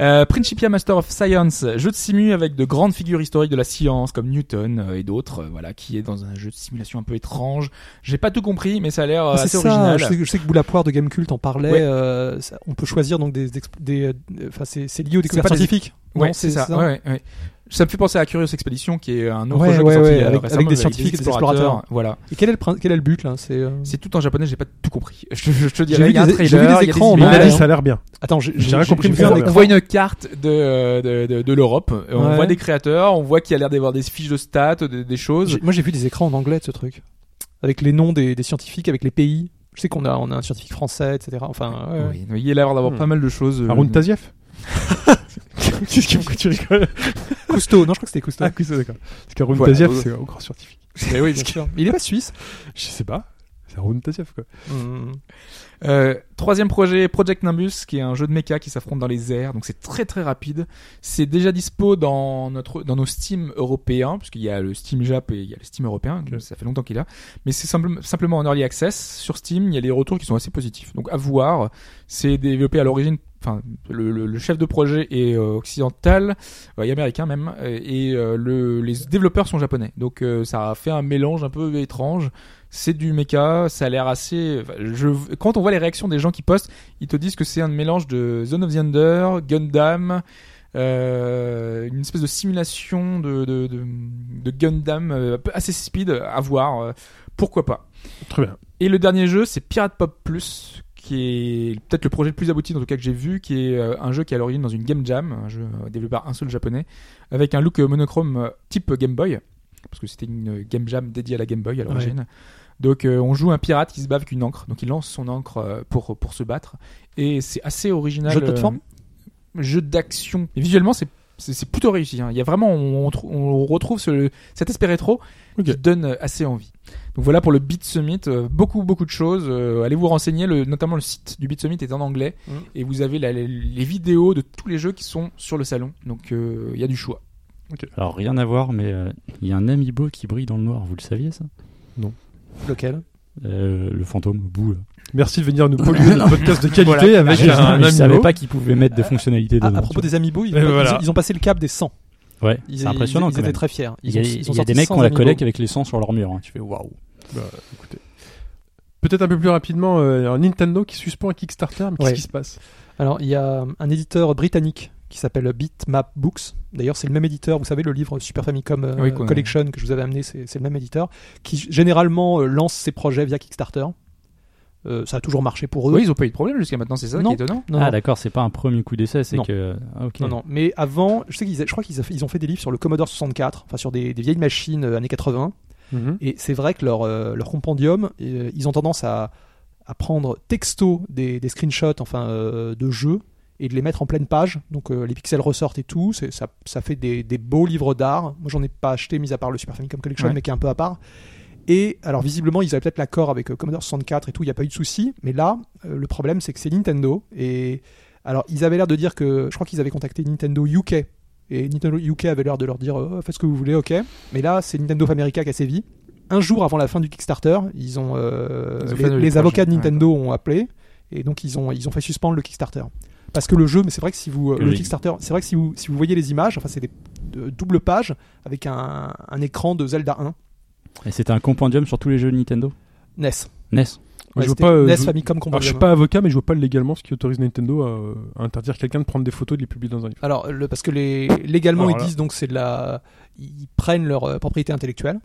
euh, Principia Master of Science, jeu de simu avec de grandes figures historiques de la science comme Newton euh, et d'autres, euh, voilà, qui est dans un jeu de simulation un peu étrange. J'ai pas tout compris, mais ça a l'air euh,
Ah, c'est
assez
ça,
original.
Je sais, je sais que Boulapoire de Gamecult en parlait.
Ouais.
euh, ça- on peut choisir donc des. exp- des euh, enfin, c'est c'est lié aux
C'est
découvertes
pas des-
scientifiques.
Ouais,
Non,
c'est ça. Ouais, ouais. Ça me fait penser à Curious Expedition, qui est un autre
Ouais,
jeu qui est
ouais,
sorti,
ouais,
euh,
avec-
récemment,
avec des
mais
scientifiques, des explorateurs.
Voilà.
Et quel est le, prin- quel est le but là C'est, euh,
C'est tout en japonais, j'ai pas tout compris. Je, je te
J'ai
dirais,
vu
il y a un
des- j'ai vu
trailer,
des
il y a
écrans en
mais
Ouais,
la
images.
vie,
ouais.
ça a l'air bien.
Attends, j'ai
J'ai rien compris,
j'ai
mais
vu
ça
un
a l'air
On
écran.
voit une carte de, euh, de, de, de l'Europe, euh, on
Ouais.
voit des créateurs, on voit qu'il a l'air d'avoir des fiches de stats, de- des choses.
J'ai- Moi, j'ai vu des écrans en anglais de ce truc, avec les noms des, des scientifiques, avec les pays. Je sais qu'on a, on a un scientifique français, etc. Enfin, ouais, ouais.
Oui, mais il y a l'air d'avoir
Hmm.
pas mal de choses. euh,
Haroun Tazieff
Qu'est-ce qui me tu rigoles Cousteau, non, je crois que c'était Cousteau.
Ah, oui, c'est d'accord. Parce qu'Haroun
Voilà.
Tazieff, c'est un grand scientifique.
Mais oui, bien sûr. Il est pas suisse.
Je sais pas. C'est Haroun Tazieff, quoi.
Hmm.
Euh, troisième projet, Project Nimbus, qui est un jeu de méca qui s'affronte dans les airs, donc c'est très très rapide. C'est déjà dispo dans notre dans nos Steam européens, puisqu'il y a le Steam Jap et il y a le Steam européen,
Ok.
ça fait longtemps qu'il a. Mais c'est simple- simplement en early access sur Steam. Il y a des retours qui sont assez positifs, donc à voir. C'est développé à l'origine, enfin le, le- le chef de projet est euh, occidental, euh, et américain même, euh, et euh, le, les développeurs sont japonais. Donc euh, ça a fait un mélange un peu étrange c'est du mecha, ça a l'air assez. enfin, Je... Quand on voit les réactions des gens qui postent, ils te disent que c'est un mélange de Zone of the Under, Gundam, euh, une espèce de simulation de, de, de, de Gundam euh, un peu assez speed à voir. euh, Pourquoi pas
Très bien.
et le dernier jeu, c'est Pirate Pop Plus, qui est peut-être le projet le plus abouti, en tout cas que j'ai vu, qui est euh, un jeu qui est à l'origine dans une Game Jam, un jeu euh, développé par un seul japonais, avec un look euh, monochrome euh, type Game Boy, parce que c'était une euh, Game Jam dédiée à la Game Boy à l'origine. Donc euh, on joue un pirate qui se bat avec une encre, donc il lance son encre euh, pour, pour se battre, et c'est assez original.
Jeu de plateforme
euh, Jeu d'action. Et visuellement, c'est c'est c'est plutôt réussi. hein. Il y a vraiment, on, on trou- on retrouve ce- cet aspect rétro qui donne euh, assez envie. Donc voilà pour le Beat Summit, euh, beaucoup beaucoup de choses. Euh, allez vous renseigner, le, notamment le site du Beat Summit est en anglais
Mm.
et vous avez la- les, les vidéos de tous les jeux qui sont sur le salon. Donc euh, il y a du choix.
Alors rien à voir, mais euh, il y a un amiibo qui brille dans le noir, vous le saviez ça
Lequel
Euh, Le fantôme au bout. là.
Merci de venir nous polluer le podcast de qualité avec
Je-
un
je savais
amiibo.
pas qu'ils pouvaient mettre des fonctionnalités
à, Ah, à
dedans.
propos
tu
des Amiibo, ils,
Et
ils-
voilà.
ils ont passé le cap des 100.
vois. Ouais,
Ils,
c'est impressionnant
ils- ils
quand
étaient
même.
très fiers. Ils
Il y a,
ont- ils
il
ont
y a
sorti
des mecs qui ont
100
la
Amiibo.
collecte avec les 100 sur leur mur. hein. Tu fais waouh.
Bah, écoutez. Peut-être un peu plus rapidement, euh, un Nintendo qui suspend un Kickstarter, mais qu'est-ce
Ouais.
qui se passe
Alors, il y a un éditeur britannique qui s'appelle Bitmap Books. D'ailleurs, c'est le même éditeur, vous savez, le livre Super Famicom euh,
Oui, qu'on a.
Collection que je vous avais amené, c'est c'est le même éditeur, qui généralement euh, lance ses projets via Kickstarter. Euh, ça a toujours marché pour eux.
Oui, ils ont pas eu de problème jusqu'à maintenant, c'est ça
Non.
qui est étonnant.
non,
ah
non,
d'accord, c'est pas un premier coup d'essai, c'est
Non.
que. Ah, ok.
non, non. Mais avant, je sais qu'ils, a- je crois qu'ils a fait- ils ont fait des livres sur le Commodore 64, enfin sur des, des vieilles machines euh, années 80.
Mhm.
Et c'est vrai que leur, euh, leur compendium, euh, ils ont tendance à, à prendre texto des, des screenshots enfin, euh, de jeux et de les mettre en pleine page. Donc euh, les pixels ressortent et tout. C'est- Ça, ça fait des, des beaux livres d'art. Moi, j'en ai pas acheté, mis à part le Super Famicom Collection,
Ouais.
mais qui est un peu à part. Et alors, visiblement, ils avaient peut-être l'accord avec euh, Commodore 64 et tout, il n'y a pas eu de souci. Mais là, euh, le problème, c'est que c'est Nintendo. Et alors, ils avaient l'air de dire que. Je crois qu'ils avaient contacté Nintendo UK. Et Nintendo UK avait l'air de leur dire euh, faites ce que vous voulez, ok. Mais là, c'est Nintendo of America qui a sévi. Un jour avant la fin du Kickstarter, ils ont, euh,
Ils ont fait
les,
le
les
projet.
avocats de
Ouais.
Nintendo ont appelé et donc ils ont ils ont fait suspendre le Kickstarter parce que le jeu, mais c'est vrai que si vous euh,
Que
le
j'ai-
Kickstarter, c'est vrai que si vous si vous voyez les images, enfin c'est des de- doubles pages avec un, un écran de Zelda 1
Et c'était un compendium sur tous les jeux Nintendo E
NES.
NES.
Moi,
Ouais,
je vois
c'était
pas, euh,
NES
je-
Famicom
Alors, je suis
Compendium.
pas avocat, mais je vois pas légalement ce qui autorise Nintendo à, euh, à interdire quelqu'un de prendre des photos et de les publier dans un livre.
Alors, le- parce que les, légalement,
Alors
ils
là.
disent donc c'est de la. Ils prennent leur euh, propriété intellectuelle.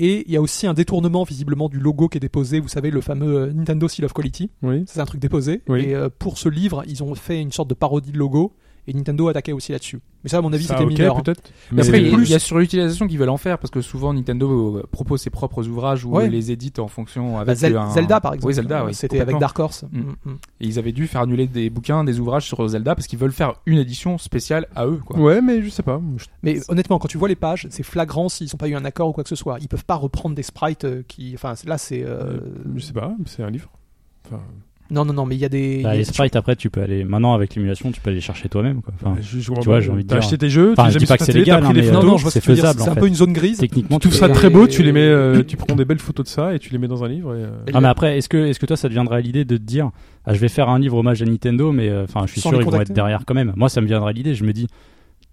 Et il y a aussi un détournement visiblement du logo qui est déposé, vous savez, le fameux euh, Nintendo Seal of Quality.
Oui.
Ça, C'est un truc déposé.
Oui.
Et euh, pour ce livre, ils ont fait une sorte de parodie de logo. Et Nintendo attaquait aussi là-dessus. Mais ça, à mon avis,
Ça,
c'était
ok,
mineur. hein.
peut-être.
Mais après, il y a-
plus-
il y a sur l'utilisation qu'ils veulent en faire, parce que souvent Nintendo euh, propose ses propres ouvrages ou
Ouais.
les édite en fonction
Bah,
avec euh,
Zel-
un-
Zelda, par exemple.
Oui, Zelda, oui,
C'était avec
complètement.
Dark Horse.
Mm.
Mm, mm.
Et ils avaient dû faire annuler des bouquins, des ouvrages sur Zelda parce qu'ils veulent faire une édition spéciale à eux. Quoi.
Ouais, mais je sais pas. Je-
Mais honnêtement, quand tu vois les pages, c'est flagrant s'ils n'ont pas eu un accord ou quoi que ce soit. Ils peuvent pas reprendre des sprites euh, qui. Enfin, là, c'est. euh,
Je sais pas, c'est un livre. Enfin,
Non, non, non, mais il y a des.
Bah,
il y a-
les sprites, après, tu peux aller. Maintenant, avec l'émulation, tu peux aller chercher toi-même. Quoi.
Euh,
Enfin,
je- je
tu
pas.
vois, j'ai envie de
T'as
dire-
acheté tes jeux,
Enfin,
tu
je
les as
dis
mis
pas
sur
que
ta
c'est
télé, t'as
légal,
pris
hein,
les
mais,
photos.
Non, non, je vois ce
c'est
que tu veux dire,
faisable,
C'est
en
un
fait.
peu une zone grise.
techniquement,
Tu
tu
trouves ça
peux-
très beau, tu les mets, euh, tu prends des belles photos de ça et tu les mets dans un livre. Et, euh,
Ah, mais après, est-ce que, est-ce que toi, ça te viendrait à l'idée de te dire ah, Je vais faire un livre hommage à Nintendo, mais euh, enfin, je suis
Sans
sûr,
les
ils vont
contacter
être derrière quand même. Moi, ça me viendrait à l'idée, je me dis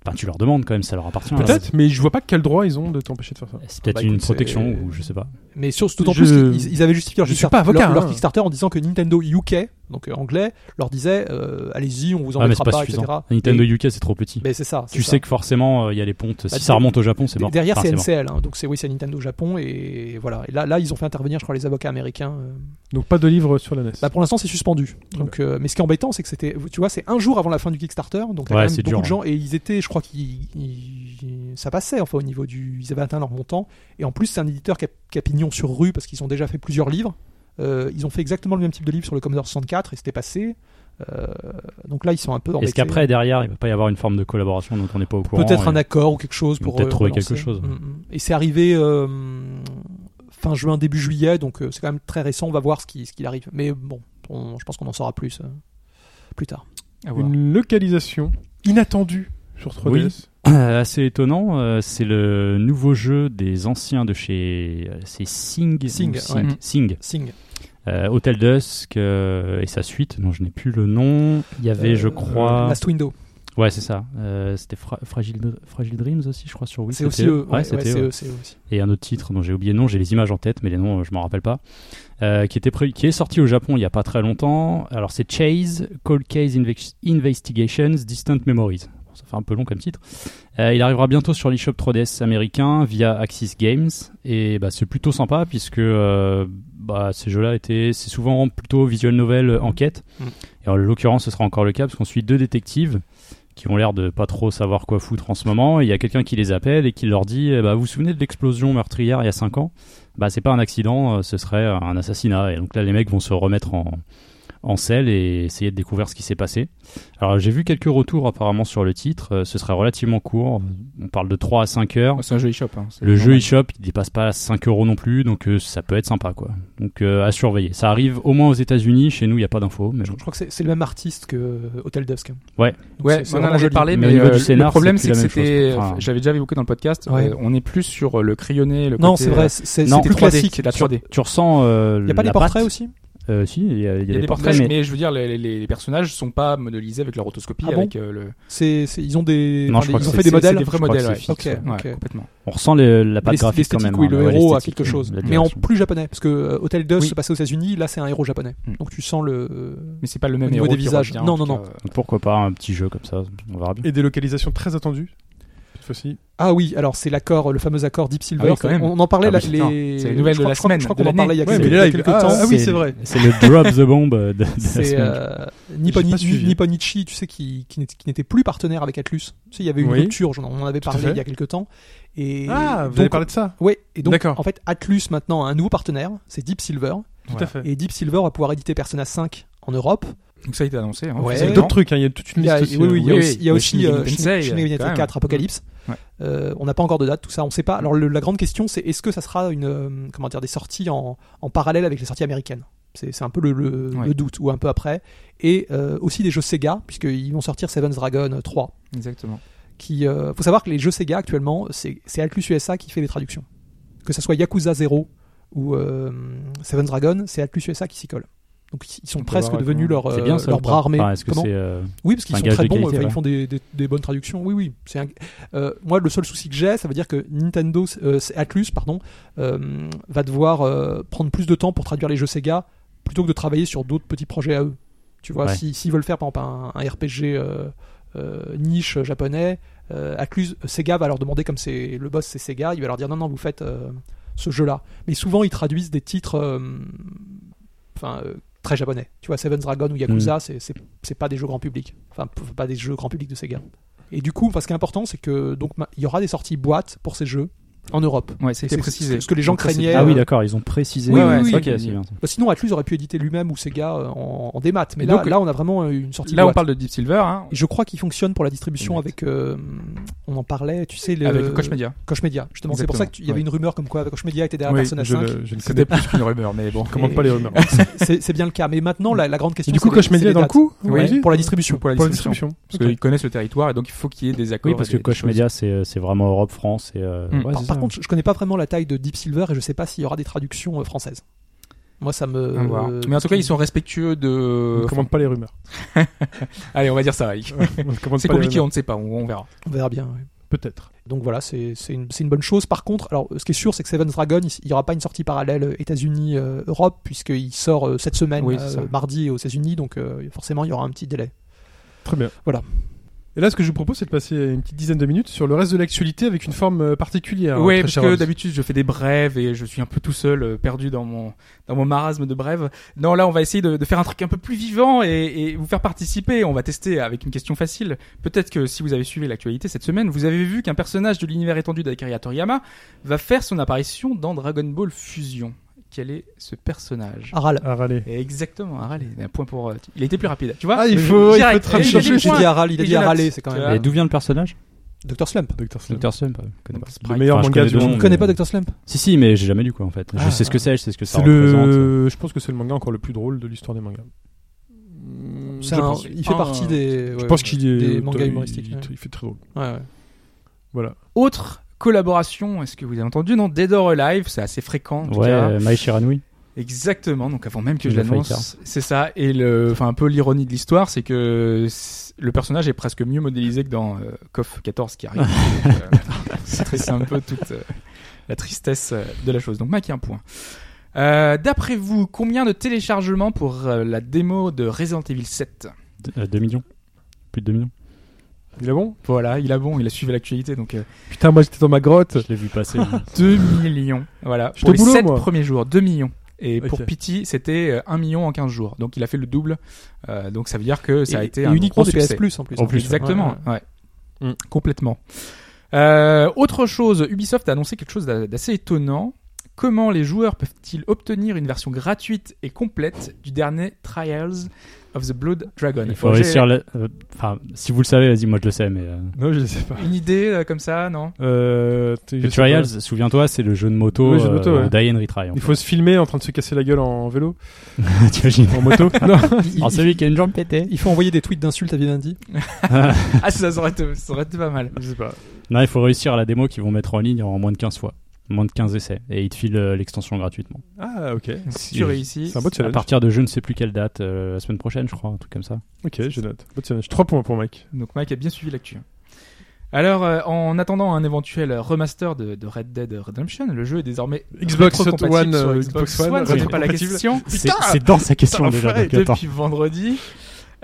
Enfin, tu leur demandes quand même, ça leur appartient.
Peut-être, mais je vois pas quel droit ils ont de t'empêcher de faire ça.
Alors, C'est peut-être
Bah,
une
écoute,
protection,
c'est-
ou je sais pas.
Mais surtout d'autant
Je-
plus qu'ils ils avaient justifié leur,
je suis
Kickstarter-
pas avocat,
leur- leur
hein.
Kickstarter en disant que Nintendo UK, donc euh, anglais, leur disait euh, allez-y, on vous en
Ah, mais
mettra
c'est
pas,
pas
etc.
suffisant. Nintendo
Et-
UK, c'est trop petit.
mais c'est ça. c'est
Tu
ça.
sais que forcément, euh, il y a les pontes.
Bah,
Si ça remonte au Japon, c'est mort.
Derrière,
Enfin,
c'est
c'est mort.
NCL, hein, donc c'est oui, c'est Nintendo Japon, et voilà. Et là, là, ils ont fait intervenir, je crois, les avocats américains. euh.
Donc pas de livre sur la E NES.
Bah, pour l'instant, c'est suspendu. Donc, euh, mais ce qui est embêtant, c'est que c'était, tu vois, c'est un jour avant la fin du Kickstarter, donc t'as
Ouais,
quand même
c'est
beaucoup
dur, hein.
de gens, et ils étaient, je crois qu'ils, ils- ça passait, enfin, au niveau du, ils avaient atteint leur montant, et en plus, c'est un éditeur qui a, qui a pignon sur rue parce qu'ils ont déjà fait plusieurs livres. Euh, ils ont fait exactement le même type de livre sur le Commodore 64 et c'était passé. Euh, donc là, ils sont un peu
Est-ce
embêtés.
qu'après, derrière, il va pas y avoir une forme de collaboration dont on n'est pas au courant euh,
Peut-être
et-
un accord ou quelque chose
Ils
pour.
vont peut-être
euh,
trouver
relancer.
quelque chose.
Mm, mm. Et c'est arrivé euh, fin juin, début juillet, donc euh, c'est quand même très récent. On va voir ce qui, ce qu'il arrive. Mais bon, on- je pense qu'on en saura plus euh, plus tard.
À voir.
Une localisation inattendue sur 3DS.
Euh, assez étonnant, euh, c'est le nouveau jeu des anciens de chez. euh, C'est Sing.
Sing,
ou
ouais.
Sing.
Sing.
Euh, Hotel Dusk euh, et sa suite, dont je n'ai plus le nom. Il y avait, je
Euh,
crois.
Last Window.
Ouais, c'est ça. Euh, c'était Fra- Fragile, Dr- Fragile Dreams aussi, je crois, sur Wii.
c'est
c'était
aussi eux. Ouais,
Ouais,
ouais,
c'était
c'est
eux.
eux, c'est eux aussi.
Et un autre titre dont j'ai oublié le nom, j'ai les images en tête, mais les noms, euh, je m'en rappelle pas. Euh, qui, était pré- qui est sorti au Japon il y a pas très longtemps. Alors, c'est Chase, Cold Case Inve- Investigations, Distant Memories. Bon, ça fait un peu long comme titre. Euh, il arrivera bientôt sur l'eShop 3DS américain via Axis Games. Et bah, c'est plutôt sympa puisque euh, bah, ces jeux-là étaient. C'est souvent plutôt visual novel euh, enquête.
Mm.
Et en l'occurrence, ce sera encore le cas parce qu'on suit deux détectives qui ont l'air de pas trop savoir quoi foutre en ce moment. Et Il y a quelqu'un qui les appelle et qui leur dit eh bah, Vous vous souvenez de l'explosion meurtrière il y a 5 ans Bah, c'est pas un accident, euh, ce serait un assassinat. Et donc là, les mecs vont se remettre en, en selle et essayer de découvrir ce qui s'est passé. Alors, j'ai vu quelques retours apparemment sur le titre. Euh, Ce serait relativement court. On parle de 3 à 5 heures.
Ouais, C'est un jeu eShop. hein, c'est
Le jeu
normal.
eShop, il dépasse pas 5 euros non plus, donc euh, ça peut être sympa quoi. Donc euh, à surveiller. Ça arrive au moins aux États-Unis, chez nous il n'y a pas d'infos. Mais
Je,
bon.
je crois que c'est c'est le même artiste que euh, Hotel Dusk. hein.
Ouais.
Donc
Ouais,
c'est- c'est
on en
vraiment
avait
joli.
parlé,
Mais
mais,
au niveau
euh,
du scénar,
le problème,
c'est
c'est que
plus la même
c'était.
chose, quoi. Enfin,
J'avais déjà évoqué dans le podcast.
Ouais.
euh, on est plus sur euh, le crayonné, le
Non,
côté,
c'est
euh,
vrai, c'est c'est
non,
plus
3D,
classique.
c'est de la 3D.
Tu ressens. euh,
Il n'y a pas
la
des portraits
patte.
aussi
Euh, Si, il y a, il y a
Il
des, portraits, mais.
mais... je veux dire, les, les- les personnages sont pas modélisés avec la rotoscopie,
Ah bon
avec euh, le.
C'est- c'est- Ils ont des.
Non, je crois
enfin, ils
que
ont
c'est-
fait des
c'est-
modèles.
des vrais
Je crois que
modèles,
c'est
ouais.
fixe,
Ok,
ouais.
ok.
Ouais, complètement.
On ressent le- la patte
L'esth-
graphique quand
L'esthétique,
même.
oui,
hein,
le
ouais,
héros a
l'esthétique,
quelque chose.
la
Mais en
direction.
plus japonais, parce que euh, Hotel Dust
Oui.
se passait aux États-Unis, là c'est un héros japonais.
Hmm.
Donc tu sens le.
Mais c'est pas le
Au
même
niveau
héros
des
qui
visages.
revient,
Non,
en
non,
tout
non.
cas, euh,
Donc, Pourquoi pas un petit jeu comme ça On verra bien.
Et des localisations très attendues. Cette fois-ci.
Ah oui, alors c'est l'accord, le fameux accord Deep Silver.
Ah oui, quand même.
On en parlait
Ah
là.
oui, putain,
les...
c'est les nouvelles
je
de
crois-
la
je crois-
semaine,
Je crois
de
qu'on en parlait il y a
l'année.
quelques,
Ouais, mais là, il-
quelques
ah,
temps.
ah oui, c'est vrai.
C'est le drop the bomb euh, de, de la
C'est
semaine.
euh, Nippon,
J'ai pas suivi.
Nippon Ichi, tu sais, qui, qui n'était- qui n'était plus partenaire avec Atlus. Tu sais, il y avait eu une
Oui.
rupture, j'en- on en avait
Tout à
parlé
fait.
il y a quelques temps. Et
Ah, vous
donc,
avez parlé de ça
Ouais, et donc,
D'accord.
en fait, Atlus maintenant a un nouveau partenaire, c'est Deep Silver.
Tout à
Voilà.
fait.
Et Deep Silver va pouvoir éditer Persona 5 en Europe.
Donc ça a été annoncé. hein,
Il
Ouais.
y a
officiellement.
d'autres trucs, hein, il y a toute une
Eh Il y a,
liste
oui,
aussi.
oui, il y a
oui,
aussi, il y a
oui,
aussi,
Shin
euh,
Megami
Shin
Tensei,
Shin Megami Tensei
quand même.
4 Apocalypse.
Ouais.
Euh, on n'a pas encore de date, tout ça, on sait pas. Alors le- la grande question, c'est est-ce que ça sera une, euh, comment dire, des sorties en, en parallèle avec les sorties américaines C'est c'est un peu le, le-
Ouais.
le doute, ou un peu après. Et euh, aussi des jeux Sega, puisqu'ils vont sortir Seven's Dragon 3.
Exactement.
Qui, euh, faut savoir que les jeux Sega actuellement, c'est c'est Atlus USA qui fait les traductions. Que ça soit Yakuza 0 ou euh, Seven's Dragon, c'est Atlus USA qui s'y colle. Donc ils- ils sont
On peut
presque
voir
devenus
comment-
leur,
C'est
euh,
bien ça.
leur
ou
bras
pas
armé.
Enfin, Est-ce que
Comment
c'est. euh,
oui, parce qu'ils
Un
sont
gage
très
de
bons,
qualité,
enfin,
ouais.
ils font des, des- des bonnes traductions. Oui, oui. C'est un- euh, moi, le seul souci que j'ai, ça veut dire que Nintendo, euh, c'est Atlus, pardon, euh, va devoir euh, prendre plus de temps pour traduire les jeux Sega plutôt que de travailler sur d'autres petits projets à eux. Tu vois,
Ouais.
si- s'ils veulent faire par exemple un, un RPG euh, euh, niche japonais, euh, Atlus, euh, Sega va leur demander, comme c'est le boss, c'est Sega, il va leur dire non, non, vous faites euh, ce jeu-là. Mais souvent, ils traduisent des titres. euh, Enfin, euh, très japonais. Tu vois, Seven Dragon ou
Mm.
Yakuza, c'est- c'est c'est pas des jeux grand public. Enfin, p- pas des jeux grand public de Sega. Et du coup, enfin, ce qui est important, c'est que donc ma- il y aura des sorties boîtes pour ces jeux en Europe.
Ouais, c'était
c'est-
précisé.
c'est ce que les gens
Donc ça, c'est
craignaient,
bien.
Ah
euh,
oui, d'accord, ils ont précisé.
Oui, oui, oui.
Ok, c'est bien ça.
Bah, sinon, Atlus aurait pu éditer lui-même ou Sega euh, en, en démat. Mais
Et
là,
donc,
là, on a vraiment euh, une sortie
Là, on
boîte.
parle de Deep Silver, hein,
Et je crois qu'il fonctionne pour la distribution
Exact.
avec. euh, on en parlait, tu sais, le...
avec Coach Media.
Koch Media, justement. C'est pour
Exactement,
ça qu'il y avait
ouais.
une rumeur comme quoi Koch Media était derrière
Oui,
Persona
Je
5.
le- je ne
C'était
connais
plus qu'une rumeur, mais bon.
commande pas les rumeurs.
C'est c'est bien le cas. Mais maintenant, la, la grande
Et
question.
du coup,
c'est les-
Coach Media
c'est les
est dans le
dates.
coup
Oui,
vas-y.
Pour la distribution.
Pour la
Pour la
distribution.
distribution.
Parce
Ok.
qu'ils connaissent le territoire et donc il faut qu'il y ait des accords.
Oui, parce
et
que
des
Coach
choses.
Media, c'est euh, c'est vraiment Europe, France. et, euh,
Mm.
ouais,
par
c'est
par
ça.
contre, je connais pas vraiment la taille de Deep Silver et je sais pas s'il y aura des traductions euh, françaises. Moi, ça me.
À voir.
euh,
Mais en tout cas,
qui-
ils sont respectueux
On
euh,
de.
ne commande pas les rumeurs.
Allez, on va dire ça. Eric.
On ne commande
C'est
pas les
compliqué,
rumeurs.
on ne sait pas, on on verra.
On verra bien. ouais.
Peut-être.
Donc voilà, c'est c'est une, c'est une bonne chose. Par contre, alors ce qui est sûr, c'est que Seven Dragon, il- il n'y aura pas une sortie parallèle euh, États-Unis euh, Europe puisqu'il sort euh, cette semaine
Oui, c'est ça.
mardi aux États-Unis, donc euh, forcément il y aura un petit délai.
Très bien.
Voilà.
Et là, ce que je vous propose, c'est de passer une petite dizaine de minutes sur le reste de l'actualité avec une forme euh, particulière.
Oui,
hein, très
parce
cher
que
Hans.
d'habitude je fais des brèves et je suis un peu tout seul, euh, perdu dans mon dans mon marasme de brèves. Non, là on va essayer de, de faire un truc un peu plus vivant et, et vous faire participer. On va tester avec une question facile. Peut-être que si vous avez suivi l'actualité cette semaine, vous avez vu qu'un personnage de l'univers étendu d'Akira Toriyama va faire son apparition dans Dragon Ball Fusion. quel est ce personnage
Aral.
Ah, râler.
Et Exactement, Aral, il a un point pour. euh, Il était plus rapide, tu vois
Ah, il faut- il
Direct,
faut te
et
chercher,
des
il
points.
dit Aral, il a
Et
dit
Jonathan.
Aralé, c'est quand
Tu
même.
vois.
Et d'où vient le personnage
Dr. Slump.
Dr. Slump.
Dr. Slump euh, je connais pas.
Le meilleur
Enfin, je
manga
connais
du
deux
monde.
noms,
Tu connais pas
mais-
Dr. Slump
Si, si, mais j'ai jamais lu quoi en fait.
Ah,
Je sais ce que c'est, je sais ce que ça
C'est
représente. euh,
le. Je pense que c'est le manga encore le plus drôle de l'histoire des mangas.
Hmm, C'est
Je
un-
pense.
Il fait
Ah,
partie des.
Je
ouais,
pense qu'il est. euh,
Des mangas
il-
humoristiques.
il-
ouais.
Il fait très drôle.
Ouais, ouais.
Voilà.
Autre collaboration, est-ce que vous avez entendu Non, Dead or Alive, c'est assez fréquent. en tout
Ouais,
cas.
euh, My Shiranui.
Exactement, donc avant même que
Le
je l'annonce, c'est ça. Et le, enfin un peu l'ironie de l'histoire, c'est que c- le personnage est presque mieux modélisé que dans euh, KOF 14 qui arrive. Donc, euh, c'est très- c'est un peu toute euh, la tristesse euh, de la chose. Donc Mac, un point. Euh, D'après vous, combien de téléchargements pour euh, la démo de Resident Evil 7
D- euh, 2 millions. Plus de 2 millions.
Il est bon
Voilà, il a bon, il a suivi l'actualité, donc euh,
Putain, moi j'étais dans ma grotte.
Je l'ai vu passer.
2 millions. Voilà,
J'étais
pour
au
les
boulot,
7
moi.
premiers jours, 2 millions. Et
Ok.
pour Pity, c'était euh, 1 million en 15 jours. Donc il a fait le double. Euh, donc ça veut dire que ça a
Et-
été
et
un gros
uniquement des PS
succès.
Plus en plus.
En plus,
Exactement, ouais.
Mm.
Complètement. Euh, autre chose, Ubisoft a annoncé quelque chose d'a- d'assez étonnant. Comment les joueurs peuvent-ils obtenir une version gratuite et complète du dernier Trials of the Blood Dragon
Il faut
J'ai
réussir. la- euh, Enfin, si vous le savez, vas-y, moi je le sais, mais. euh,
Non, je sais pas.
Une idée euh, comme ça, non
Euh, tu- je
Le
sais pas.
Trials, souviens-toi, c'est le jeu de moto,
Le jeu de moto,
euh,
ouais.
Die and Retry. en
Il faut se filmer en train de se casser la gueule en vélo,
fait. T'imagines
en moto. non,
Alors celui qui a une jambe pétée.
Il faut envoyer des tweets d'insultes à Vivendi.
Ah, ça, ça aurait été, ça aurait été pas mal.
je sais pas.
Non, il faut réussir à la démo qu'ils vont mettre en ligne en moins de 15 fois. Moins de 15 essais. Et ils te filent euh, l'extension gratuitement.
Ah, ok.
Si tu réussis,
C'est un beau
À
challenge.
partir de je ne sais plus quelle date, euh, la semaine prochaine, je crois, un truc comme ça.
Ok, je note. Beau challenge. 3 points pour Mike.
Donc Mike a bien suivi l'actu. hein. Alors, euh, en attendant un éventuel remaster de, de Red Dead Redemption, le jeu est désormais
Xbox
rétrocompatible
One,
sur
euh,
Xbox
Xbox
One,
One,
ça, c'est pas la
rétrocompatible.
question.
C'est c'est dans sa question
Putain,
déjà.
l'enfoiré,
donc attends.
depuis vendredi.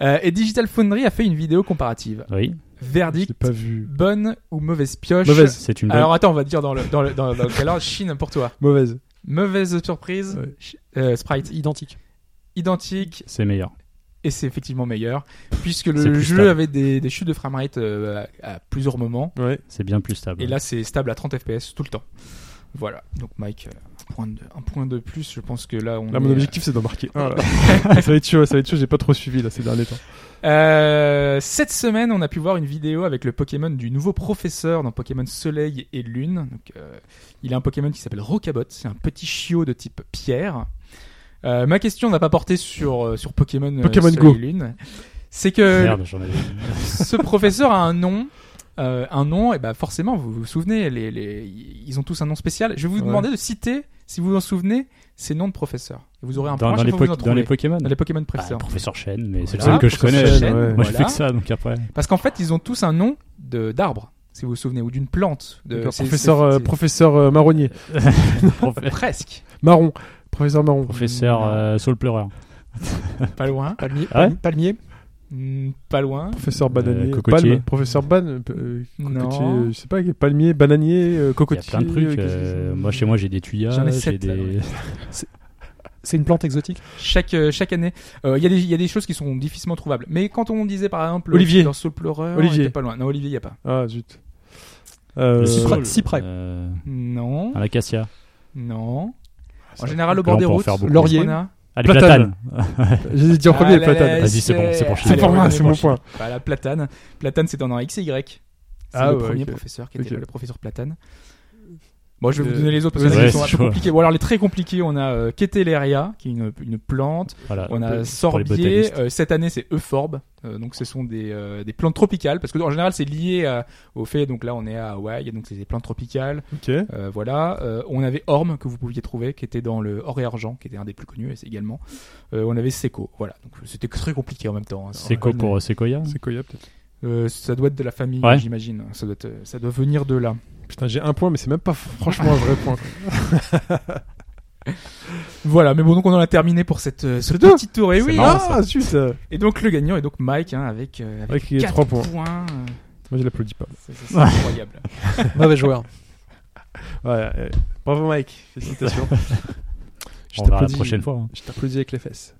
Euh, et Digital Foundry a fait une vidéo comparative.
Oui,
J'ai
Verdict,
pas vu.
bonne ou mauvaise pioche
Mauvaise.
c'est une bonne.
Alors attends, on va dire dans le dans le dans, dans le calendrier. Chine pour toi.
Mauvaise.
Mauvaise surprise.
Ouais.
Ch- euh, Sprite
Identique.
identique
C'est meilleur.
et c'est effectivement meilleur puisque
C'est
le
plus
jeu
stable.
avait des, des chutes de framerate euh, à, à plusieurs moments
Ouais.
C'est bien plus stable.
et là c'est stable à 30 fps tout le temps. Voilà. Donc Mike, euh, un point de, un point de plus. Je pense que là on.
Là, mon
est,
objectif, c'est d'en marquer un. là. ça va être chaud, ça va être chaud. J'ai pas trop suivi là ces derniers temps.
Euh, cette semaine, on a pu voir une vidéo avec le Pokémon du nouveau professeur dans Pokémon Soleil et Lune. Donc, euh, il a un Pokémon qui s'appelle Rocabot, c'est un petit chiot de type pierre. Euh, ma question n'a pas porté sur, euh, sur Pokémon, euh,
Pokémon
Soleil
Go.
et Lune. C'est que
Merde, j'en avais.
ce professeur a un nom. euh, un nom, et ben forcément, vous vous souvenez, les, les- ils ont tous un nom spécial. Je vais vous
Ouais.
demander de citer, si vous vous en souvenez, ces noms de professeurs. Et vous aurez un
Dans,
point à
dans
chaque
les
fois que vous en
po- dans les
trouvez.
Pokémon.
Dans les Pokémon
Bah,
professeurs.
professeur Chen, mais c'est le
Voilà,
seul que je
Professeur
connais.
Chen,
Moi, je fais
voilà.
que ça, donc après.
Parce qu'en fait, ils ont tous un nom de d'arbre, si vous vous souvenez, ou d'une plante. De,
D'accord,
c'est-
professeur,
c'est-
euh,
c'est-
professeur euh, marronnier.
presque,
Marron. Professeur marron.
Professeur euh, Saul Pleureur.
pas loin,
Palmier.
Ah ouais
Palmier.
Hmm, pas loin.
Professeur bananier.
Euh, cocotier.
Palme. Professeur ban. euh, euh,
Non.
cocotier, euh, je sais pas. Palmier, bananier, euh,
Il y a
cocotier.
plein de trucs.
euh,
euh, moi, chez moi, j'ai des tuyas.
J'en ai
j'ai
sept, là,
des-
C'est une plante exotique.
Chaque euh, chaque année, Euh, il y a des il y a des choses qui sont difficilement trouvables. Mais quand on disait par exemple
Olivier.
dans Soul Pleureur,
Olivier.
on était pas loin. Non, Olivier, il y a pas.
Ah zut. Euh,
Le citron.
Cyprès- Cyprès.
Euh,
Non,
Un acacia.
non. En
Ah,
ça-
général, au bord
Là, on
des
peut en
routes,
faire beaucoup.
Laurier.
on a-
Ah, les
Platane.
platanes.
J'ai dit en premier
Ah
les
là
patates.
là,
Vas-y, c'est bon, c'est pour
c'est
Chine.
pour moi,
Allez,
c'est
on
mon
est
point.
Bah, la platane. Platane, c'est dans un X et Y. C'est
Ah
le
ouais,
premier
ok.
professeur qui était
Ok.
le professeur platane. Bon, je vais
Euh,
vous donner les autres parce que
vas-y,
ils sont
c'est
un peu
chaud.
compliqués. Bon, alors les très compliqués, on a euh, Keteleria, qui est une, une plante.
Voilà.
on a
Pour les
Sorbier.
botanistes.
Euh, cette année, c'est Euphorbe. Euh, donc, ce sont des, euh, des plantes tropicales parce que en général, c'est lié à- au fait. Donc là, on est à Hawaï, donc c'est des plantes tropicales.
Ok.
Euh, voilà. Euh, on avait Orme que vous pouviez trouver, qui était dans le Or et Argent, qui était un des plus connus et c'est également. Euh, on avait Seco. Voilà. Donc, c'était très compliqué en même temps. hein.
C'est quoi pour euh, Sequoia
C'est Koya peut-être.
Euh, ça doit être de la famille,
Ouais.
j'imagine. Ça doit, être- ça doit venir de là.
Putain, j'ai un point, mais c'est même pas franchement un vrai point.
Voilà, mais bon, donc on en a terminé pour cette, euh, ce
C'est tout
petit tour. Et oui,
ah,
hein.
zut euh,
Et donc le gagnant est donc Mike hein, avec, euh, avec
Avec les
quatre
3 points.
points. Euh,
Moi, je l'applaudis pas.
c'est- c'est- C'est incroyable.
Mauvais joueur.
Ouais, euh, bravo, Mike. Félicitations. je
On verra la
t'applaudis.
prochaine fois. hein.
Je t'applaudis avec les fesses.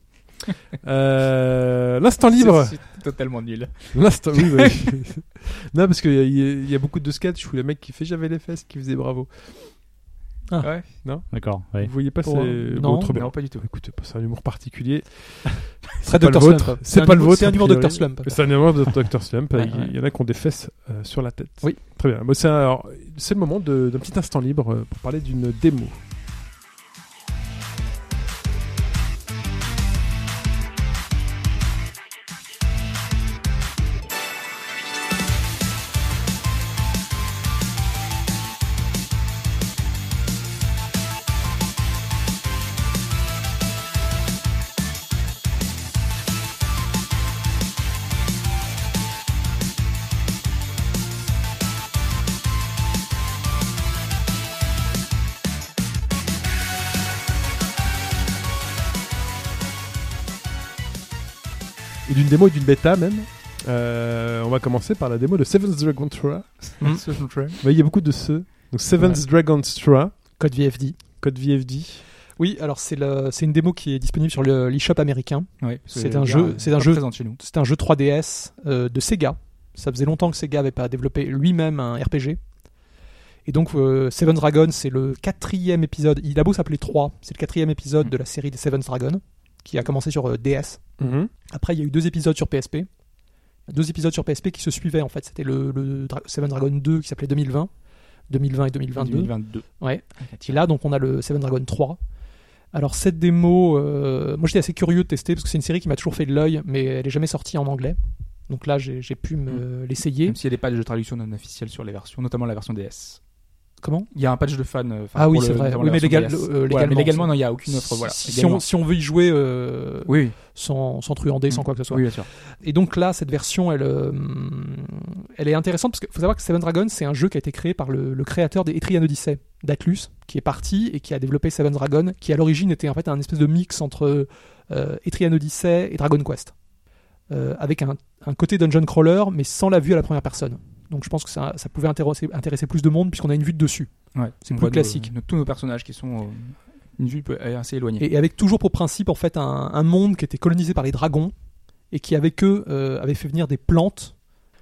Euh, L'instant libre.
C'est- C'est totalement nul.
L'instant. Oui, ouais. non, parce qu'il y, a- il y a beaucoup de sketchs où le mec qui fait j'avais les fesses qui faisait bravo.
Ah.
Ouais.
D'accord, ouais.
Vous voyez pas
Pour-
c'est
Non,
autre
non, pas du tout.
Écoutez, Bah, c'est un humour particulier.
C'est
pas le vôtre. C'est pas le vôtre,
C'est un
a
humour
priori.
Dr. Slump.
C'est un humour de Dr. Slump.
Ouais,
il il y en a qui ont des fesses euh, sur la tête.
Oui.
Très bien. Bon, c'est un- alors, c'est le moment de- d'un petit instant libre euh, pour parler d'une démo. Et d'une démo et d'une bêta même. Euh, on va commencer par la démo de Seventh Dragon Tra.
Mm.
Social Train.
Vous voyez, il y a beaucoup de ceux. Donc Seventh Dragon Tra,
Code VFD.
code VFD.
Oui, alors c'est le- c'est une démo qui est disponible sur le- l'eShop américain.
Ouais,
C'est
parce que
un
le
jeu-
gars,
c'est
il
un
est pas
jeu-
présent chez nous.
C'est un jeu 3DS euh, de Sega. Ça faisait longtemps que Sega n'avait pas développé lui-même un RPG. Et donc euh, Seven Dragon, c'est le quatrième épisode. Il a beau s'appeler 3, c'est le quatrième épisode de la série des Seven Dragon, qui a commencé sur euh, DS. Après, il y a eu deux épisodes sur PSP. Deux épisodes sur PSP qui se suivaient en fait. C'était le, le Dra- Seven Dragon 2 qui s'appelait 2020. 2020 et 2022.
2022.
Ouais. Et là, donc, on a le Seven Dragon 3. Alors, cette démo, euh, moi j'étais assez curieux de tester parce que c'est une série qui m'a toujours fait de l'œil, mais elle est jamais sortie en anglais. Donc là, j'ai j'ai pu me l'essayer.
Hmm. Même s'il y a des patchs de traduction non officielle sur les versions, notamment la version DS.
Comment
Il y a un patch de fan. euh, enfin,
Ah oui,
pour le-
c'est vrai.
notamment
Oui,
la
mais
version
légal-
DS.
euh,
Voilà,
légalement,
mais légalement,
c'est-
non, il n'y a aucune offre. Voilà.
si,
légalement.
on, si on veut y jouer euh,
Oui, oui.
sans, sans truander, sans quoi que ce soit.
Oui, bien sûr.
Et donc là, cette version, elle, euh, elle est intéressante parce qu'il faut savoir que Seven Dragon, c'est un jeu qui a été créé par le, le créateur des Etrian Odyssey, d'Atlus, qui est parti et qui a développé Seven Dragon, qui à l'origine était en fait un espèce de mix entre euh, Etrian Odyssey et Dragon Quest, Euh, avec un, un côté dungeon crawler, mais sans la vue à la première personne. Donc je pense que ça, ça pouvait intéresser, intéresser plus de monde puisqu'on a une vue de dessus.
Ouais,
C'est
on
plus
voit nos-
classique.
nos- tous nos personnages qui sont euh, une vue peu- euh, assez éloignée.
Et, et avec toujours pour principe en fait un, un monde qui était colonisé par les dragons et qui avec eux euh, avait fait venir des plantes,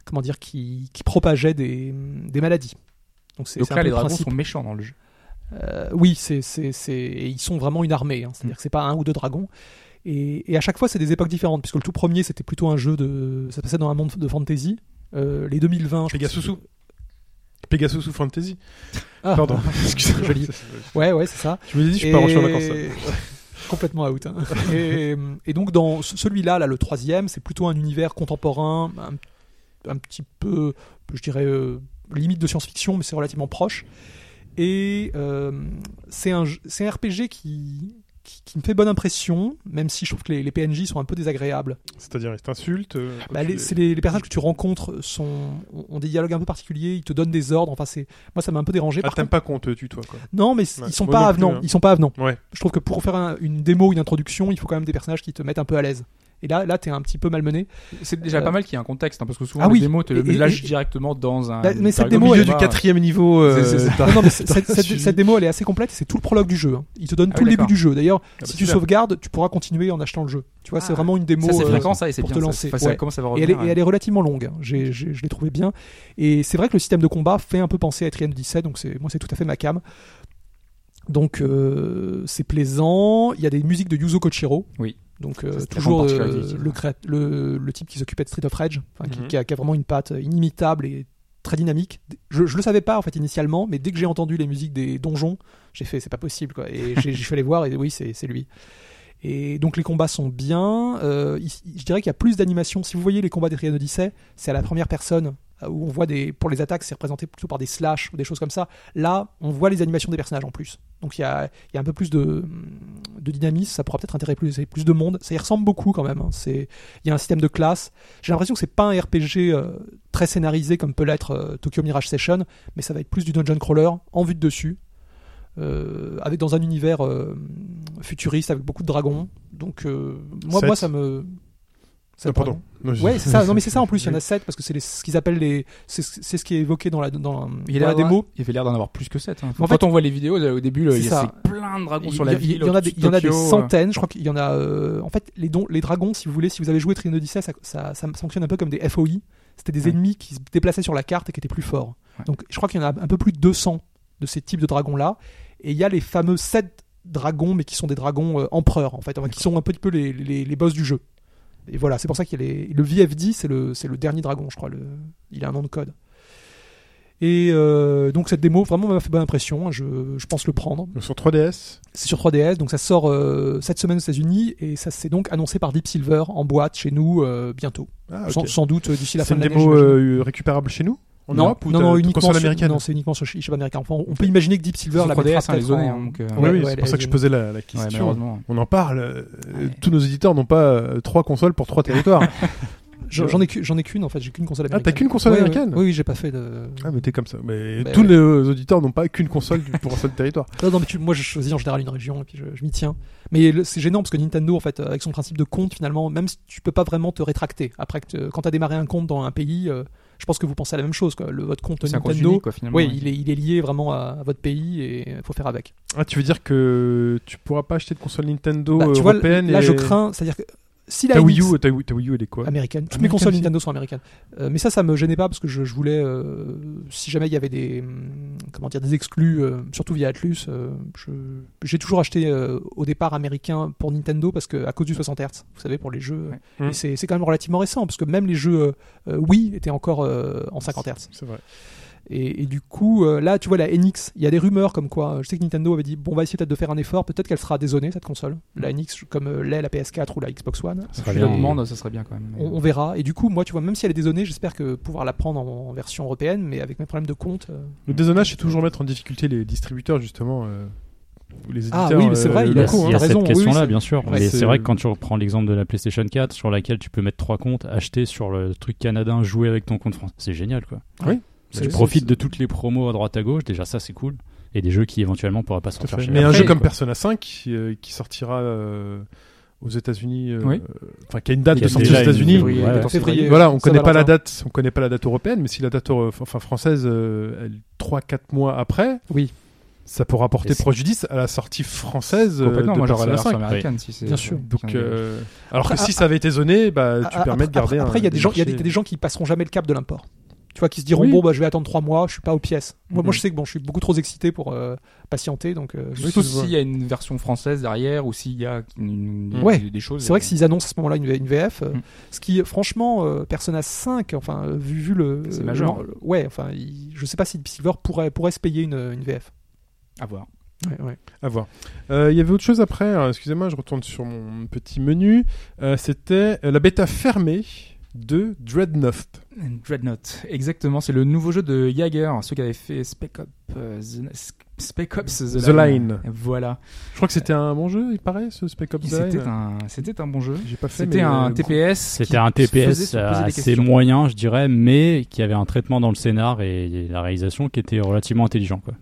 comment dire, qui, qui propageaient des, des maladies. Donc c'est
Donc
c'est un
là,
peu
les
le
dragons
principe.
sont méchants dans le jeu.
Euh, oui, c'est c'est c'est et ils sont vraiment une armée. hein.
Mm.
C'est-à-dire que c'est pas un ou deux dragons. Et, et à chaque fois, c'est des époques différentes puisque le tout premier c'était plutôt un jeu de ça se passait dans un monde de fantasy. Euh, les 2020. je pense-
Pegasusu. Pegasus ou Fantasy.
Ah,
Pardon. Excusez-moi.
Joli. Ouais, ouais, c'est ça.
Je me suis dit, je peux pas
Et-
rentrer en vacances. là.
Complètement out. hein. et, et donc dans ce- celui-là, là, le troisième, c'est plutôt un univers contemporain, un, un petit peu, je dirais, euh, limite de science-fiction, mais c'est relativement proche. Et euh, c'est un, jeu- c'est un RPG qui, qui, qui me fait bonne impression, même si je trouve que les, les PNJ sont un peu désagréables.
C'est-à-dire, ils t'insultent. euh, quand
Bah,
tu
les,
les-
c'est les, les personnages que tu rencontres sont, ont ont des dialogues un peu particuliers, ils te donnent des ordres. Enfin, c'est moi ça m'a un peu dérangé.
Ah,
par
t'aimes pas qu'on te tutoie, quoi.
non, mais c-
Ouais,
ils sont
moi non
pas
plus,
avenants.
hein.
Ils sont pas avenants.
Ouais.
Je trouve que pour faire un- une démo, une introduction, il faut quand même des personnages qui te mettent un peu à l'aise. Et là, là, t'es un petit peu malmené.
C'est déjà
Euh,
pas mal qu'il y ait un contexte, hein, parce que souvent
ah
les
oui,
démos te
et-
le
et-
lâchent
et-
directement dans un.
Bah, mais cette
dans-
démo,
au milieu
elle-
du
bah,
quatrième.
niveau. euh,
C'est- c'est ça.
t'as-
Non, non, mais c- cette, cette-
suivi.
cette démo, elle est assez complète. C'est tout le prologue du jeu. hein. Il te donne
Ah
tout
oui,
le début
d'accord.
du jeu. D'ailleurs,
bah,
si tu
super.
sauvegardes, tu pourras continuer en achetant le jeu. Tu vois,
Ah,
c'est vraiment une démo.
Ça, c'est
euh,
fréquent, ça, et c'est
pour
bien.
te
ça.
lancer,
Enfin, ça
ouais.
commence à
et
revenir.
elle, est, et
hein.
elle est relativement longue, hein. J'ai- j'ai- je l'ai trouvé bien. Et c'est vrai que le système de combat fait un peu penser à Etrian Odyssey, donc c'est- moi c'est tout à fait ma cam. Donc euh, c'est plaisant. Il y a des musiques de Yuzo Kochiro.
Oui.
Donc euh,
Ça, c'est la
toujours
grande
euh,
particularité,
le, créa- le, le type qui s'occupait de Street of Rage, enfin, qui-
Mhm.
qui, a, qui a vraiment une patte inimitable et très dynamique. Je, je le savais pas en fait initialement, mais dès que j'ai entendu les musiques des donjons, j'ai fait c'est pas possible quoi. Et j'ai je suis allé voir et oui c'est c'est lui. Et donc les combats sont bien. Euh, il- je dirais qu'il y a plus d'animation. Si vous voyez les combats des Trian Odyssey, c'est à la première personne euh, où on voit des pour les attaques c'est représenté plutôt par des slash ou des choses comme ça. Là on voit les animations des personnages en plus. Donc il y a, il y a un peu plus de, de dynamisme. Ça pourra peut-être intéresser plus, plus de monde. Ça y ressemble beaucoup quand même. hein. C'est il y a un système de classe. J'ai l'impression que c'est pas un RPG euh, très scénarisé comme peut l'être euh, Tokyo Mirage Session, mais ça va être plus du dungeon crawler en vue de dessus, euh, avec dans un univers euh, futuriste avec beaucoup de dragons. Donc euh, moi,
Sept.
moi ça me ça
Ah,
me-
pardon. Non, je-
Ouais, c'est ça. Non, mais c'est ça en plus. Il y en a 7 parce que c'est les- ce qu'ils appellent les. C'est c'est ce qui est évoqué dans la, dans,
Il y
dans
a l'air
la
d'en-
démo.
Il avait l'air d'en avoir plus que 7.
En
En
fait-
fait, on voit les vidéos, euh, au début, le-
C'est
il y
ça.
a ces plein de dragons
Il
sur la
y, a-
ville.
il y en a, des,
au-dessus de
il y en a des
Tokyo, euh.
centaines, je crois qu'il y en a. euh, en fait, les, dons- les dragons, si vous voulez, si vous avez joué Trion Odyssey, ça, ça, ça fonctionne un peu comme des FOI. C'était des
Ouais.
ennemis qui se déplaçaient sur la carte et qui étaient plus forts.
Ouais.
Donc, je crois qu'il y en a un peu plus de 200 de ces types de dragons-là. Et il y a les fameux 7 dragons, mais qui sont des dragons euh, empereurs, en fait, enfin, qui sont un petit peu les, les, les boss du jeu. Et voilà, c'est pour ça qu'il y a les- le VFD, c'est le, c'est le dernier dragon, je crois. Le, il a un nom de code. Et euh, donc cette démo vraiment m'a fait bonne impression. Je, je pense le prendre.
Donc, Sur 3DS,
C'est sur 3DS, donc ça sort euh, cette semaine aux États-Unis et ça s'est donc annoncé par Deep Silver en boîte chez nous euh, bientôt.
ah, ok.
Sans, sans doute euh, d'ici la
c'est
fin
une
de l'année.
démo
j'imagine.
euh, récupérable chez nous en
non,
Europe ou
non,
t'as-
non,
t'as
uniquement
console
sur,
américaine
non, c'est uniquement sur chez chez américain. Enfin, on on peut imaginer que Deep Silver
Sur
la
3DS,
mettra
hein, les
peut-être
zones,
en-
hein, donc, euh,
Oui, oui,
Ouais, ouais,
c'est
les
pour ça que je
zones.
posais la, la
Ouais,
question.
malheureusement.
on en parle. euh,
Ouais.
Tous nos éditeurs n'ont pas euh, trois consoles pour trois territoires.
J'en j'en ai qu'une- j'en ai qu'une en fait, j'ai qu'une console
ah,
américaine.
t'as qu'une console
Ouais, ouais.
américaine
Oui, oui, j'ai pas fait de.
Ah, mais t'es comme ça. Mais
Bah
tous
ouais.
nos auditeurs n'ont pas qu'une console pour un seul territoire.
Non, non, mais tu- moi je choisis en général une région et puis je, je m'y tiens. Mais le- c'est gênant parce que Nintendo, en fait, euh, avec son principe de compte, finalement, même si tu peux pas vraiment te rétracter. Après, que te- quand t'as démarré un compte dans un pays, euh, je pense que vous pensez à la même chose. Quoi. Le, votre compte
C'est un compte
Nintendo,
unique, quoi, finalement.
oui, il est, il est lié vraiment à, à votre pays et faut faire avec.
Ah, tu veux dire que tu pourras pas acheter de console Nintendo euh,
Bah, tu vois,
européenne
là
et...
je crains, c'est-à-dire que si la
Ta Wii,
NX
U, ta, Wii- ta Wii U, elle est quoi
américaine, toutes mes
Américaine
consoles
aussi.
Nintendo sont américaines. Euh, mais ça, ça me gênait pas parce que je, je voulais, euh, si jamais il y avait des, hum, comment dire, des exclus, euh, surtout via Atlus, euh, je- j'ai toujours acheté euh, au départ américain pour Nintendo parce que à cause du 60 Hz, vous savez, pour les jeux.
Ouais.
Et
Mhm.
c'est c'est quand même relativement récent parce que même les jeux euh, euh, Wii étaient encore euh, en 50 Hz.
C'est vrai.
Et, et du coup, euh, là, tu vois, la NX, il y a des rumeurs comme quoi. euh, Je sais que Nintendo avait dit bon, on va essayer peut-être de faire un effort, peut-être qu'elle sera dézonée, cette console. La NX, comme euh, l'est la PS4 ou la Xbox One.
Ça
Je
serait
lui
bien.
demande, ça serait bien quand même.
On, on verra. Et du coup, moi, tu vois, même si elle est dézonée, j'espère que pouvoir la prendre en, en version européenne, mais avec mes problèmes de compte. euh,
Le dézonnage, c'est toujours mettre en difficulté les distributeurs, justement. euh, ou les éditeurs.
Ah oui, mais c'est vrai,
euh,
Il
il
y a,
a con,
locaux,
il y a
hein.
raison,
cette
oui,
question-là,
c'est-
bien sûr.
Ouais,
mais
c'est-
c'est vrai que quand tu reprends l'exemple de la PlayStation 4, sur laquelle tu peux mettre trois comptes, acheter sur le truc canadien, jouer avec ton compte français, c'est génial quoi.
Oui.
Tu profites de toutes les promos à droite à gauche, déjà ça c'est cool. Et des jeux qui éventuellement pourraient pas
Tout à
sortir
fait.
chez
Mais un
Apple,
jeu comme
quoi.
Persona 5 euh, qui sortira euh, aux États-Unis, euh,
Oui.
enfin qui a une date
Qui
de
a
sortie aux
déjà une-
États-Unis.
oui,
ouais,
ouais.
attends,
Février.
Voilà, on
Saint
connaît pas la
Valentin.
date, on connaît pas la date européenne, mais si la date euro- enfin française, euh, elle- trois quatre mois après,
Oui.
ça pourra
Et
porter
c'est-
préjudice à la sortie française euh,
Complètement,
de
moi j'aurais la
Persona
version
5.
américaine si c'est.
Bien sûr.
Donc, euh, alors
Après,
que si ça avait été zoné, bah, tu
Ah,
permets de
après-
garder.
Après,
un-
après, il y a des gens, il y a des,
marchés.
des gens qui passeront jamais le cap de l'import. Tu vois, qui se diront
Oui.
bon, bah, je vais attendre trois mois, je suis pas aux pièces. Moi, moi,
Mhm.
je sais que bon, je suis beaucoup trop excité pour euh, patienter, donc. euh, je-
Surtout
je vois.
s'il y a une version française derrière ou s'il y a une- une-
Ouais.
des, des choses.
C'est vrai que s'ils annoncent à ce moment-là une, une VF, euh,
Mm.
ce qui, franchement, euh, Persona 5, enfin, euh, vu, vu le.
C'est
euh,
majeur.
hein.
le- ouais, enfin, il- je sais pas si Deep Silver pourrait, pourrait se payer une, une VF.
À voir.
Ouais, ouais.
À voir. Euh, Il y avait autre chose après. Alors, Excusez-moi, je retourne sur mon petit menu. Euh, C'était euh, la bêta fermée de Dreadnought.
Dreadnought, exactement, c'est le nouveau jeu de Jagger, ceux qui avaient fait Spec Ops, euh, The, Spec Ops The,
The Line.
Voilà.
Je crois que c'était un bon jeu, il paraît, ce Spec Ops The Line.
C'était un, c'était un bon jeu.
J'ai pas fait.
C'était
mais,
un
euh,
TPS. qui
C'était un
se faisait
TPS
se poser des
assez
questions.
moyen, je dirais, mais qui avait un traitement dans le scénar et la réalisation qui était relativement intelligent. Quoi.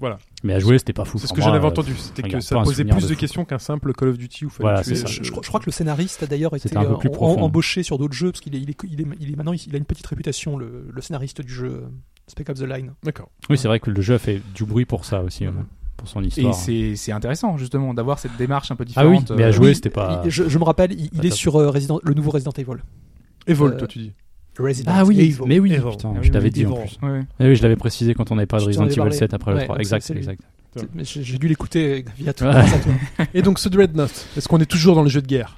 Voilà.
Mais à jouer, c'était pas fou.
C'est ce
Pour
que
moi,
j'en avais
euh,
entendu. C'était que
regarde,
ça
pas un
posait
souvenir
plus
de
de
fou.
questions qu'un simple Call of Duty où fallait
Voilà,
tuer,
c'est
euh,
ça.
Je, je crois- je crois que le scénariste a d'ailleurs été
C'était un peu
euh,
plus
en-
profond.
embauché sur d'autres jeux, parce qu'il est, il est, il est- il est maintenant, il a une petite réputation, le, le scénariste du jeu euh, Spec Ops The Line.
D'accord.
Oui, c'est vrai que le jeu a fait du bruit pour ça aussi,
Mhm.
euh, pour son
Et
histoire.
c'est, c'est intéressant, justement, d'avoir cette démarche un peu
Ah oui,
différente.
mais à
euh,
jouer,
oui,
c'était pas.
Il- je, je me rappelle, il, il
Pas
est
top.
sur euh, Resident- le nouveau Resident Evil.
Evolve,
Euh,
toi tu dis.
Resident
Ah oui,
Evil.
mais oui,
Evo.
putain,
Ah oui,
je t'avais
oui,
dit
Evo.
en plus.
ouais, ouais.
Ah oui, je l'avais précisé quand on n'avait pas de
Je
Resident
t'en avais
Evil
parlé.
7 après
Ouais,
le 3.
donc
Exact,
c'est lui.
exact.
C'est- mais J'ai j'ai dû l'écouter euh, via toi.
Ouais.
grâce à toi.
Et donc ce Dreadnought, est-ce qu'on est toujours dans le jeu de guerre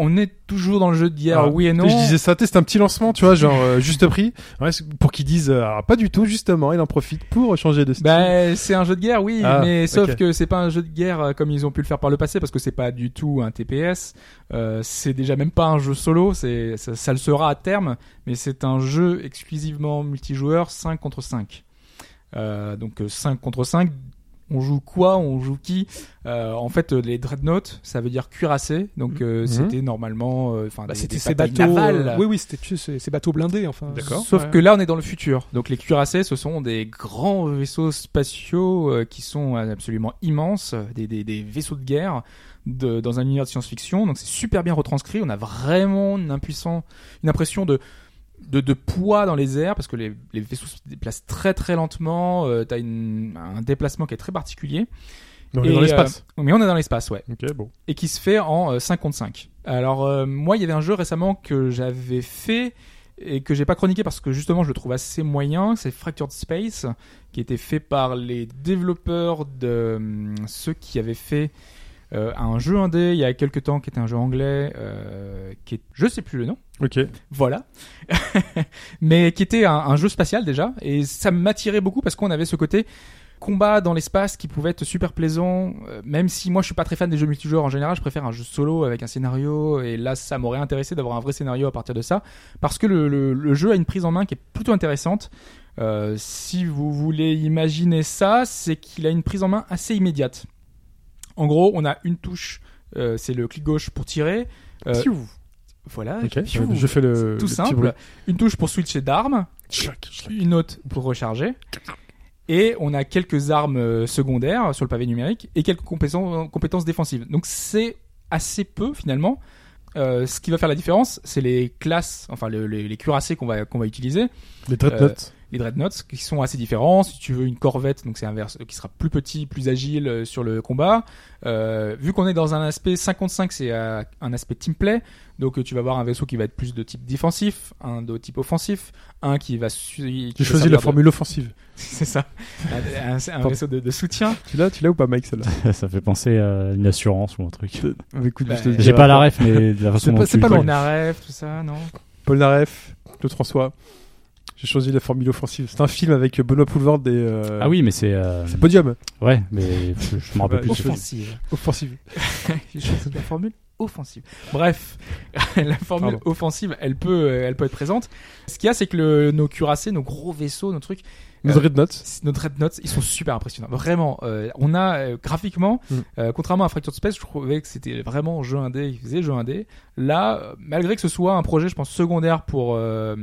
On est toujours dans le jeu d'hier,
Ah,
oui et non.
Je disais ça, tu sais, c'est un petit lancement, tu vois, genre euh, juste prix, Ouais, c'est pour qu'ils disent euh, ah, pas du tout, justement, il en profite pour changer de style.
Bah, c'est un jeu de guerre, oui,
Ah,
mais sauf
ok.
que c'est pas un jeu de guerre euh, comme ils ont pu le faire par le passé, parce que c'est pas du tout un TPS. Euh, c'est déjà même pas un jeu solo, c'est ça, ça le sera à terme, mais c'est un jeu exclusivement multijoueur 5 contre 5. Euh, donc euh, 5 contre 5, on joue quoi On joue qui Euh, En fait, euh, les dreadnoughts, ça veut dire cuirassé, donc euh,
Mhm.
c'était normalement, euh, enfin,
Bah,
des-
c'était
des
ces
batailles
bateaux.
navales.
euh, oui, oui, c'était tu sais, ces- ces bateaux blindés, enfin.
D'accord.
Sauf
Ouais.
que là, on est dans le futur. Donc les cuirassés, ce sont des grands vaisseaux spatiaux euh, qui sont euh, absolument immenses, euh, des, des- des vaisseaux de guerre de- dans un univers de science-fiction. Donc c'est super bien retranscrit. On a vraiment une, impuissant- une impression de, de, de poids dans les airs parce que les, les vaisseaux se déplacent très très lentement. Euh, T'as une- un déplacement qui est très particulier.
Mais on est
Et,
dans l'espace.
euh, mais on est dans l'espace, ouais
Ok, bon.
et qui se fait en euh, 55. Alors euh, moi, il y avait un jeu récemment que j'avais fait et que j'ai pas chroniqué parce que justement je le trouve assez moyen, c'est Fractured Space qui était fait par les développeurs de hum, ceux qui avaient fait euh, un jeu indé il y a quelques temps qui était un jeu anglais euh, qui est, je sais plus le nom
Ok.
voilà. Mais qui était un, un jeu spatial déjà, et ça m'attirait beaucoup parce qu'on avait ce côté combat dans l'espace qui pouvait être super plaisant, euh, même si moi je suis pas très fan des jeux multijoueurs en général, je préfère un jeu solo avec un scénario, et là ça m'aurait intéressé d'avoir un vrai scénario à partir de ça, parce que le, le- le jeu a une prise en main qui est plutôt intéressante. Euh, si vous voulez imaginer ça, c'est qu'il a une prise en main assez immédiate. En gros, on a une touche, euh, c'est le clic gauche pour tirer. euh,
Pfiou.
voilà,
Ok.
pfiou,
Euh, Je fais le.
tout
le petit
simple.
bruit.
Une touche pour switcher d'armes,
Chlac, chlac.
une autre pour recharger. Et on a quelques armes euh, secondaires sur le pavé numérique et quelques compétences, compétences défensives. Donc c'est assez peu finalement. Euh, ce qui va faire la différence, c'est les classes, enfin le- les, les cuirassés qu'on va, qu'on va utiliser
Les dreadnoughts.
les dreadnoughts qui sont assez différents. Si tu veux une corvette, donc c'est un vers- euh, qui sera plus petit, plus agile euh, sur le combat. Euh, vu qu'on est dans un aspect 55, c'est euh, un aspect team play. Donc euh, tu vas avoir un vaisseau qui va être plus de type défensif, un de type offensif, un qui va. su- qui
J'ai
va
choisi
servir
la
de-
formule offensive.
C'est ça. Un, un- un vaisseau de, de soutien.
Tu l'as, tu l'as ou pas, Mike, celle-là
ça fait penser à une assurance ou un truc.
Écoute,
Bah,
je te le
J'ai
dirai
pas la
après.
ref, mais de la façon
C'est
dont
pas-
tu
c'est pas
le
loin.
dis.
Polnareff, tout ça, non
Paul Naref, Claude François. J'ai choisi la formule offensive. C'est un film avec Benoît Poulvord et. euh,
Ah oui, mais c'est. euh,
C'est Podium.
Ouais, mais je je me rappelle
Bah,
plus. de ce film.
Offensive.
Offensive.
J'ai choisi la formule offensive. Bref, la formule
Pardon.
offensive, elle peut, euh, elle peut être présente. Ce qu'il y a, c'est que le- nos cuirassés, nos gros vaisseaux, nos trucs,
Les
Euh,
dreadnoughts.
c- nos dreadnoughts, ils sont super impressionnants. Vraiment, euh, on a euh, graphiquement,
Mm.
euh, contrairement à Fractured Space, je trouvais que c'était vraiment jeu indé, ils faisaient jeu indé. Là, euh, malgré que ce soit un projet, je pense, secondaire pour... euh,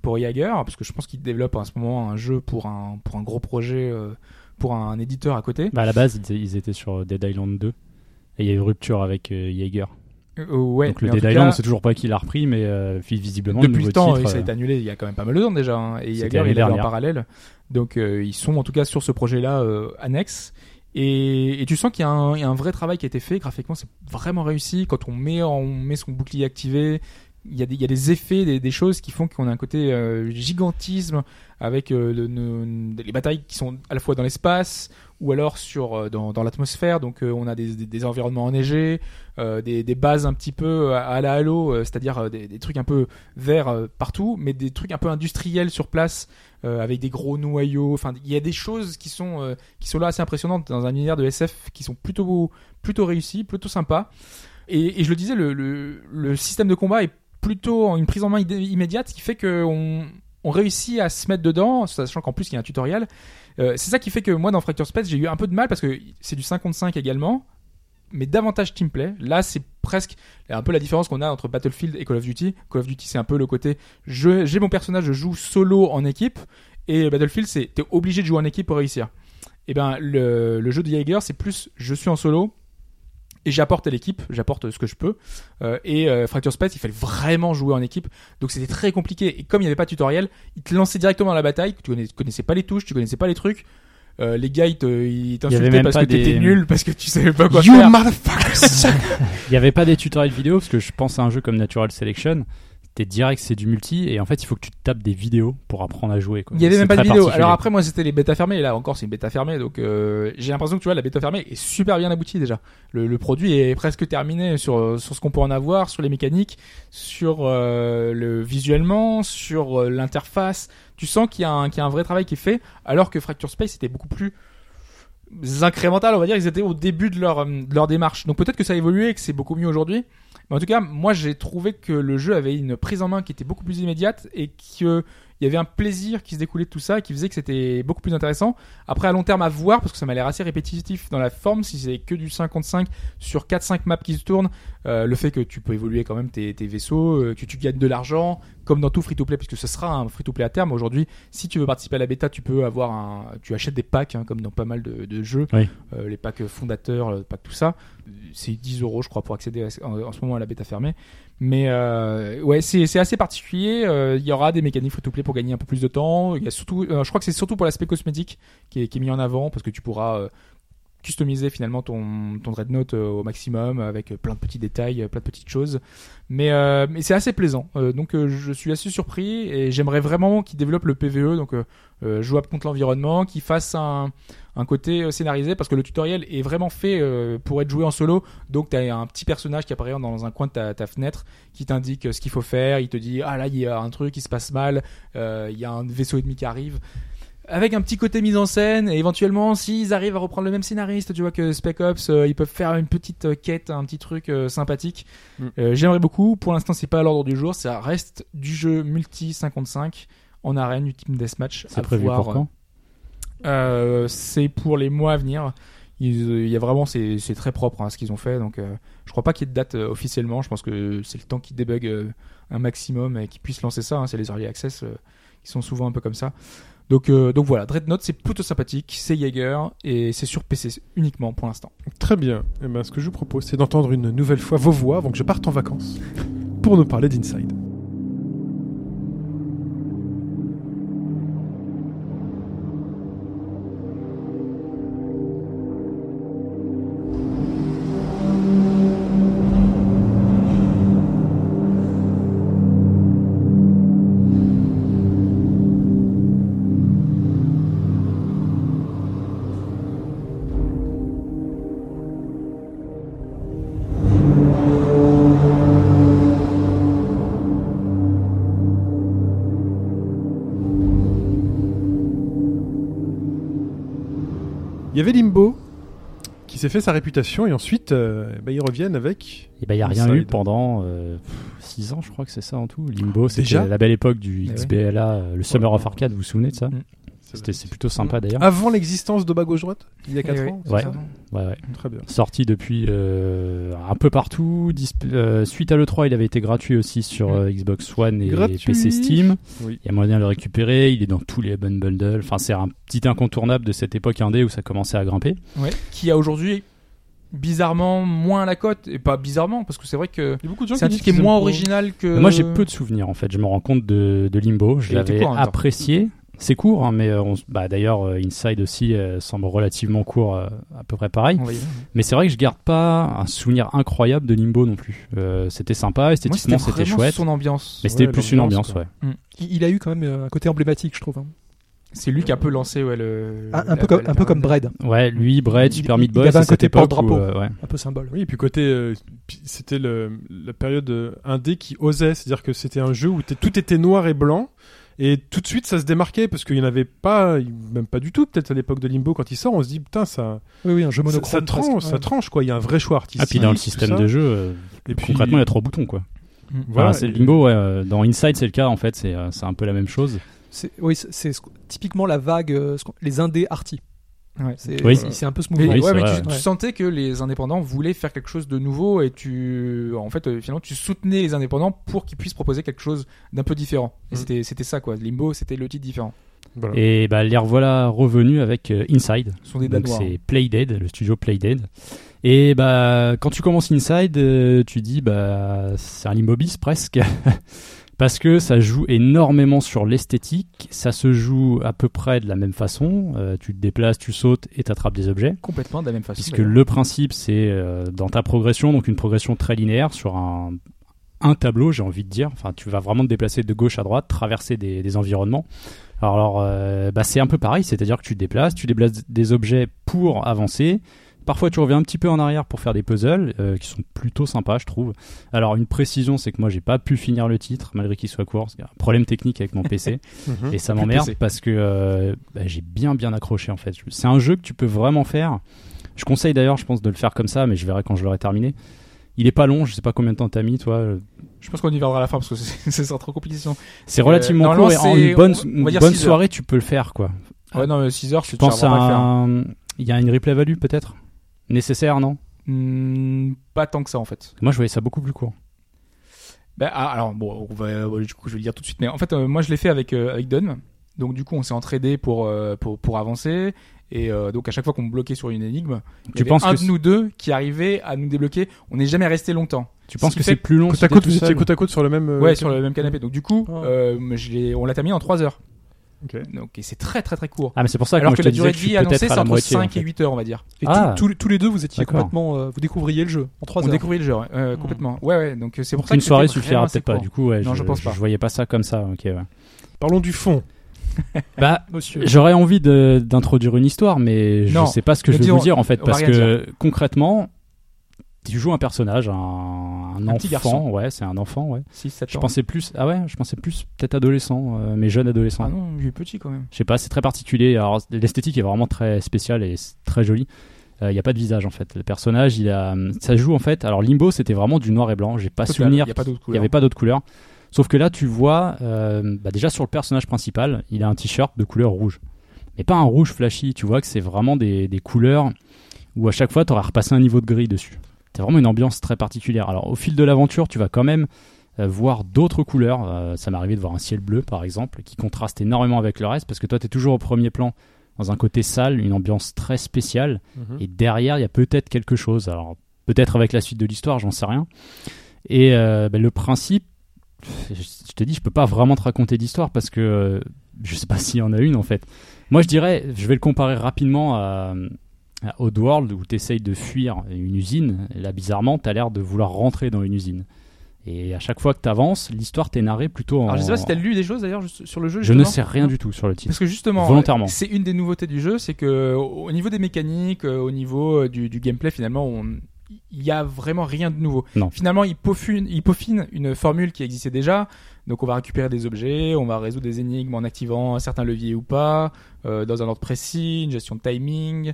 pour Jaeger, parce que je pense qu'ils développent à ce moment un jeu pour un, pour un gros projet, euh, pour un éditeur à côté.
Bah, à la base, ils, ils étaient sur Dead Island 2. Et il y a eu rupture avec euh, Jaeger.
Euh, ouais,
Donc le
mais en
Dead
tout
Island, on
cas-
sait toujours pas qui l'a repris, mais euh, visiblement,
Depuis le
nouveau
temps,
titre,
ça a
euh,
été annulé il y a quand même pas mal de temps déjà. hein. Et il y a
C'était
eu
l'année
en
dernière.
parallèle. Donc euh, ils sont en tout cas sur ce projet-là euh, annexe. Et, et tu sens qu'il y, a un- il y a un vrai travail qui a été fait. Graphiquement, c'est vraiment réussi. Quand on met, on met son bouclier activé, il y a des, il y a des effets, des, des choses qui font qu'on a un côté euh, gigantisme avec euh, le- nos- les batailles qui sont à la fois dans l'espace ou alors sur euh, dans, dans l'atmosphère. Donc euh, on a des, des- des environnements enneigés, euh, des, des bases un petit peu à, à la Halo, euh, c'est-à-dire euh, des, des trucs un peu verts euh, partout, mais des trucs un peu industriels sur place euh, avec des gros noyaux. Enfin, il y a des choses qui sont euh, qui sont là assez impressionnantes dans un univers de SF qui sont plutôt beaux, plutôt réussis, plutôt sympas. Et, et je le disais, le, le, le système de combat est plutôt en une prise en main idé- immédiate, ce qui fait que on on réussit à se mettre dedans, sachant qu'en plus il y a un tutoriel. Euh, c'est ça qui fait que moi dans Fracture Space j'ai eu un peu de mal parce que c'est du 5 contre 5 également, mais davantage teamplay. Là c'est presque un peu la différence qu'on a entre Battlefield et Call of Duty. Call of Duty c'est un peu le côté je- j'ai mon personnage, je joue solo en équipe, et Battlefield c'est t'es obligé de jouer en équipe pour réussir. Et ben le, le jeu de Jaeger c'est plus je suis en solo. Et j'apporte à l'équipe, j'apporte ce que je peux. Euh, et euh, Fracture Space, il fallait vraiment jouer en équipe. Donc c'était très compliqué. Et comme il n'y avait pas de tutoriel, il te lançait directement dans la bataille. Tu connais- connaissais pas les touches, tu connaissais pas les trucs. Euh, les gars, ils te- ils
avait
t'insultaient
même
parce
pas
que t'étais
des-
nul, parce que tu savais pas quoi
You
faire.
motherfuckers!
Il n'y avait pas des tutoriels vidéo parce que je pense à un jeu comme Natural Selection. T'es direct, c'est du multi et en fait il faut que tu te tapes des vidéos pour apprendre à jouer. Quoi.
Il y avait
C'est
même pas de
très
vidéo.
particulier.
Alors après, moi, c'était les bêtas fermées. Et là encore, c'est une bêta fermée. Donc, euh, j'ai l'impression que tu vois, la bêta fermée est super bien aboutie déjà. Le, le produit est presque terminé sur, sur ce qu'on peut en avoir, sur les mécaniques, sur euh, le visuellement, sur euh, l'interface. Tu sens qu'il y, a un- qu'il y a un vrai travail qui est fait, alors que Fracture Space était beaucoup plus incrémental, on va dire. Ils étaient au début de leur, euh, de leur démarche. Donc peut-être que ça a évolué et que c'est beaucoup mieux aujourd'hui. Mais en tout cas, moi, j'ai trouvé que le jeu avait une prise en main qui était beaucoup plus immédiate et que il y avait un plaisir qui se découlait de tout ça et qui faisait que c'était beaucoup plus intéressant. Après, à long terme, à voir, parce que ça m'a l'air assez répétitif dans la forme, si c'est que du 55 sur 4-5 maps qui se tournent, euh, le fait que tu peux évoluer quand même tes, tes vaisseaux, euh, que tu gagnes de l'argent, comme dans tout free-to-play, puisque ce sera un free-to-play à terme. Aujourd'hui, si tu veux participer à la bêta, tu peux avoir un, tu achètes des packs, hein, comme dans pas mal de, de jeux,
Oui.
Euh, les packs fondateurs, les packs tout ça. C'est 10 euros, je crois, pour accéder à- en, en ce moment à la bêta fermée. Mais euh, ouais, c'est c'est assez particulier. Euh, Il y aura des mécaniques free-to-play pour gagner un peu plus de temps. Il y a surtout, euh, je crois que c'est surtout pour l'aspect cosmétique qui est, qui est mis en avant parce que tu pourras euh, customiser finalement ton, ton Dreadnought euh, au maximum avec euh, plein de petits détails, euh, plein de petites choses. Mais, euh, mais c'est assez plaisant. Euh, donc euh, je suis assez surpris et j'aimerais vraiment qu'ils développent le PVE, donc euh, euh, jouable contre l'environnement, qu'ils fassent un, un côté euh, scénarisé parce que le tutoriel est vraiment fait euh, pour être joué en solo. Donc tu as un petit personnage qui apparaît dans un coin de ta, ta fenêtre qui t'indique euh, ce qu'il faut faire. Il te dit Ah là, il y a un truc qui se passe mal, euh, il y a un vaisseau ennemi qui arrive avec un petit côté mise en scène et éventuellement s'ils arrivent à reprendre le même scénariste tu vois que Spec Ops euh, ils peuvent faire une petite euh, quête un petit truc euh, sympathique
Mm.
Euh, j'aimerais beaucoup pour l'instant c'est pas à l'ordre du jour ça reste du jeu multi 55 en arène du team deathmatch
C'est
À
prévu
voir,
pour quand
euh, c'est pour les mois à venir. Ils, euh, Il y a vraiment, c'est c'est très propre hein, ce qu'ils ont fait. Donc, euh, je crois pas qu'il y ait de date euh, officiellement. Je pense que c'est le temps qu'ils débuguent euh, un maximum et qu'ils puissent lancer ça. hein. C'est les early access euh, qui sont souvent un peu comme ça. Donc, euh, donc voilà, Dreadnought c'est plutôt sympathique, c'est Jaeger et c'est sur PC uniquement pour l'instant.
Très bien. Eh ben, ce que je vous propose, c'est d'entendre une nouvelle fois vos voix avant que je parte en vacances pour nous parler d'Inside. Il y avait Limbo qui s'est fait sa réputation et ensuite euh, bah, ils reviennent avec.
Et ben, il n'y a rien
Inside.
eu pendant 6 ans, je crois que c'est ça en tout. Limbo,
Déjà
c'était la belle époque du
Eh oui.
XBLA, euh, le Summer of Arcade, vous vous souvenez de ça
Mm.
C'était- C'est plutôt
Mm.
sympa d'ailleurs.
Avant l'existence de bas gauche droite, il y a 4
Eh oui,
ans.
c'est
Ouais.
ça.
Ouais, ouais.
Très bien.
Sorti depuis euh, un peu partout. disp- euh, suite à l'E3, il avait été gratuit aussi sur euh, Xbox One et
Mm. Gratuit.
PC Steam.
Oui.
Il y a moyen de le récupérer. Il est dans tous les Bun Bundle. Enfin, c'est un petit incontournable de cette époque indé où ça commençait à grimper.
Ouais. Qui a aujourd'hui bizarrement moins la cote et pas bizarrement parce que c'est vrai que
Il y a beaucoup de
c'est un titre qui est moins original que.
Moi, j'ai peu de souvenirs en fait. Je me rends compte de, de Limbo. Je
Il était
l'avais
court en même temps.
apprécié. C'est court, hein, mais euh, on s- bah, d'ailleurs, euh, Inside aussi euh, semble relativement court, euh, à peu près pareil.
On va y aller.
Mais c'est vrai que je garde pas un souvenir incroyable de Limbo non plus. Euh, c'était sympa,
Moi,
esthétiquement, c'était
vraiment
chouette.
Son ambiance.
Mais c'était
Ouais,
plus une
l'ambiance,
ambiance,
quoi.
ouais.
Il, il a eu quand même euh, un côté emblématique, je trouve. hein.
C'est lui qui a un peu lancé ouais, le.
Ah, Un, un peu comme, un peu comme Braid,
Ouais, lui, Brett,
Il-
Super
il-
Meat
il
Boy,
avait un
c'est cette
côté
époque où,
porte-drapeau.
euh, ouais.
un peu symbole.
Oui, et puis côté, euh, puis c'était le, la période euh, indé qui osait, c'est-à-dire que c'était un jeu où t'es- tout était noir et blanc, et tout de suite ça se démarquait parce qu'il n'y en avait pas, même pas du tout, peut-être à l'époque de Limbo quand il sort, on se dit putain ça,
Oui, oui, un jeu
ça,
monochrome.
ça tranche,
presque,
ça
ouais.
tranche quoi, il y a un vrai choix artistique.
Ah, puis dans le
tout
système
ça.
de jeu, euh,
et puis,
concrètement, il y a trois boutons, quoi.
voilà,
Voilà, c'est Limbo, ouais. euh, Dans Inside, c'est le cas, en fait, c'est euh, c'est un peu la même chose.
C'est- Oui, c'est- c'est ce qu'on- typiquement la vague, euh, ce qu'on- les indés arty.
Ouais.
C'est
Oui.
c'est- c'est un peu ce
Mais,
mouvement.
Oui,
ouais,
c'est
mais
vrai,
tu, tu
ouais.
sentais que les indépendants voulaient faire quelque chose de nouveau et tu, en fait, euh, finalement, tu soutenais les indépendants pour qu'ils puissent proposer quelque chose d'un peu différent. Et
Mm.
c'était, c'était ça quoi. Limbo, c'était le titre différent.
Voilà.
Et bah, les revoilà revenus avec euh, Inside.
Ce sont des
Donc
Danois. hein.
c'est Playdead, le studio Playdead. Et bah quand tu commences Inside, euh, tu dis bah c'est un limbo bis presque parce que ça joue énormément sur l'esthétique, ça se joue à peu près de la même façon, Euh, tu te déplaces, tu sautes et t'attrapes des objets.
Complètement de la même façon.
Puisque
d'ailleurs.
le principe, c'est euh, dans ta progression, donc une progression très linéaire sur un, un tableau, j'ai envie de dire. Enfin, tu vas vraiment te déplacer de gauche à droite, traverser des, des environnements. Alors, euh, bah, c'est un peu pareil, c'est-à-dire que tu te déplaces, tu déplaces des objets pour avancer. Parfois, tu reviens un petit peu en arrière pour faire des puzzles euh, qui sont plutôt sympas, je trouve. Alors, une précision, c'est que moi, j'ai pas pu finir le titre, malgré qu'il soit court. parce qu'il y a un problème technique avec mon PC.
Mhm.
Et ça
Mmh. Plus
m'emmerde
PC.
parce que euh, bah, j'ai bien bien accroché en fait. C'est un jeu que tu peux vraiment faire. Je conseille d'ailleurs, je pense, de le faire comme ça, mais je verrai quand je l'aurai terminé. Il est pas long, je sais pas combien de temps t'as mis, toi.
Je pense qu'on y viendra à la fin parce que c'est- ce sera trop compliqué. sinon.
C'est relativement
Euh, normalement,
court et en
c'est-
une bonne,
on va
une
dire
bonne
six heures.
soirée, tu peux le faire quoi.
Ouais, non, mais 6 heures,
Ah. Je
tu
pense à
arriveras pas à le faire.
un... Il y a une replay value peut-être Nécessaire, non
Hmm, pas tant que ça en fait.
Moi je voyais ça beaucoup plus court.
Bah, ah, alors bon, on va- ouais, du coup, je vais le dire tout de suite. Mais en fait, euh, moi, je l'ai fait avec euh, avec Dunn. Donc du coup, on s'est entraidé pour euh, pour pour avancer. Et euh, donc à chaque fois qu'on me bloquait sur une énigme, il y
Tu
avait
penses,
un
que,
de nous deux qui arrivait à nous débloquer. On n'est jamais resté longtemps.
tu penses
ce
que
qui fait
c'est plus long
Côte
si
à
t'es
côte,
tout
vous étiez
seul
côte à côte sur le même. euh,
Ouais, sur le même canapé. Donc du coup,
Ah.
euh, je l'ai- on l'a terminé en 3 heures.
Ok.
Donc, et c'est très très très court.
Ah, mais c'est pour ça que
Alors
moi,
que
je
la
te disais
durée
que
de
je suis
vie annoncée,
peut-être à
c'est
la
entre
moitié.
5
en fait.
et 8 heures, on va dire.
Et
Ah.
tous- tous- tous les deux, vous étiez
D'accord.
complètement. euh, vous découvriez le jeu en 3
On
heures.
découvrit le jeu, ouais, euh,
Mm.
complètement. Ouais, ouais, donc euh, c'est pour
Donc
ça
une
que
soirée
c'était
suffira
vraiment assez
peut-être pas.
court.
Du coup, ouais,
Non, je pense pas.
Je voyais pas ça comme ça. Ok. ouais.
Parlons du fond.
Bah,
Monsieur.
J'aurais envie de- d'introduire une histoire, mais je
Eh, Non.
sais pas ce que
Ne
je vais
dis-
vous dire en fait,
on va
parce
rien
que concrètement, tu joues un personnage, un, un
Un
enfant,
petit garçon.
ouais, c'est un enfant, ouais.
6, 7
Je
ans.
pensais plus, ah ouais, je pensais plus peut-être adolescent, euh, mais jeune adolescent.
Ah non, il est petit quand même.
Je sais pas, c'est très particulier. Alors l'esthétique est vraiment très spéciale et c'est très jolie. Euh, Il n'y a pas de visage en fait. Le personnage, il a, ça joue en fait. Alors Limbo, c'était vraiment du noir et blanc. J'ai pas
Total,
souvenir
Il n'y a pas d'autre
il n'y
couleur.
avait pas d'autres couleurs. Sauf que là, tu vois, euh, bah déjà sur le personnage principal, il a un t-shirt de couleur rouge. Mais pas un rouge flashy, tu vois que c'est vraiment des, des couleurs où à chaque fois, tu auras repassé un niveau de gris dessus. C'est vraiment une ambiance très particulière. Alors au fil de l'aventure, tu vas quand même euh, voir d'autres couleurs. Euh, ça m'est arrivé de voir un ciel bleu, par exemple, qui contraste énormément avec le reste, parce que toi, tu es toujours au premier plan dans un côté sale, une ambiance très spéciale.
Mhm.
Et derrière, il y a peut-être quelque chose. Alors, peut-être avec la suite de l'histoire, j'en sais rien. Et euh, ben, le principe, je je te dis, je peux pas vraiment te raconter d'histoire parce que euh, je sais pas s'il y en a une en fait. Moi, je dirais, je vais le comparer rapidement à, à Oddworld où tu essayes de fuir une usine. Là, bizarrement, tu as l'air de vouloir rentrer dans une usine. Et à chaque fois que tu avances, l'histoire t'est narrée plutôt en.
Alors je sais pas si t'as lu des choses d'ailleurs juste sur le jeu.
Je ne
justement.
sais rien du tout sur le titre.
Parce que justement,
Volontairement.
euh, c'est une des nouveautés du jeu, c'est que au au niveau des mécaniques, euh, au niveau euh, du, du gameplay, finalement, on- il y a vraiment rien de nouveau.
Non.
Finalement, il peaufine, il peaufine une formule qui existait déjà. Donc, on va récupérer des objets, on va résoudre des énigmes en activant certains leviers ou pas, euh, dans un ordre précis, une gestion de timing,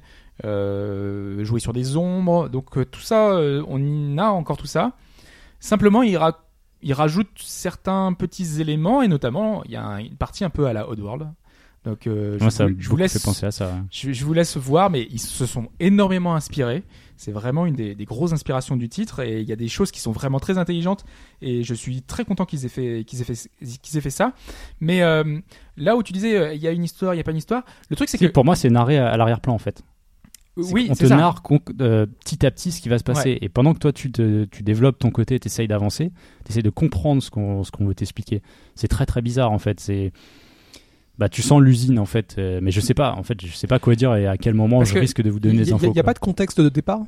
euh, jouer sur des ombres. Donc, euh, tout ça, euh, on y a encore tout ça. Simplement, il, ra- il rajoute certains petits éléments, et notamment, il y a un- une partie un peu à la Oddworld. Donc, euh, je,
Moi, ça
vous-
me
je vous laisse
fait penser à ça. ouais.
je, je vous laisse voir, mais ils se sont énormément inspirés. C'est vraiment une des, des grosses inspirations du titre et il y a des choses qui sont vraiment très intelligentes et je suis très content qu'ils aient fait qu'ils aient fait qu'ils aient fait ça. Mais euh, là où tu disais euh, il y a une histoire, il y a pas une histoire, le truc c'est que
Pour moi, c'est narré à à l'arrière-plan en fait. C'est
oui,
qu'on
c'est
te
ça.
narre con- euh, petit à petit ce qui va se passer. Et pendant que toi, tu, te- tu développes ton côté, tu essayes d'avancer, tu essayes de comprendre ce qu'on ce qu'on veut t'expliquer. C'est très très bizarre en fait. C'est bah, tu sens l'usine en fait, euh, mais je sais pas en fait, je sais pas quoi dire et à quel moment
Parce
je
que
risque de vous
Il
donner des
n'y a,
infos.
y a
quoi.
pas de contexte de départ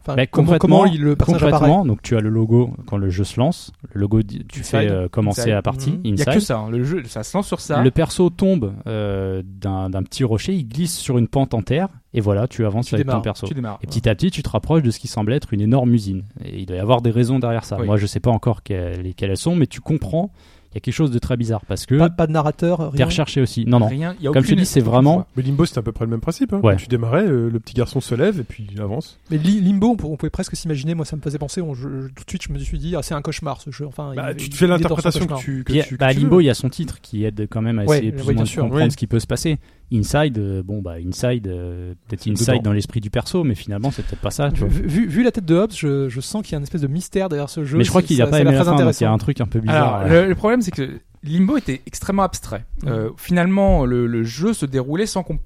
enfin,
Bah,
comment,
concrètement-
comment il, le personnage apparaît
Concrètement, donc tu as le logo quand le jeu se lance, le logo dit- tu
Inside.
fais euh, commencer
Inside.
à partie,
Mhm.
Il y a
inside.
que ça, hein. le jeu ça se lance sur ça.
Le perso tombe euh, d'un d'un petit rocher, il glisse sur une pente en terre et voilà, tu avances
Tu
avec
démarres,
ton perso.
Tu démarres.
Et petit à petit, tu te rapproches de ce qui semble être une énorme usine. Et il doit y avoir des raisons derrière ça.
Oui.
Moi, je sais pas encore quelles, quelles elles sont, mais tu comprends. Il y a quelque chose de très bizarre parce que
pas, pas de narrateur,
t'es
rien.
recherché aussi. Non, non.
Rien, il y a
hein. Comme je te
aucune-
dis, c'est vraiment-
Mais Limbo, c'était à peu près le même principe. hein.
Ouais.
Quand tu démarrais, euh, le petit garçon se lève et puis il avance.
Mais Li- Limbo, on, pou- on pouvait presque s'imaginer, moi ça me faisait penser, on- je- je- tout de suite je me suis dit, ah, c'est un cauchemar ce jeu. Enfin,
Bah,
il-
tu te
il-
fais
il est dans son
l'interprétation que
cauchemar.
tu, que
Puis,
tu- que
bah, à
tu
Limbo,
veux.
il y a son titre qui aide quand même à
Ouais,
essayer
oui,
plus ou
bien
moins de
sûr,
comprendre
oui.
ce qui peut se passer. Inside, euh, bon, bah, Inside, euh, peut-être
C'est
Inside
dedans.
dans l'esprit du perso, mais finalement, c'est peut-être pas ça, Ah, tu vois.
Vu, vu- vu la tête de Hobbs, je, je sens qu'il y a une espèce de mystère derrière ce jeu.
Mais je crois
C'est-
qu'il a
ça-
pas
ça
aimé
l'air
la
très
fin, donc il y a
intéressant.
un truc un peu bizarre. euh.
Alors,
ouais. Mm.
le, le problème, c'est que Limbo était extrêmement abstrait. Euh, finalement, le, le jeu se déroulait sans qu'on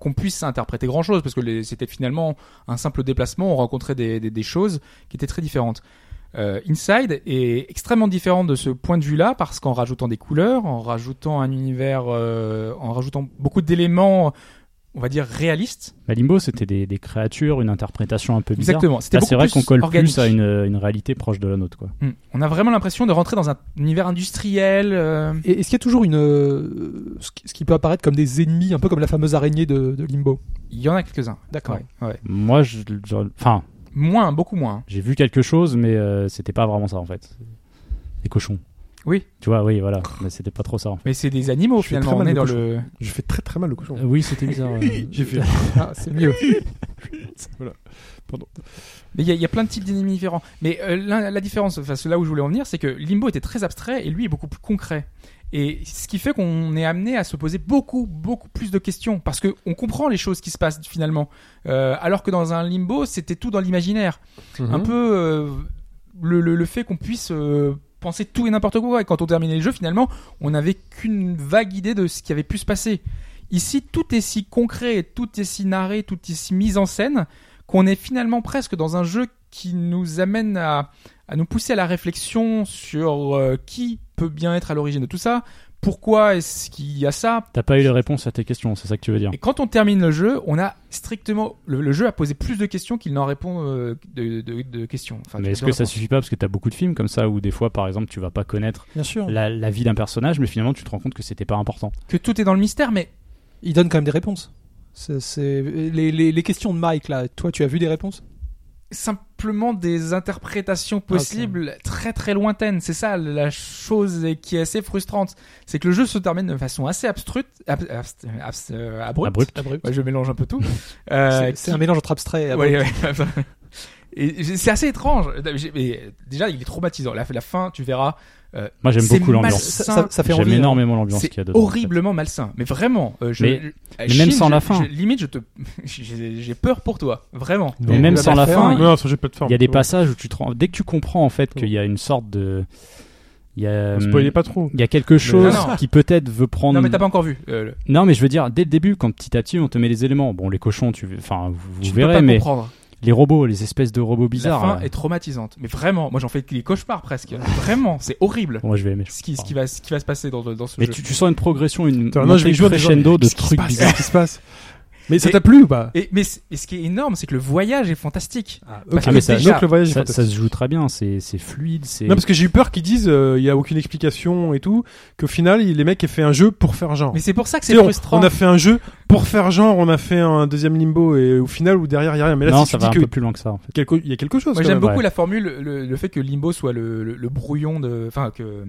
qu'on puisse interpréter grand chose, parce que les- c'était finalement un simple déplacement, on rencontrait des, des- des choses qui étaient très différentes. Euh, Inside est extrêmement différent de ce point de vue-là, parce qu'en rajoutant des couleurs, en rajoutant un univers, euh, en rajoutant beaucoup d'éléments, on va dire, réalistes.
Bah, Limbo, c'était des, des créatures, une interprétation un peu bizarre.
Exactement. C'était
Là, c'est
beaucoup
vrai
plus
qu'on colle
organique.
plus à une, euh, une réalité proche de la nôtre, quoi.
Hmm. On a vraiment l'impression de rentrer dans un univers industriel. euh,
Et est-ce qu'il y a toujours une, euh, ce qui- ce qui peut apparaître comme des ennemis, un peu comme la fameuse araignée de, de Limbo
Il y en a quelques-uns.
D'accord.
Ouais, ouais.
Moi, je, je- enfin,
Moins, beaucoup moins. hein.
J'ai vu quelque chose, mais euh, c'était pas vraiment ça en fait. Des cochons.
Oui.
Tu vois, oui, voilà. Mais c'était pas trop ça en fait.
Mais c'est des animaux
Je fais
finalement.
très
On
mal
est
le
dans
cochon.
le.
Je fais très très mal le cochon. Hein
Euh, oui, c'était bizarre. ouais.
J'ai fait.
Ah, c'est mieux.
Mais il y, a- il y a plein de types d'ennemis différents. Mais euh, la, la différence, enfin, c'est là où je voulais en venir, c'est que Limbo était très abstrait et lui est beaucoup plus concret. Et ce qui fait qu'on est amené à se poser beaucoup, beaucoup plus de questions parce que on comprend les choses qui se passent finalement. Euh, alors que dans un Limbo, c'était tout dans l'imaginaire. un
Hein
Mhm.
peu euh, le, le- le fait qu'on puisse euh, penser tout et n'importe quoi. Et quand on terminait le jeu, finalement, on n'avait qu'une vague idée de ce qui avait pu se passer. Ici, tout est si concret, tout est si narré, tout est si mis en scène qu'on est finalement presque dans un jeu qui nous amène à, à nous pousser à la réflexion sur euh, qui peut bien être à l'origine de tout ça, pourquoi est-ce qu'il y a ça
T'as pas eu les réponses à tes questions, c'est ça que tu veux dire
Et quand on termine le jeu, on a strictement le, le jeu a posé plus de questions qu'il n'en répond euh, de, de- de questions. Enfin,
Mais
de-
est-ce
de
que ça
réponses.
suffit pas Parce que t'as beaucoup de films comme ça où des fois, par exemple, tu vas pas connaître
Bien sûr.
la, la vie d'un personnage, mais finalement, tu te rends compte que c'était pas important.
que tout est dans le mystère Mais
Il donne quand même des réponses. C'est- c'est- Les, les- les questions de Mike, là, toi, tu as vu des réponses
simplement des interprétations
Ah,
possibles très très lointaines. C'est ça la chose qui est assez frustrante. C'est que le jeu se termine de façon assez abstrute, ab- abst- abst- euh, abrupte.
Abrupt.
Abrupt.
Ouais, je mélange un peu tout. Euh,
C'est- c'est
qui-
un mélange entre abstrait et abrupt.
Ouais, ouais, ouais. Et j'ai- c'est assez étrange. J'ai- mais Déjà, il est traumatisant. La, la fin, tu verras,
Moi, j'aime
C'est
beaucoup l'ambiance.
Ça, ça- ça fait
J'aime
envie. hein.
énormément l'ambiance qu'il y a
c'est
dedans. en fait.
horriblement malsain. Mais vraiment, euh, je,
Mais-
je-
mais même sans
je-
la fin.
je- limite, je te, j'ai j'ai peur pour toi, vraiment.
Mais même sans la fin,
Non, sur le jeu de plateforme.
Il y a des
c'est bon.
passages où tu te rends... dès que tu comprends en fait qu'il y a une sorte de, il y a, hum,
On spoilait pas trop.
il y a quelque chose
Non, non.
qui peut-être veut prendre.
Non, mais t'as pas encore vu. euh, le-
Non, mais je veux dire, dès le début, quand petit à petit on te met les éléments, bon, les cochons, tu, enfin, vous,
tu
vous
ne peux pas
verrez, mais
comprendre.
les robots, les espèces de robots bizarres. euh,
La fin
là.
est traumatisante. Mais vraiment, moi j'en fais des cauchemars presque. vraiment, c'est horrible.
Bon, Moi, je vais aimer. je
Ce qui, ce
crois.
qui va, ce qui va se passer dans, dans ce
Mais
jeu.
tu, tu sens une progression, une
Putain, non,
montée
je vais jouer en disant,
crescendo de
Qu'est-ce qui se
trucs
passe
bizarres.
Qu'est-ce qui se passe Mais ça
Et-
t'a plu ou pas
Et, mais c- et ce qui est énorme, c'est que le voyage est fantastique.
Ok.
Ah, mais ça-
Donc le voyage est
Ça,
fantastique.
ça se joue très bien, c'est c'est fluide, c'est.
Non parce que j'ai eu peur qu'ils disent euh, il y a aucune explication et tout qu'au final il- les mecs aient fait un jeu pour faire genre.
Mais c'est pour ça que
Tu
c'est
sais, on-
frustrant.
On a fait un jeu pour faire genre, on a fait un deuxième limbo et au final ou derrière il y a rien. Mais là
non,
si
ça
tu
va un
dis
peu
que
plus loin que ça. En fait.
quelque- il y a quelque chose.
Moi
quand
j'aime
même.
beaucoup
ouais.
la formule, le, le fait que Limbo soit le, le- le brouillon de, enfin que,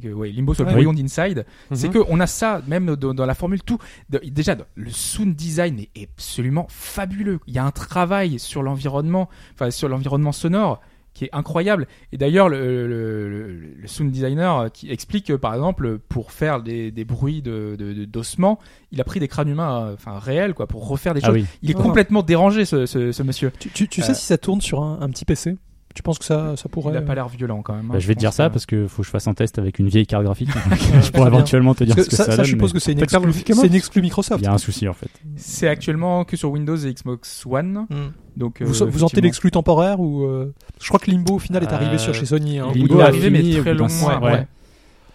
que ouais, Limbo soit le
Ah
Ouais.
brouillon d'Inside.
Mhm.
C'est que on a ça même dans, dans la formule tout. de- déjà dans- le sound design est est absolument fabuleux. Il y a un travail sur l'environnement, enfin sur l'environnement sonore qui est incroyable. Et d'ailleurs le, le- le- le sound designer qui explique que, par exemple pour faire des, des bruits de de- de- d'ossements, il a pris des crânes humains, euh, enfin réels quoi, pour refaire des
Ah
choses.
oui.
Il est
Ah.
complètement dérangé ce, ce- ce monsieur.
hein. Tu, tu- tu
Euh,
sais si ça tourne sur un, un petit PC Tu penses que ça, ça pourrait.
Il a pas l'air violent quand même. hein,
Bah, je vais te dire
pense
ça
que-
parce que faut que je fasse un test avec une vieille carte graphique.
euh,
je pourrais
très bien.
éventuellement te dire
Parce
ce
que
que
ça,
ça,
ça,
donne.
je suppose
mais
que c'est une,
T'as
exclu...
clairement le
c'est une exclu Microsoft.
Il y a un souci en fait.
C'est actuellement que sur Windows et Xbox One.
Hmm.
Donc, euh,
vous, vous sentez
l'excuse
l'exclu temporaire ou euh, je crois que Limbo au final est arrivé
Euh,
sur chez Sony. hein, au
Limbo
bout de-
est
est
arrivé,
arrivé, mais
au bout
très
d'un
long.
certain-
ouais,
ouais.
ouais.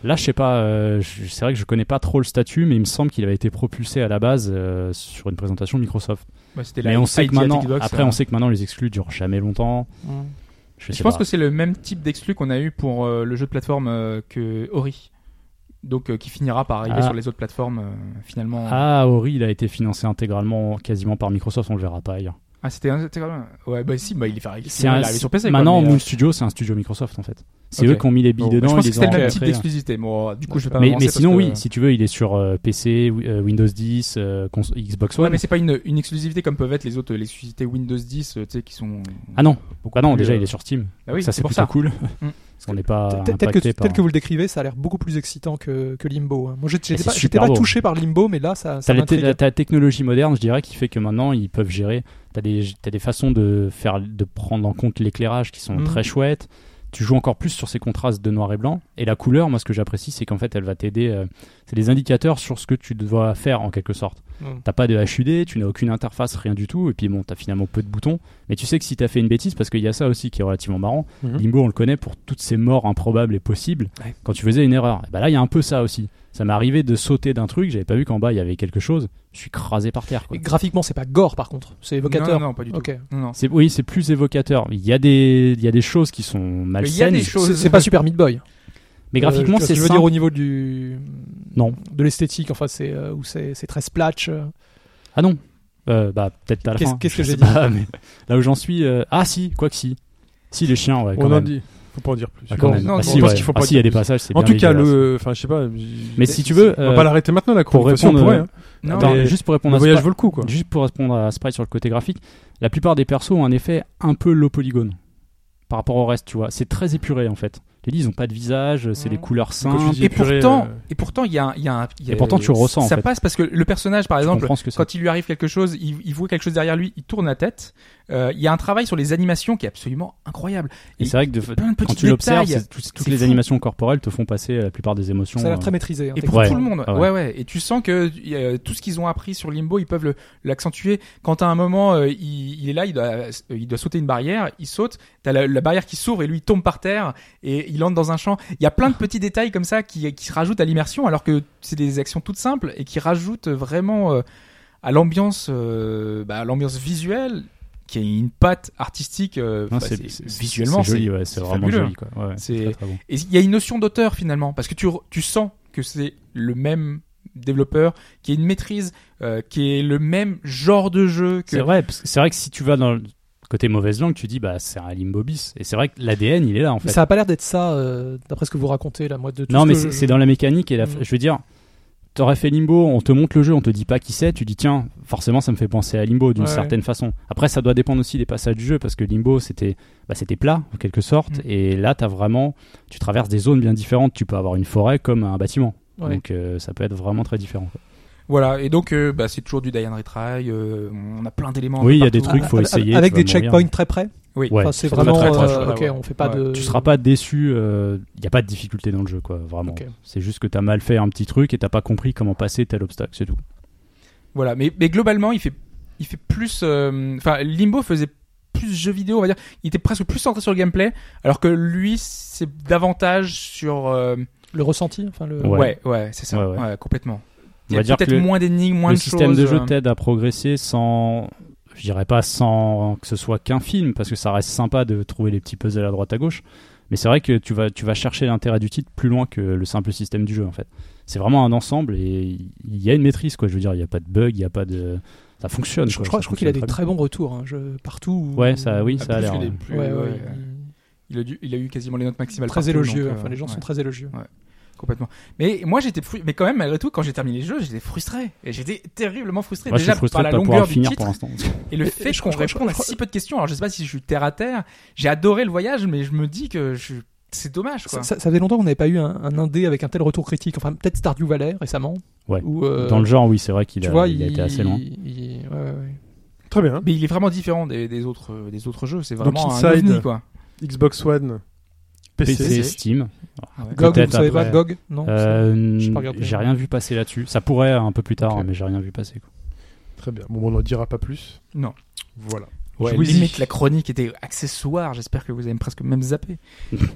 Là, je sais pas, euh, je- c'est vrai que je connais pas trop le statut, mais il me semble qu'il avait été propulsé à la base euh, sur une présentation Microsoft.
Ouais, Bah, c'était la
Mais on sait que
ID à
maintenant,
Xbox,
après,
euh.
on sait que maintenant les exclus durent jamais longtemps.
Hmm.
Je,
Je
sais
pense
pas.
que c'est le même type d'exclus qu'on a eu pour euh, le jeu de plateforme euh, que Ori. Donc, euh, qui finira par arriver
Ah.
sur les autres plateformes euh, finalement. Ah,
Ah, Ori, il a été financé intégralement, quasiment par Microsoft, on le verra pas ailleurs.
Ah, c'était un. c'était quand même- Ouais, bah si, bah, il est il est
un-
arrivé sur PC. quoi,
maintenant,
mais, euh,
Moon Studio, c'est un studio Microsoft en fait. C'est
Ok.
eux qui ont mis les billes
bon, bah,
dedans.
je pense
ils
que
les
c'était
ont
le même
rentrés. hein.
type d'exclusivité. Bon, du coup, je vais pas
mais,
m'avancer
mais
parce
sinon,
que-
oui, si tu veux, il est sur euh, PC, wi- euh, Windows 10, euh, cons- Xbox
Ouais,
One.
mais c'est pas une, une exclusivité comme peuvent être les autres, les exclusivités Windows 10, euh, tu sais, qui sont.
ah non,
beaucoup
bah non,
plus,
déjà,
euh,
il est sur Steam.
Bah oui,
ça,
c'est
c'est
pour
plutôt
ça.
cool.
Mm.
Parce qu'on n'est pas
Tel- tel, que,
impacté par.
tel que vous le décrivez, ça a l'air beaucoup plus excitant que, que Limbo. hein. Moi, j'étais
Mais
j'étais
c'est
pas, j'étais
super
pas
beau.
touché par Limbo, mais là, ça, ça
T'as la,
m'intrigue.
t'as la technologie moderne, je dirais, qui fait que maintenant ils peuvent gérer. T'as des, t'as des façons de faire, de prendre en compte l'éclairage qui sont
Mhm.
très chouettes. Tu joues encore plus sur ces contrastes de noir et blanc. Et la couleur, moi, ce que j'apprécie, c'est qu'en fait, elle va t'aider. euh, c'est des indicateurs sur ce que tu dois faire en quelque sorte.
Mhm.
T'as pas de HUD, tu n'as aucune interface, rien du tout. Et puis bon, t'as finalement peu de boutons. Mais tu sais que si t'as fait une bêtise, parce qu'il y a ça aussi qui est relativement marrant.
Mhm.
Limbo, on le connaît pour toutes ces morts improbables et possibles.
Ouais.
Quand tu faisais une erreur, et bah là, il y a un peu ça aussi. Ça m'est arrivé de sauter d'un truc, j'avais pas vu qu'en bas il y avait quelque chose. Je suis crasé par terre. Quoi.
Et Graphiquement, c'est pas gore par contre, c'est évocateur.
Non, non, pas du tout.
Ok.
Non, non.
C'est oui, c'est plus évocateur. Il y a des, il y a des choses qui sont
Mais il y a
malsaines.
des
C'est-
choses.
C'est pas Super Meat Boy.
Mais
Euh,
graphiquement,
tu vois ce
c'est
que Je veux
simple.
dire au niveau du.
Non.
De l'esthétique, enfin, c'est euh, où c'est c'est très splatch. euh.
Ah non. Euh, bah peut-être pas à la
Qu'est-ce-
fin.
qu'est-ce
je
que
sais
j'ai dit
pas, mais Là où j'en suis. euh, Ah si, quoi que si. Si les chiens, ouais. Quand
On en
même.
dit. Faut pas en dire plus.
Ah, quand
Non,
même.
non,
Ah,
non,
si,
je pense
ouais.
qu'il faut
Ah,
pas
si, il y a des
dire
passages. c'est
En
bien
tout cas
dégueulasse.
le, enfin je sais pas.
Mais si tu veux,
on va
euh,
pas l'arrêter maintenant la
pour
conversation.
répondre, euh,
pourrait, hein.
Non,
Attends,
mais-
mais
juste pour répondre
Le
à
voyage
Spy-
vaut le coup quoi.
Juste pour répondre à Sprite sur le côté graphique, la plupart des persos ont un effet un peu low polygone par rapport au reste, tu vois. C'est très épuré en fait. Les lits, ils ont pas de visage, c'est
Mhm.
des couleurs
Quand tu
simples.
dis
Et
purée,
pourtant,
euh,
et pourtant, il y a, un- il y a un. il y a-
Et pourtant, tu ressens, en
Ça
fait.
passe parce que le personnage, par
Je
exemple,
comprends ce que c'est.
quand il lui arrive quelque chose, il, il voit quelque chose derrière lui, il tourne la tête. Euh, Il y a un travail sur les animations qui est absolument incroyable.
Et c'est vrai que de-
Plein de petits
quand tu l'observes,
détails.
c'est tout- toutes
C'est
les
fou.
animations corporelles te font passer la plupart des émotions.
Ça a l'air
euh,
très maîtrisé. hein,
Et pour
techniquement.
Ouais.
tout le monde,
Ah
ouais.
ouais.
ouais, Et tu sens que euh, tout ce qu'ils ont appris sur Limbo, ils peuvent le- l'accentuer. Quand à un moment, euh, il, il est là, il doit, euh, il doit sauter une barrière, il saute, t'as la, la barrière qui s'ouvre et lui il tombe par terre et il entre dans un champ. Il y a plein de petits détails comme ça qui, qui se rajoutent à l'immersion, alors que c'est des actions toutes simples et qui rajoutent vraiment euh, à l'ambiance, euh, bah, à l'ambiance visuelle, qui est une patte artistique. euh,
non,
bah,
c'est-
c'est-
c'est-
visuellement,
c'est joli,
c'est-
ouais, c'est
c'est
vraiment
fabuleux.
joli. Quoi. Ouais, ouais,
C'est-
très, très bon.
et il y a une notion d'auteur finalement, parce que tu, re- tu sens que c'est le même développeur, qui a une maîtrise, euh, qui est le même genre de jeu que...
C'est vrai, parce que c'est vrai que si tu vas dans le côté mauvaise langue, tu dis bah c'est un limbo bis. Et c'est vrai que l'ADN il est là en
Mais
fait.
ça a pas l'air d'être ça, euh, d'après ce que vous racontez là, moi de tout
non
ce
mais
que
c'est
je-
c'est dans la mécanique et la,
Mm.
je veux dire, t'aurais fait limbo, on te montre le jeu, on te dit pas qui c'est, tu dis tiens forcément ça me fait penser à limbo d'une
Ouais, ouais.
certaine façon. Après ça doit dépendre aussi des passages du jeu parce que limbo c'était bah, c'était plat en quelque sorte
Mm.
et là t'as vraiment tu traverses des zones bien différentes. Tu peux avoir une forêt comme un bâtiment.
Ouais.
Donc euh, ça peut être vraiment très différent. quoi.
Voilà, et donc euh, bah, c'est toujours du die and retry, euh, on a plein d'éléments.
Oui, il y a
partout.
des trucs, faut essayer.
Avec
tu vas
des
mourir.
checkpoints très près.
Oui.
Ouais,
Enfin, c'est
c'est
vraiment.
très proche,
euh,
ouais.
ok,
Ouais.
on fait pas
Ouais.
de.
tu seras pas déçu. Il n'y a pas de difficulté dans le jeu, quoi. Vraiment.
Ok.
C'est juste que t'as mal fait un petit truc et t'as pas compris comment passer tel obstacle, c'est tout.
Voilà, mais, mais globalement, il fait, il fait plus... euh, Enfin, Limbo faisait plus jeu vidéo, on va dire. Il était presque plus centré sur le gameplay, alors que lui, c'est davantage sur... euh,
le ressenti. Enfin, le...
Ouais.
Ouais, ouais, c'est ça,
Ouais,
ouais,
ouais.
complètement.
On
Il y a
va dire que
peut-être
le-
moins d'énigmes, moins
le
de
système
choses.
de jeu
euh,
t'aide à progresser sans, je dirais pas sans que ce soit qu'un film, parce que ça reste sympa de trouver les petits puzzles à droite à gauche. Mais c'est vrai que tu vas, tu vas chercher l'intérêt du titre plus loin que le simple système du jeu, en fait. C'est vraiment un ensemble et il y a une maîtrise, quoi. Je veux dire, il n'y a pas de bug, il n'y a pas de. Ça fonctionne.
Je,
quoi,
je crois,
ça
je crois qu'il a des
fonctionne
très bons retours. hein, je- Partout. où-
Ouais, ça, oui, ça
Ah,
a
plus
l'air. hein.
que des-
ouais.
plus- euh,
Ouais, ouais,
ouais.
il-
Il a, dû- il a eu quasiment les notes maximales.
Très
partout,
élogieux.
donc, euh,
Enfin, les gens sont
ouais,
très élogieux.
complètement. Mais moi j'étais fru- mais quand même malgré tout quand j'ai terminé le jeu, j'étais frustré et j'étais terriblement frustré
Moi, je
déjà
suis frustré
par
de
la
pas pouvoir
longueur
le
du
finir
titre
pour l'instant.
et le
Et-
fait
et je
qu'on
crois- je
réponde à
crois-
si peu de questions. Alors je sais pas si je suis terre à terre, j'ai adoré le voyage mais je me dis que je suis- c'est dommage quoi.
Ça, ça- ça faisait longtemps qu'on n'avait pas eu un, un indé avec un tel retour critique. Enfin, peut-être Stardew Valley récemment.
Ouais.
Ou, euh,
Dans le genre, oui, c'est vrai qu'il
tu
a,
vois,
il a été assez loin.
il- ouais, ouais, ouais.
Très bien.
Mais il est vraiment différent des, des autres euh, des autres jeux, c'est
Donc,
vraiment un
Inside.
ovni quoi.
Xbox One, PC.
PC, Steam.
Gog, vous
Peut-être
savez
après.
pas Gog Non.
Euh,
j'ai pas regardé.
j'ai rien vu passer là-dessus. Ça pourrait un peu plus tard,
Ok.
hein, mais j'ai rien vu passer. quoi.
Très bien. Bon, on n'en dira pas plus.
Non.
Voilà.
Ouais,
Jouez-y.
limite la chronique était accessoire, j'espère que vous avez presque même zappé.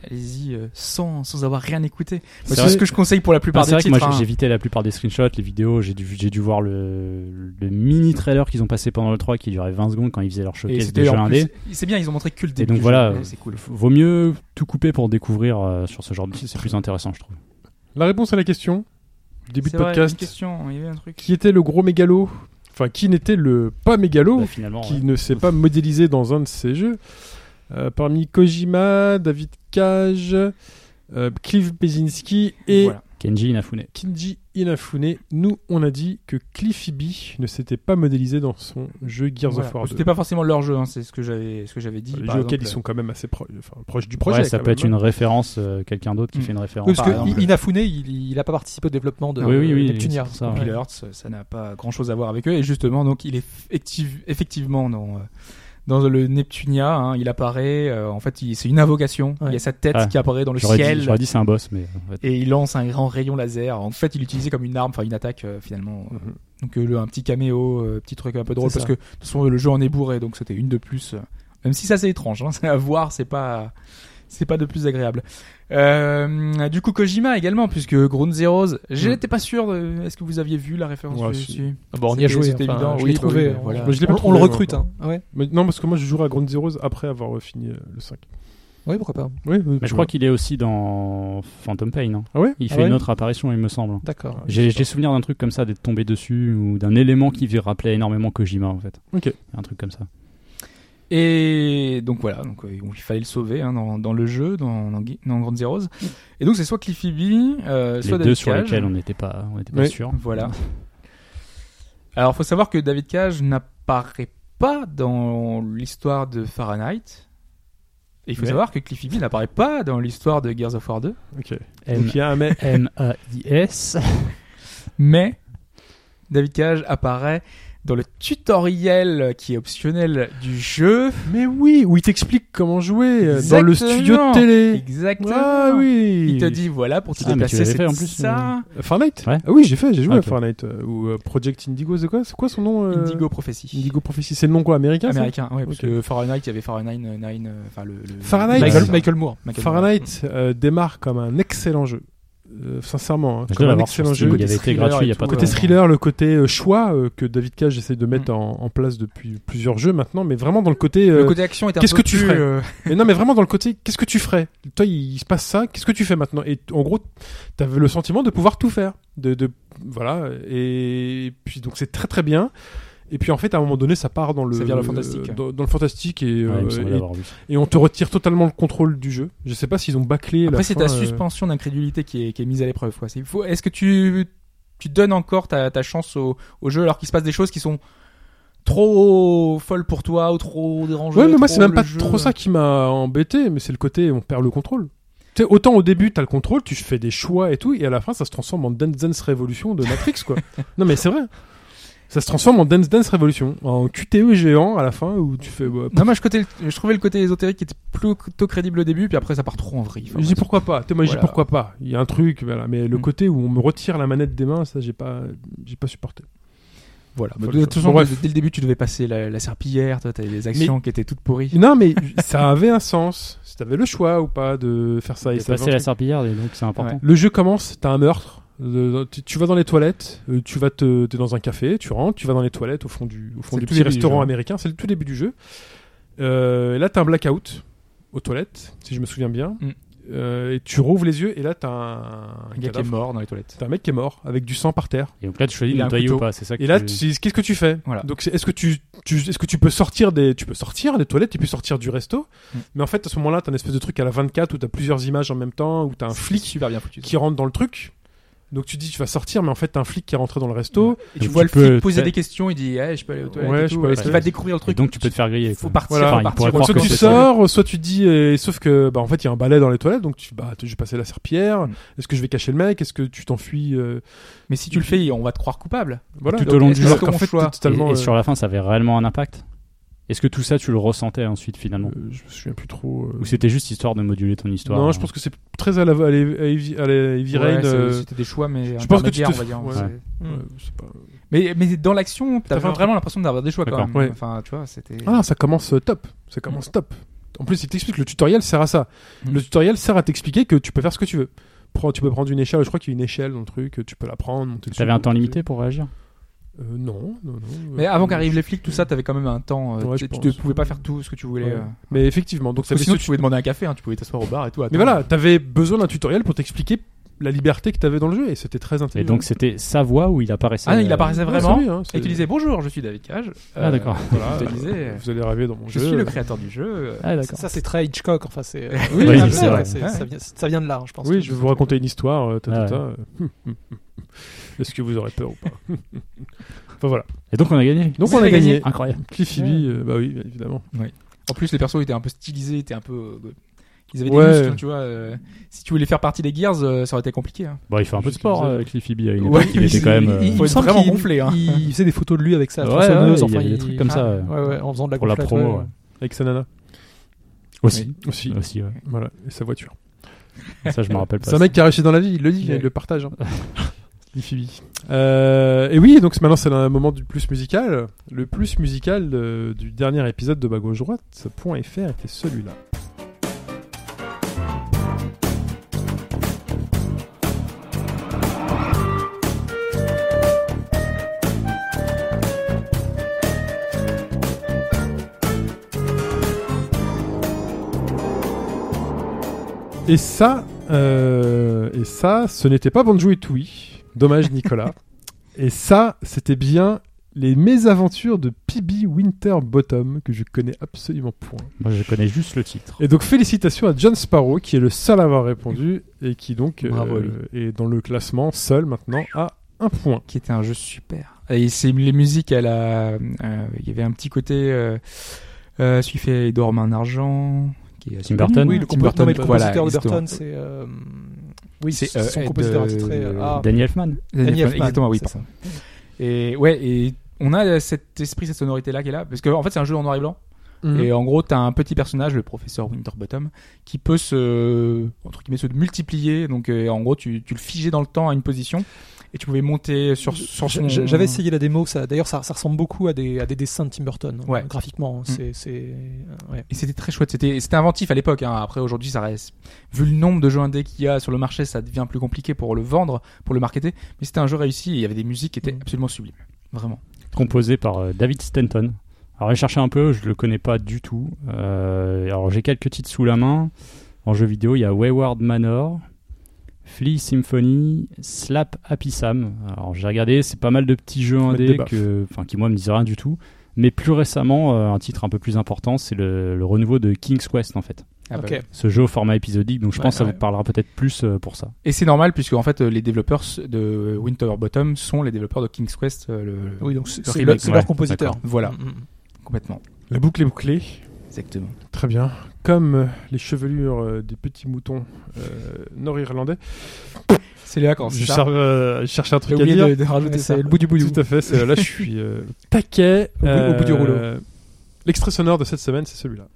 Allez-y euh, sans sans avoir rien écouté.
C'est
Bah,
C'est
vrai-
ce que je conseille pour la plupart
Non, Bah, C'est
des
vrai que moi
titres. hein.
j'ai- j'évitais la plupart des screenshots, les vidéos. J'ai dû, j'ai dû voir le, le mini trailer qu'ils ont passé pendant le 3 qui durait 20 secondes quand ils faisaient leur
Et
showcase de
c'était
jeux
en plus-
indés.
C'est bien, ils ont montré que le début.
donc
du
voilà,
jeu,
euh,
c'est cool.
Vaut mieux tout couper pour découvrir euh, sur ce genre de site, c'est plus intéressant, je trouve.
La réponse à la question, début de
C'est vrai, une
podcast,
question, il y avait un truc.
qui était le gros mégalo Enfin, qui n'était le pas mégalo
Bah, finalement,
qui
ouais.
ne s'est pas modélisé dans un de ses jeux. Euh, parmi Kojima, David Cage, euh, Cliff Bezinski et
Voilà.
Kenji Inafune.
Kinji Inafune, nous on a dit que Cliffy B ne s'était pas modélisé dans son jeu Gears
Voilà.
of War 2.
C'était pas forcément leur jeu, hein, c'est ce que j'avais, ce que j'avais dit.
Les
par
jeux auxquels
exemple.
ils sont quand même assez pro- enfin, proches du projet.
ouais, ça
quand même,
peut
hein.
être une référence, euh, quelqu'un d'autre qui
Mm.
fait une référence.
Oui, parce
par
que
exemple.
I- Inafune, il n'a pas participé au développement de
Ah Oui, oui, oui,
Neptunia.
c'est pour ça,
Puis
ouais.
le euh, Hearts, ça n'a pas grand chose à voir avec eux. Et justement, donc, il est effective- effectivement dans, euh, dans le Neptunia, hein, il apparaît. euh, en fait, il- c'est une invocation.
Ouais.
Il y a sa tête
Ah.
qui apparaît dans le
J'aurais dit,
ciel.
j'aurais dit c'est un boss, mais en fait,
et il lance un grand rayon laser. En fait, il l'utilisait comme une arme, enfin une attaque euh, finalement.
Mhm.
Donc euh, le- un petit caméo, euh, petit truc un peu drôle
C'est
parce que
ça.
de toute façon le jeu en est bourré, donc c'était une de plus. euh, Même si ça c'est étrange, hein, c'est à voir, c'est pas c'est pas de plus agréable. Euh, du coup Kojima également puisque Ground Zeroes, j'étais pas sûr. de- Est-ce que vous aviez vu la référence
Ouais,
que je
si.
suis-
Ah Bon, on y a
C'était-
joué.
c'était
Enfin,
évident.
je
Oui,
l'ai
bah
trouvé.
oui, voilà.
on,
Moi, je l'ai pas
on
trouvé,
le
moi,
recrute.
encore.
Hein. Ouais.
Mais non, parce que moi je jouerai à Ground Zeroes après avoir euh, fini euh, le 5.
Oui, pourquoi pas.
Oui, oui,
Mais
tu
je crois
vois.
qu'il est aussi dans Phantom Pain. hein.
Ah ouais
Il
Ah
fait
ouais
une autre apparition, il me semble.
D'accord.
J'ai j'ai souvenir d'un truc comme ça, d'être tombé dessus, ou d'un élément qui rappelait énormément Kojima, en fait.
Ok.
Un truc comme ça.
Et donc voilà, donc euh, il fallait le sauver hein, dans, dans le jeu, dans, dans, Gui- dans Ground Zeroes. Et donc c'est soit Cliffy B, euh, soit
Les
David
deux sur
Cage.
lesquels on n'était pas, on n'était pas
Oui.
sûr.
Voilà. Alors, faut savoir que David Cage n'apparaît pas dans l'histoire de Fahrenheit. Et il faut
Ouais.
savoir que Cliffy B n'apparaît pas dans l'histoire de Gears of War 2.
Ok.
M-
Donc il y a un mec.
M-A-I-S.
Mais David Cage apparaît dans le tutoriel qui est optionnel du jeu.
Mais oui, où il t'explique comment jouer euh, dans le studio
Exactement.
de télé.
Exactement.
Ah oui.
Il te dit voilà pour te
Ah, mais tu
déplacer,
l'avais
c'est
fait en plus,
ça.
Fortnite
Ouais.
Ah oui, j'ai fait, j'ai joué
Ah,
à
ok.
Fortnite euh, ou euh, Project Indigo, c'est quoi C'est quoi son nom euh,
Indigo Prophecy.
Indigo Prophecy, c'est le nom quoi américain ça
américain, ouais, parce
Ok.
que Fahrenheit, il y avait Fahrenheit 9, euh, enfin le, le-
Fahrenheit
Michael,
Ouais.
Michael Moore. Michael Moore.
Fahrenheit euh, démarre comme un excellent jeu. Euh, sincèrement, hein,
Je dois
comme un
l'avoir sur
excellent
Steam,
jeu.
il avait été
Thriller
gratuit il
et
n'y a pas
tout,
trop
Côté
Ouais. Mm.
longtemps.
thriller, le côté euh, choix euh, que David Cage essaie de mettre en, en place depuis plusieurs jeux maintenant, mais vraiment dans le côté. euh,
Le côté action est un
qu'est-ce
peu
que tu
plus,
ferais
euh,
mais non, mais vraiment dans le côté. Qu'est-ce que tu ferais Toi, il, il se passe ça. Qu'est-ce que tu fais maintenant Et en gros, t'avais le sentiment de pouvoir tout faire. De, de voilà. Et puis donc c'est très très bien. Et puis en fait, à un moment donné, ça part dans le
Ça vient dans le fantastique.
dans, dans le fantastique et,
Ouais, il me
euh,
semble
et-
l'avoir vu.
et on te retire totalement le contrôle du jeu. Je sais pas s'ils ont bâclé. la
Après, c'est
fin,
ta
euh,
suspension d'incrédulité qui est, qui est mise à l'épreuve. quoi. C'est- faut- Est-ce que tu, tu donnes encore ta, ta chance au, au jeu alors qu'il se passe des choses qui sont trop folles pour toi ou trop dérangeantes
Ouais, mais moi,
trop
c'est même
le
pas
jeu.
trop ça qui m'a embêté, mais c'est le côté on perd le contrôle. Tu sais, autant au début, t'as le contrôle, tu fais des choix et tout, et à la fin, ça se transforme en Dance Dance Revolution de Matrix, quoi. non, mais c'est vrai. Ça se transforme en Dance Dance Revolution, en QTE géant à la fin, où tu fais. bah,
Non, moi, je, côté, je trouvais le côté ésotérique qui était plutôt crédible au début, puis après, ça part trop en vrille. Enfin,
je dis pourquoi pas. Tu sais, moi, je dis
Voilà.
pourquoi pas. Il y a un truc, voilà. Mais le
Mm.
côté où on me retire la manette des mains, ça, j'ai pas, j'ai pas supporté.
Voilà.
Faut
Bah, De
le
toute
faire.
façon,
Bon, bref.
dès dès le début, tu devais passer la, la serpillière, toi, t'avais des actions qui étaient toutes pourries.
Non, mais ça avait un sens. Si t'avais le choix ou pas de faire ça. et
Il est
ça
passé la serpillière, et donc c'est important.
Ouais.
Le jeu commence, t'as un meurtre. euh, tu- Tu vas dans les toilettes, euh, tu vas te, t'es dans un café, tu rentres, tu vas dans les toilettes au fond du, au fond
C'est
du
le tout
petit
début du
restaurant
jeu.
américain. C'est le tout début du jeu. Euh, et là, t'as un blackout aux toilettes, si je me souviens bien.
Mm.
Euh, et tu rouvres les yeux et là, t'as un, un
Un gars qui est
cadavre.
mort dans les toilettes.
T'as un mec qui est mort avec du sang par terre.
Et donc là, tu choisis
Il
de
a un
nettoyer ou
couteau.
pas, c'est ça que
Et là,
tu-
tu dis, qu'est-ce que tu fais
Voilà.
Donc, c'est- est-ce que tu, tu- est-ce que tu peux sortir des, tu peux sortir des toilettes, tu peux sortir du resto,
Mm.
mais en fait, à ce moment-là, t'as un espèce de truc à la 24 où t'as plusieurs images en même temps, où t'as un
C'est
flic
super bien foutu. ça.
qui rentre dans le truc. Donc tu dis tu vas sortir, mais en fait t'as un flic qui est rentré dans le resto.
Et tu
Donc
vois
tu
le flic
peux-
poser
t'as-
des questions, il dit Eh, je peux aller aux toilettes
Ouais,
et
je
tout.
peux aller
Est-ce
aux
qu'il va
toilettes.
découvrir le
Et
truc
donc tu peux te faire griller.
Faut
quoi.
partir,
Voilà.
faut
Enfin, il
partir.
pourrait
Donc,
croire
soit
que
tu
c'est
sors, soit tu dis et, sauf que bah en fait il y a un balai dans les toilettes, donc tu bah tu- j'ai passé la serpillière.
Mm.
Est-ce que je vais cacher le mec Est-ce que tu t'enfuis euh,
Mais si tu le fais, on va te croire coupable.
Voilà.
Tout au long
Donc,
du
alors
jeu,
qu'en
ton
fait,
choix.
t'es totalement.
Et, et
euh,
sur la fin, ça avait réellement un impact Est-ce que tout ça, tu le ressentais ensuite finalement
euh, je me souviens plus trop. euh,
Ou c'était juste histoire de moduler ton histoire hein.
non, je pense que c'est très à la à la- à la- à la Heavy
Ouais,
Rain,
c'est-
euh,
C'était des choix, mais
je pense que tu te
intermédiaires, on
fais-
va dire.
ouais.
C'est-
Mm.
ouais,
Hmm.
c'est pas-
Mais, mais dans l'action, t'as
fait un-
vraiment l'impression d'avoir des choix quand
D'accord.
même.
Ouais.
Enfin, tu vois, c'était.
Ah non, ça commence euh, top. Ça commence
Mm.
top. En plus, il t'explique le tutoriel sert à ça. Le tutoriel sert à t'expliquer que tu peux faire ce que tu veux. Prends- tu peux prendre une échelle, je crois qu'il y a une échelle dans le truc, tu peux la prendre, monter dessus.
T'avais un temps
monter-
limité pour réagir
Euh, non, non, non.
mais
Euh,
avant qu'arrivent les flics, tout ça, t'avais quand même un temps. euh,
Ouais, je
tu tu
pense.
ne pouvais pas faire tout ce que tu voulais.
Ouais.
euh.
Mais effectivement, donc ça
Parce
fait
que sinon,
ce-
tu pouvais demander un café, hein, tu pouvais t'asseoir au bar et tout.
Mais
attends.
voilà, t'avais besoin d'un tutoriel pour t'expliquer la liberté que t'avais dans le jeu et c'était très
Et
intelligent.
donc c'était sa voix où il apparaissait
Ah, non,
euh,
il apparaissait
Ouais,
vraiment.
c'est lui, hein, c'est-
Et tu disais bonjour, je suis David Cage.
Ah,
Euh,
d'accord.
voilà,
Voilà,
tu disais,
euh, vous allez arriver dans mon
je
jeu.
suis le créateur du jeu.
Ah
Ça,
d'accord.
ça, c'est très Hitchcock. Enfin, c'est.
Oui,
Oui,
un peu,
c'est vrai.
c'est-
Ouais.
Ça, vient, ça vient de là, je pense.
Oui, je vais vous raconter une histoire. euh, ta, ta,
Ah Ouais.
ta, euh, hum, hum, hum, hum. Est-ce que vous aurez peur ou pas Enfin voilà.
Et donc on a gagné.
Donc
Vous
on a
avez gagné.
gagné.
Incroyable.
Cliffy, euh, bah oui, évidemment.
En plus, les persos étaient un peu stylisés, étaient un peu. euh, Ils avaient
Ouais.
des muscles, tu vois. euh, si tu voulais faire partie des Gears, euh, ça aurait été compliqué. hein.
Bon, il fait un peu de
Juste
sport,
comme ça.
euh, Cliffy B à une
Ouais,
époque, il était quand même. euh,
il- faut
me
être
semble
vraiment
qu'il-
gonflé, hein.
Il il faisait des photos de lui avec sa
Ouais, ouais,
tronçonneuse. enfin, Ah,
il y avait des trucs comme ça euh,
Ouais, ouais, en faisant de la
pour la
gonflette,
promo.
ouais.
ouais.
Avec sa nana
Aussi,
aussi.
aussi. ouais.
Voilà, et sa voiture.
Ça je me rappelle pas.
C'est un mec qui a réussi dans la vie, il le dit,
Ouais.
il le partage. hein. Cliffy B. Euh, et oui, donc c'est- maintenant c'est le moment du plus musical. Le plus musical euh, du dernier épisode de Bagouche Droite, .fr était celui-là. Et ça, euh, et ça, ce n'était pas Banjo et Tooie. Dommage, Nicolas. et ça, c'était bien les mésaventures de P.B. Winterbottom que je connais absolument point.
Moi je connais juste le titre.
Et donc félicitations à John Sparrow qui est le seul à avoir répondu et qui donc euh,
Bravo à lui.
est dans le classement seul maintenant à un point.
Qui était un jeu super. Et c'est les musiques, elle a. euh, Il y avait un petit côté. Euh, euh, celui fait Il dort en argent. Qui est assez
Tim Burton.
connu.
Oui, le
Tim
compo- non,
Burton,
mais le
voilà,
compositeur de
exactement.
Burton, c'est. euh,
Oui,
c'est
c'est euh,
son
Ed,
compositeur
euh,
abstrait. euh, ah,
Danny Elfman.
Danny
Danny
Elfman,
Elfman,
Exactement, oui.
c'est ça.
pardon. Et ouais, et on a cet esprit, cette sonorité là qui est là, parce que en fait c'est un jeu en noir et blanc.
Mhm.
euh,
Et en gros, t'as un petit personnage, le professeur Winterbottom, qui peut se, entre guillemets, se multiplier. Donc, euh, en gros, tu, tu le figeais dans le temps à une position et tu pouvais monter sur, sur son.
J- j- J'avais essayé la démo, ça. D'ailleurs, ça, ça ressemble beaucoup à des, à des dessins de Tim Burton. hein,
Ouais.
Graphiquement, c'est, c'est- euh, ouais.
Et c'était très chouette. C'était, c'était inventif à l'époque. hein. Après, aujourd'hui, ça reste. Vu le nombre de jeux indés qu'il y a sur le marché, ça devient plus compliqué pour le vendre, pour le marketer. Mais c'était un jeu réussi. et Il y avait des musiques qui étaient
Mhm.
absolument sublimes. Vraiment.
composé par euh, David Stanton. Alors, j'ai cherché un peu, je le connais pas du tout. Euh, alors, j'ai quelques titres sous la main. En jeu vidéo, il y a Wayward Manor, Flea Symphony, Slap Happy Sam. Alors, j'ai regardé, c'est pas mal de petits jeux
mettre des
indés
baffes.
que, enfin, qui, moi, me disent rien du tout. Mais plus récemment, euh, un titre un peu plus important, c'est le, le renouveau de King's Quest, en fait.
Ah bah
Ok.
oui.
Ce jeu au format épisodique, donc je
Ouais,
pense que ça
ouais.
vous parlera peut-être plus euh, pour ça.
Et c'est normal, puisque en fait, euh, les développeurs de Winterbottom sont les développeurs de King's Quest. euh, le-
Oui, donc c'est,
Le
c'est
remake,
leur, c'est leur
ouais,
compositeur.
Voilà,
Mm, mm.
complètement.
La boucle est bouclée.
Exactement.
Très bien. Comme euh, les chevelures euh, des petits moutons euh, nord-irlandais,
C'est les vacances.
je, cher- euh, je cherche un
J'ai
truc à
oublié
dire.
de, de rajouter
Ouais,
ça.
c'est le bout du bout. Tout à fait. c'est- Là, je suis euh,
Taquet.
au, bout- au bout du
Euh,
rouleau. L'extrait sonore de cette semaine, c'est celui-là.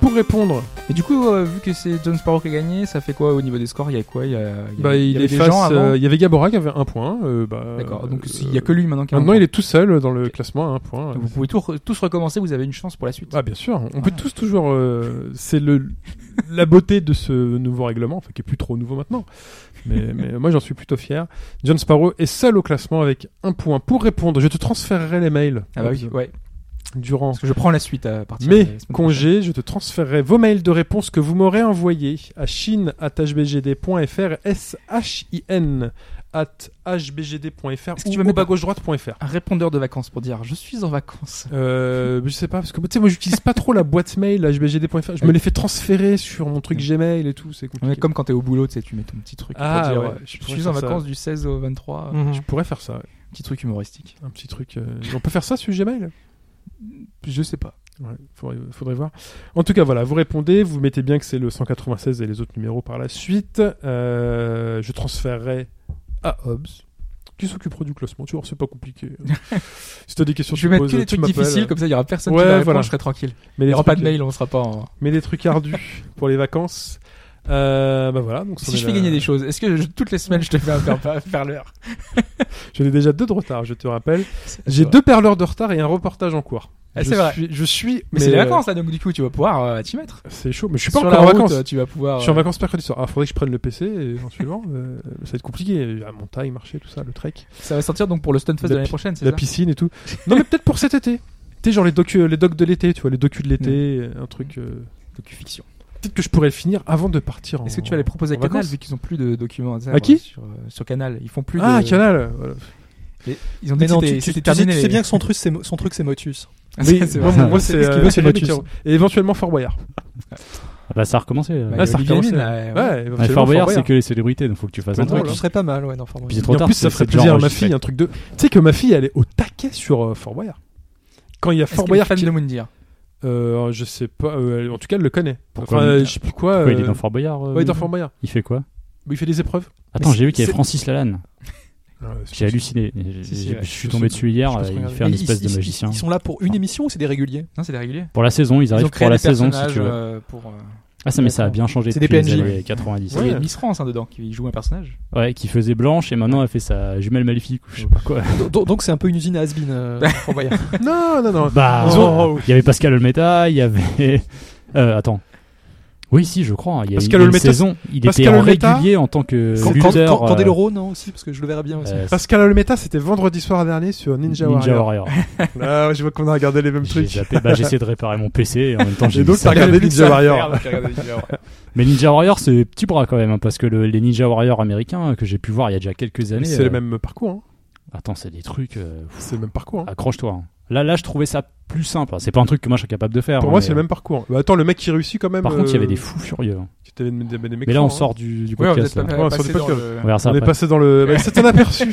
Pour répondre,
Et du coup, euh, vu que c'est John Sparrow qui a gagné, ça fait quoi au niveau des scores Il y a quoi Il y a, il y a-
bah,
il y
il,
avait
est
des
face,
gens avant
euh, il y avait Gabora qui avait un point. euh, bah,
D'accord. Donc
euh,
il y a que lui maintenant qui a un
Maintenant,
point.
il est tout seul dans le classement à un point.
Vous pouvez tout re- tous recommencer, vous avez une chance pour la suite.
Ah bien sûr, on peut tous toujours. euh, c'est le la beauté de ce nouveau règlement, enfin qui est plus trop nouveau maintenant. Mais, mais moi j'en suis plutôt fier. John Sparrow est seul au classement avec un point. Pour répondre, je te transférerai les mails
Ah bah oui, ouais.
durant
Parce que je prends la suite à partir de la
mes
semaine
congés. Je te transférerai vos mails de réponse que vous m'aurez envoyés à chine@hbgd.fr, s-h-i-n at hbgd.fr
Est-ce que
ou
tu
tu
vas mettre-
bas-gauche-droite.fr.
prochaine. Un répondeur de vacances pour dire je suis en vacances.
Euh, je sais pas parce que tu sais moi j'utilise pas trop la boîte mail hbgd.fr je me les fais transférer sur mon truc Gmail et tout c'est
Ouais,
compliqué
comme quand t'es au boulot, tu sais, tu mets ton petit truc
Ah,
pour dire
ouais,
ouais,
je
je
pourrais
suis en
faire ça.
vacances du 16 au 23.
Mhm.
je pourrais faire ça ouais.
Petit truc humoristique.
un petit truc euh, on peut faire ça sur Gmail
Je sais pas.
ouais, faudrait, faudrait voir en tout cas voilà vous répondez vous mettez bien que c'est le 196 et les autres numéros par la suite Euh, je transférerai à Hobbs qui s'occupera du classement tu vois c'est pas compliqué si t'as des questions
Je
tu
vais mettre
poses,
que des
tu
trucs
m'appelles.
difficiles, comme ça il y aura personne
Ouais,
qui va répondre,
voilà.
je serai tranquille.
mais
Il
les
n'y aura pas de
trucs-
mail, on sera pas en.
mais des trucs ardus pour les vacances euh, bah voilà donc c'en
Si
est
je
là.
fais gagner des choses, est-ce que je- toutes les semaines je te fais un faire, faire l'heure
J'en ai déjà deux de retard, je te rappelle. J'ai deux perleurs de retard et un reportage en cours.
Ah,
Je
c'est vrai.
suis- je suis.
Mais, c'est les
euh,
vacances là, donc du coup tu vas pouvoir euh, t'y mettre.
C'est chaud, mais je suis pas
Sur
encore
la
en
route,
vacances.
euh, Tu vas pouvoir.
Je suis en
euh,
vacances mercredi soir. Ah, faudrait que je prenne le PC euh, éventuellement. euh, ça va être compliqué. La montagne, marcher, tout ça, le trek,
euh, Ça va sortir donc pour le Stunfest de
La
l'année
pi-
prochaine, c'est
la
ça
piscine et tout. non, mais peut-être pour cet été. Tu sais, genre les docs, les docs de l'été, tu vois, les docus de
Mm.
l'été, un truc. euh,
Docu-fiction.
Peut-être que je pourrais le finir avant de partir. en-
Est-ce que tu vas les proposer à
en
Canal
vacances
vu qu'ils ont plus de documents ça,
À
moi,
qui
sur, euh, sur Canal, ils font plus
Ah,
de.
Canal. voilà.
Et Ils ont dit
Mais
que
non,
c'était-
tu, tu-
c'était
tu sais,
terminé.
tu
les-
sais bien que son truc, c'est, mo- son truc, c'est Motus.
Ah,
Oui,
c'est- c'est
moi,
vrai.
moi, c'est
Ce qu'il
euh,
veut, c'est
Jérémy
Motus.
Caro. Et éventuellement Fort Boyard.
Ah bah, ça a recommencé. là.
Ouais,
Ah, ça
Olivier
recommence,
Mine,
ouais.
euh, ouais.
Ouais,
Ouais,
éventuellement
Fort Boyard, c'est que les célébrités, donc faut que tu fasses un
drôle,
truc.
Motus
hein.
serait pas mal, ouais, non, enfin,
Puis c'est
Et
trop
en
tard.
plus, ça
c'est-
ferait
c'est déjà
plaisir à ma
enregistré.
fille, un truc de. Tu sais que ma fille, elle est au taquet sur euh, Fort Boyard. Quand il y a
Est-ce
Fort
qu'il est
Boyard,
fan
qui-
de Moundir
Euh, je sais pas. euh, elle- en tout cas, elle le connaît.
Pourquoi
enfin, euh,
il-
je sais plus quoi.
Pourquoi il
euh,
est dans Fort Boyard euh,
ouais, il est dans Fort Boyard.
Il fait quoi
Mais il fait des épreuves. Euh,
Attends,
Mais
j'ai vu qu'il y
c'est-
avait Francis Lalanne. Ah, J'ai halluciné. J'ai-
Si, si,
j'ai-
ouais.
je suis
Je
tombé
sais-
dessus hier.
je pense
euh,
regarder.
Il fait un
Mais
espèce
ils-
de
ils-
magicien.
Ils sont là pour une émission ou c'est des réguliers
Non, c'est des réguliers.
Pour la saison, ils
Ils
arrivent
ont créé
pour
des
la saison, si
personnages
tu veux.
euh, pour. euh,
Ah, ça, mais ça a bien changé
C'est
depuis
des
les
PNJ.
années 90.
Il y a
Ouais.
Miss France hein, dedans qui joue un personnage.
qui faisait Blanche et maintenant elle fait sa jumelle maléfique ou je sais pas quoi.
Do- do- Donc c'est un peu une usine à Asbin. euh, Fort Boyard.
Non, non, non.
Bah,
Ils ont-
il y avait Pascal Olmeta, il y avait. Euh, attends. Oui, si, je crois. hein, Il y a
Pascal
eu une
Olmeta-
saison. Il
Pascal
était en
Olmeta-
régulier en tant que
Quand- quand-
lutteur.
quand-
euh,
Candeloro, non, aussi, parce que je le verrais bien aussi.
euh,
Pascal Olmeta, c'était vendredi soir dernier sur Ninja,
Ninja
Warrior.
Warrior.
Ah, ouais, je vois qu'on a regardé les mêmes
J'ai
trucs.
zappé. Bah, j'essayais de réparer mon PC et en même temps j'ai
Et
vu
donc, t'as
ça.
regardé
Plus que
Ninja
ça à
Warrior.
faire, donc, regardez Ninja Warrior.
Mais Ninja Warrior, c'est petit bras quand même, hein, parce que le- les Ninja Warrior américains euh, que j'ai pu voir il y a déjà quelques années.
C'est
euh,
le même parcours. hein.
Attends, c'est des trucs. euh, pff,
C'est le même parcours. hein.
Accroche-toi. hein. Là, là, je trouvais ça plus simple. hein. C'est pas un truc que moi je suis capable de faire.
Pour
hein,
moi,
mais,
c'est le même parcours. Bah, attends, le mec qui réussit quand même.
Par contre, il y
euh,
avait des fous furieux. hein.
tu t'avais des- des- des mecs
Mais là, on
forts, hein.
sort du, du
Ouais, vous
podcast.
êtes pas
là.
mal
Ouais, sur
passé
le
dans
podcast.
le-
On verra ça
on est
après.
passé dans le. bah, c'est un aperçu.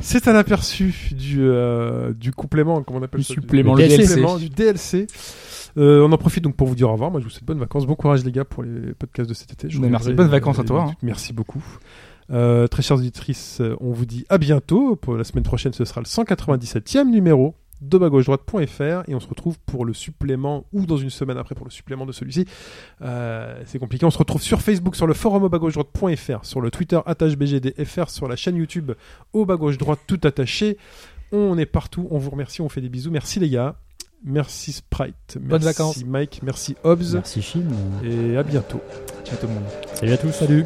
c'est un aperçu du, euh, du complément, comment on appelle
Du
ça
supplément,
du
le DLC.
supplément, du DLC. Euh, on en profite donc pour vous dire au revoir. Moi, je vous souhaite bonnes vacances. Bon courage, les gars, pour les podcasts de cet été. Je
Mais
vous
merci.
regarderai,
Bonnes vacances à
euh,
toi, hein.
Merci beaucoup. Euh, très chères auditrices, euh, on vous dit à bientôt. Pour la semaine prochaine, ce sera le 197e numéro droite.fr et on se retrouve pour le supplément ou dans une semaine après pour le supplément de celui-ci. Euh, c'est compliqué. On se retrouve sur Facebook, sur le forum au bas gauche droite.fr, sur le Twitter @bgdfr, sur la chaîne YouTube au bas gauche droite tout attaché. On est partout. On vous remercie. On fait des bisous. Merci les gars. Merci Sprite. Merci
vacances.
Mike. Merci Hobbs.
Merci, Chine.
Et à bientôt.
Ciao tout le monde.
Salut à tous. Salut.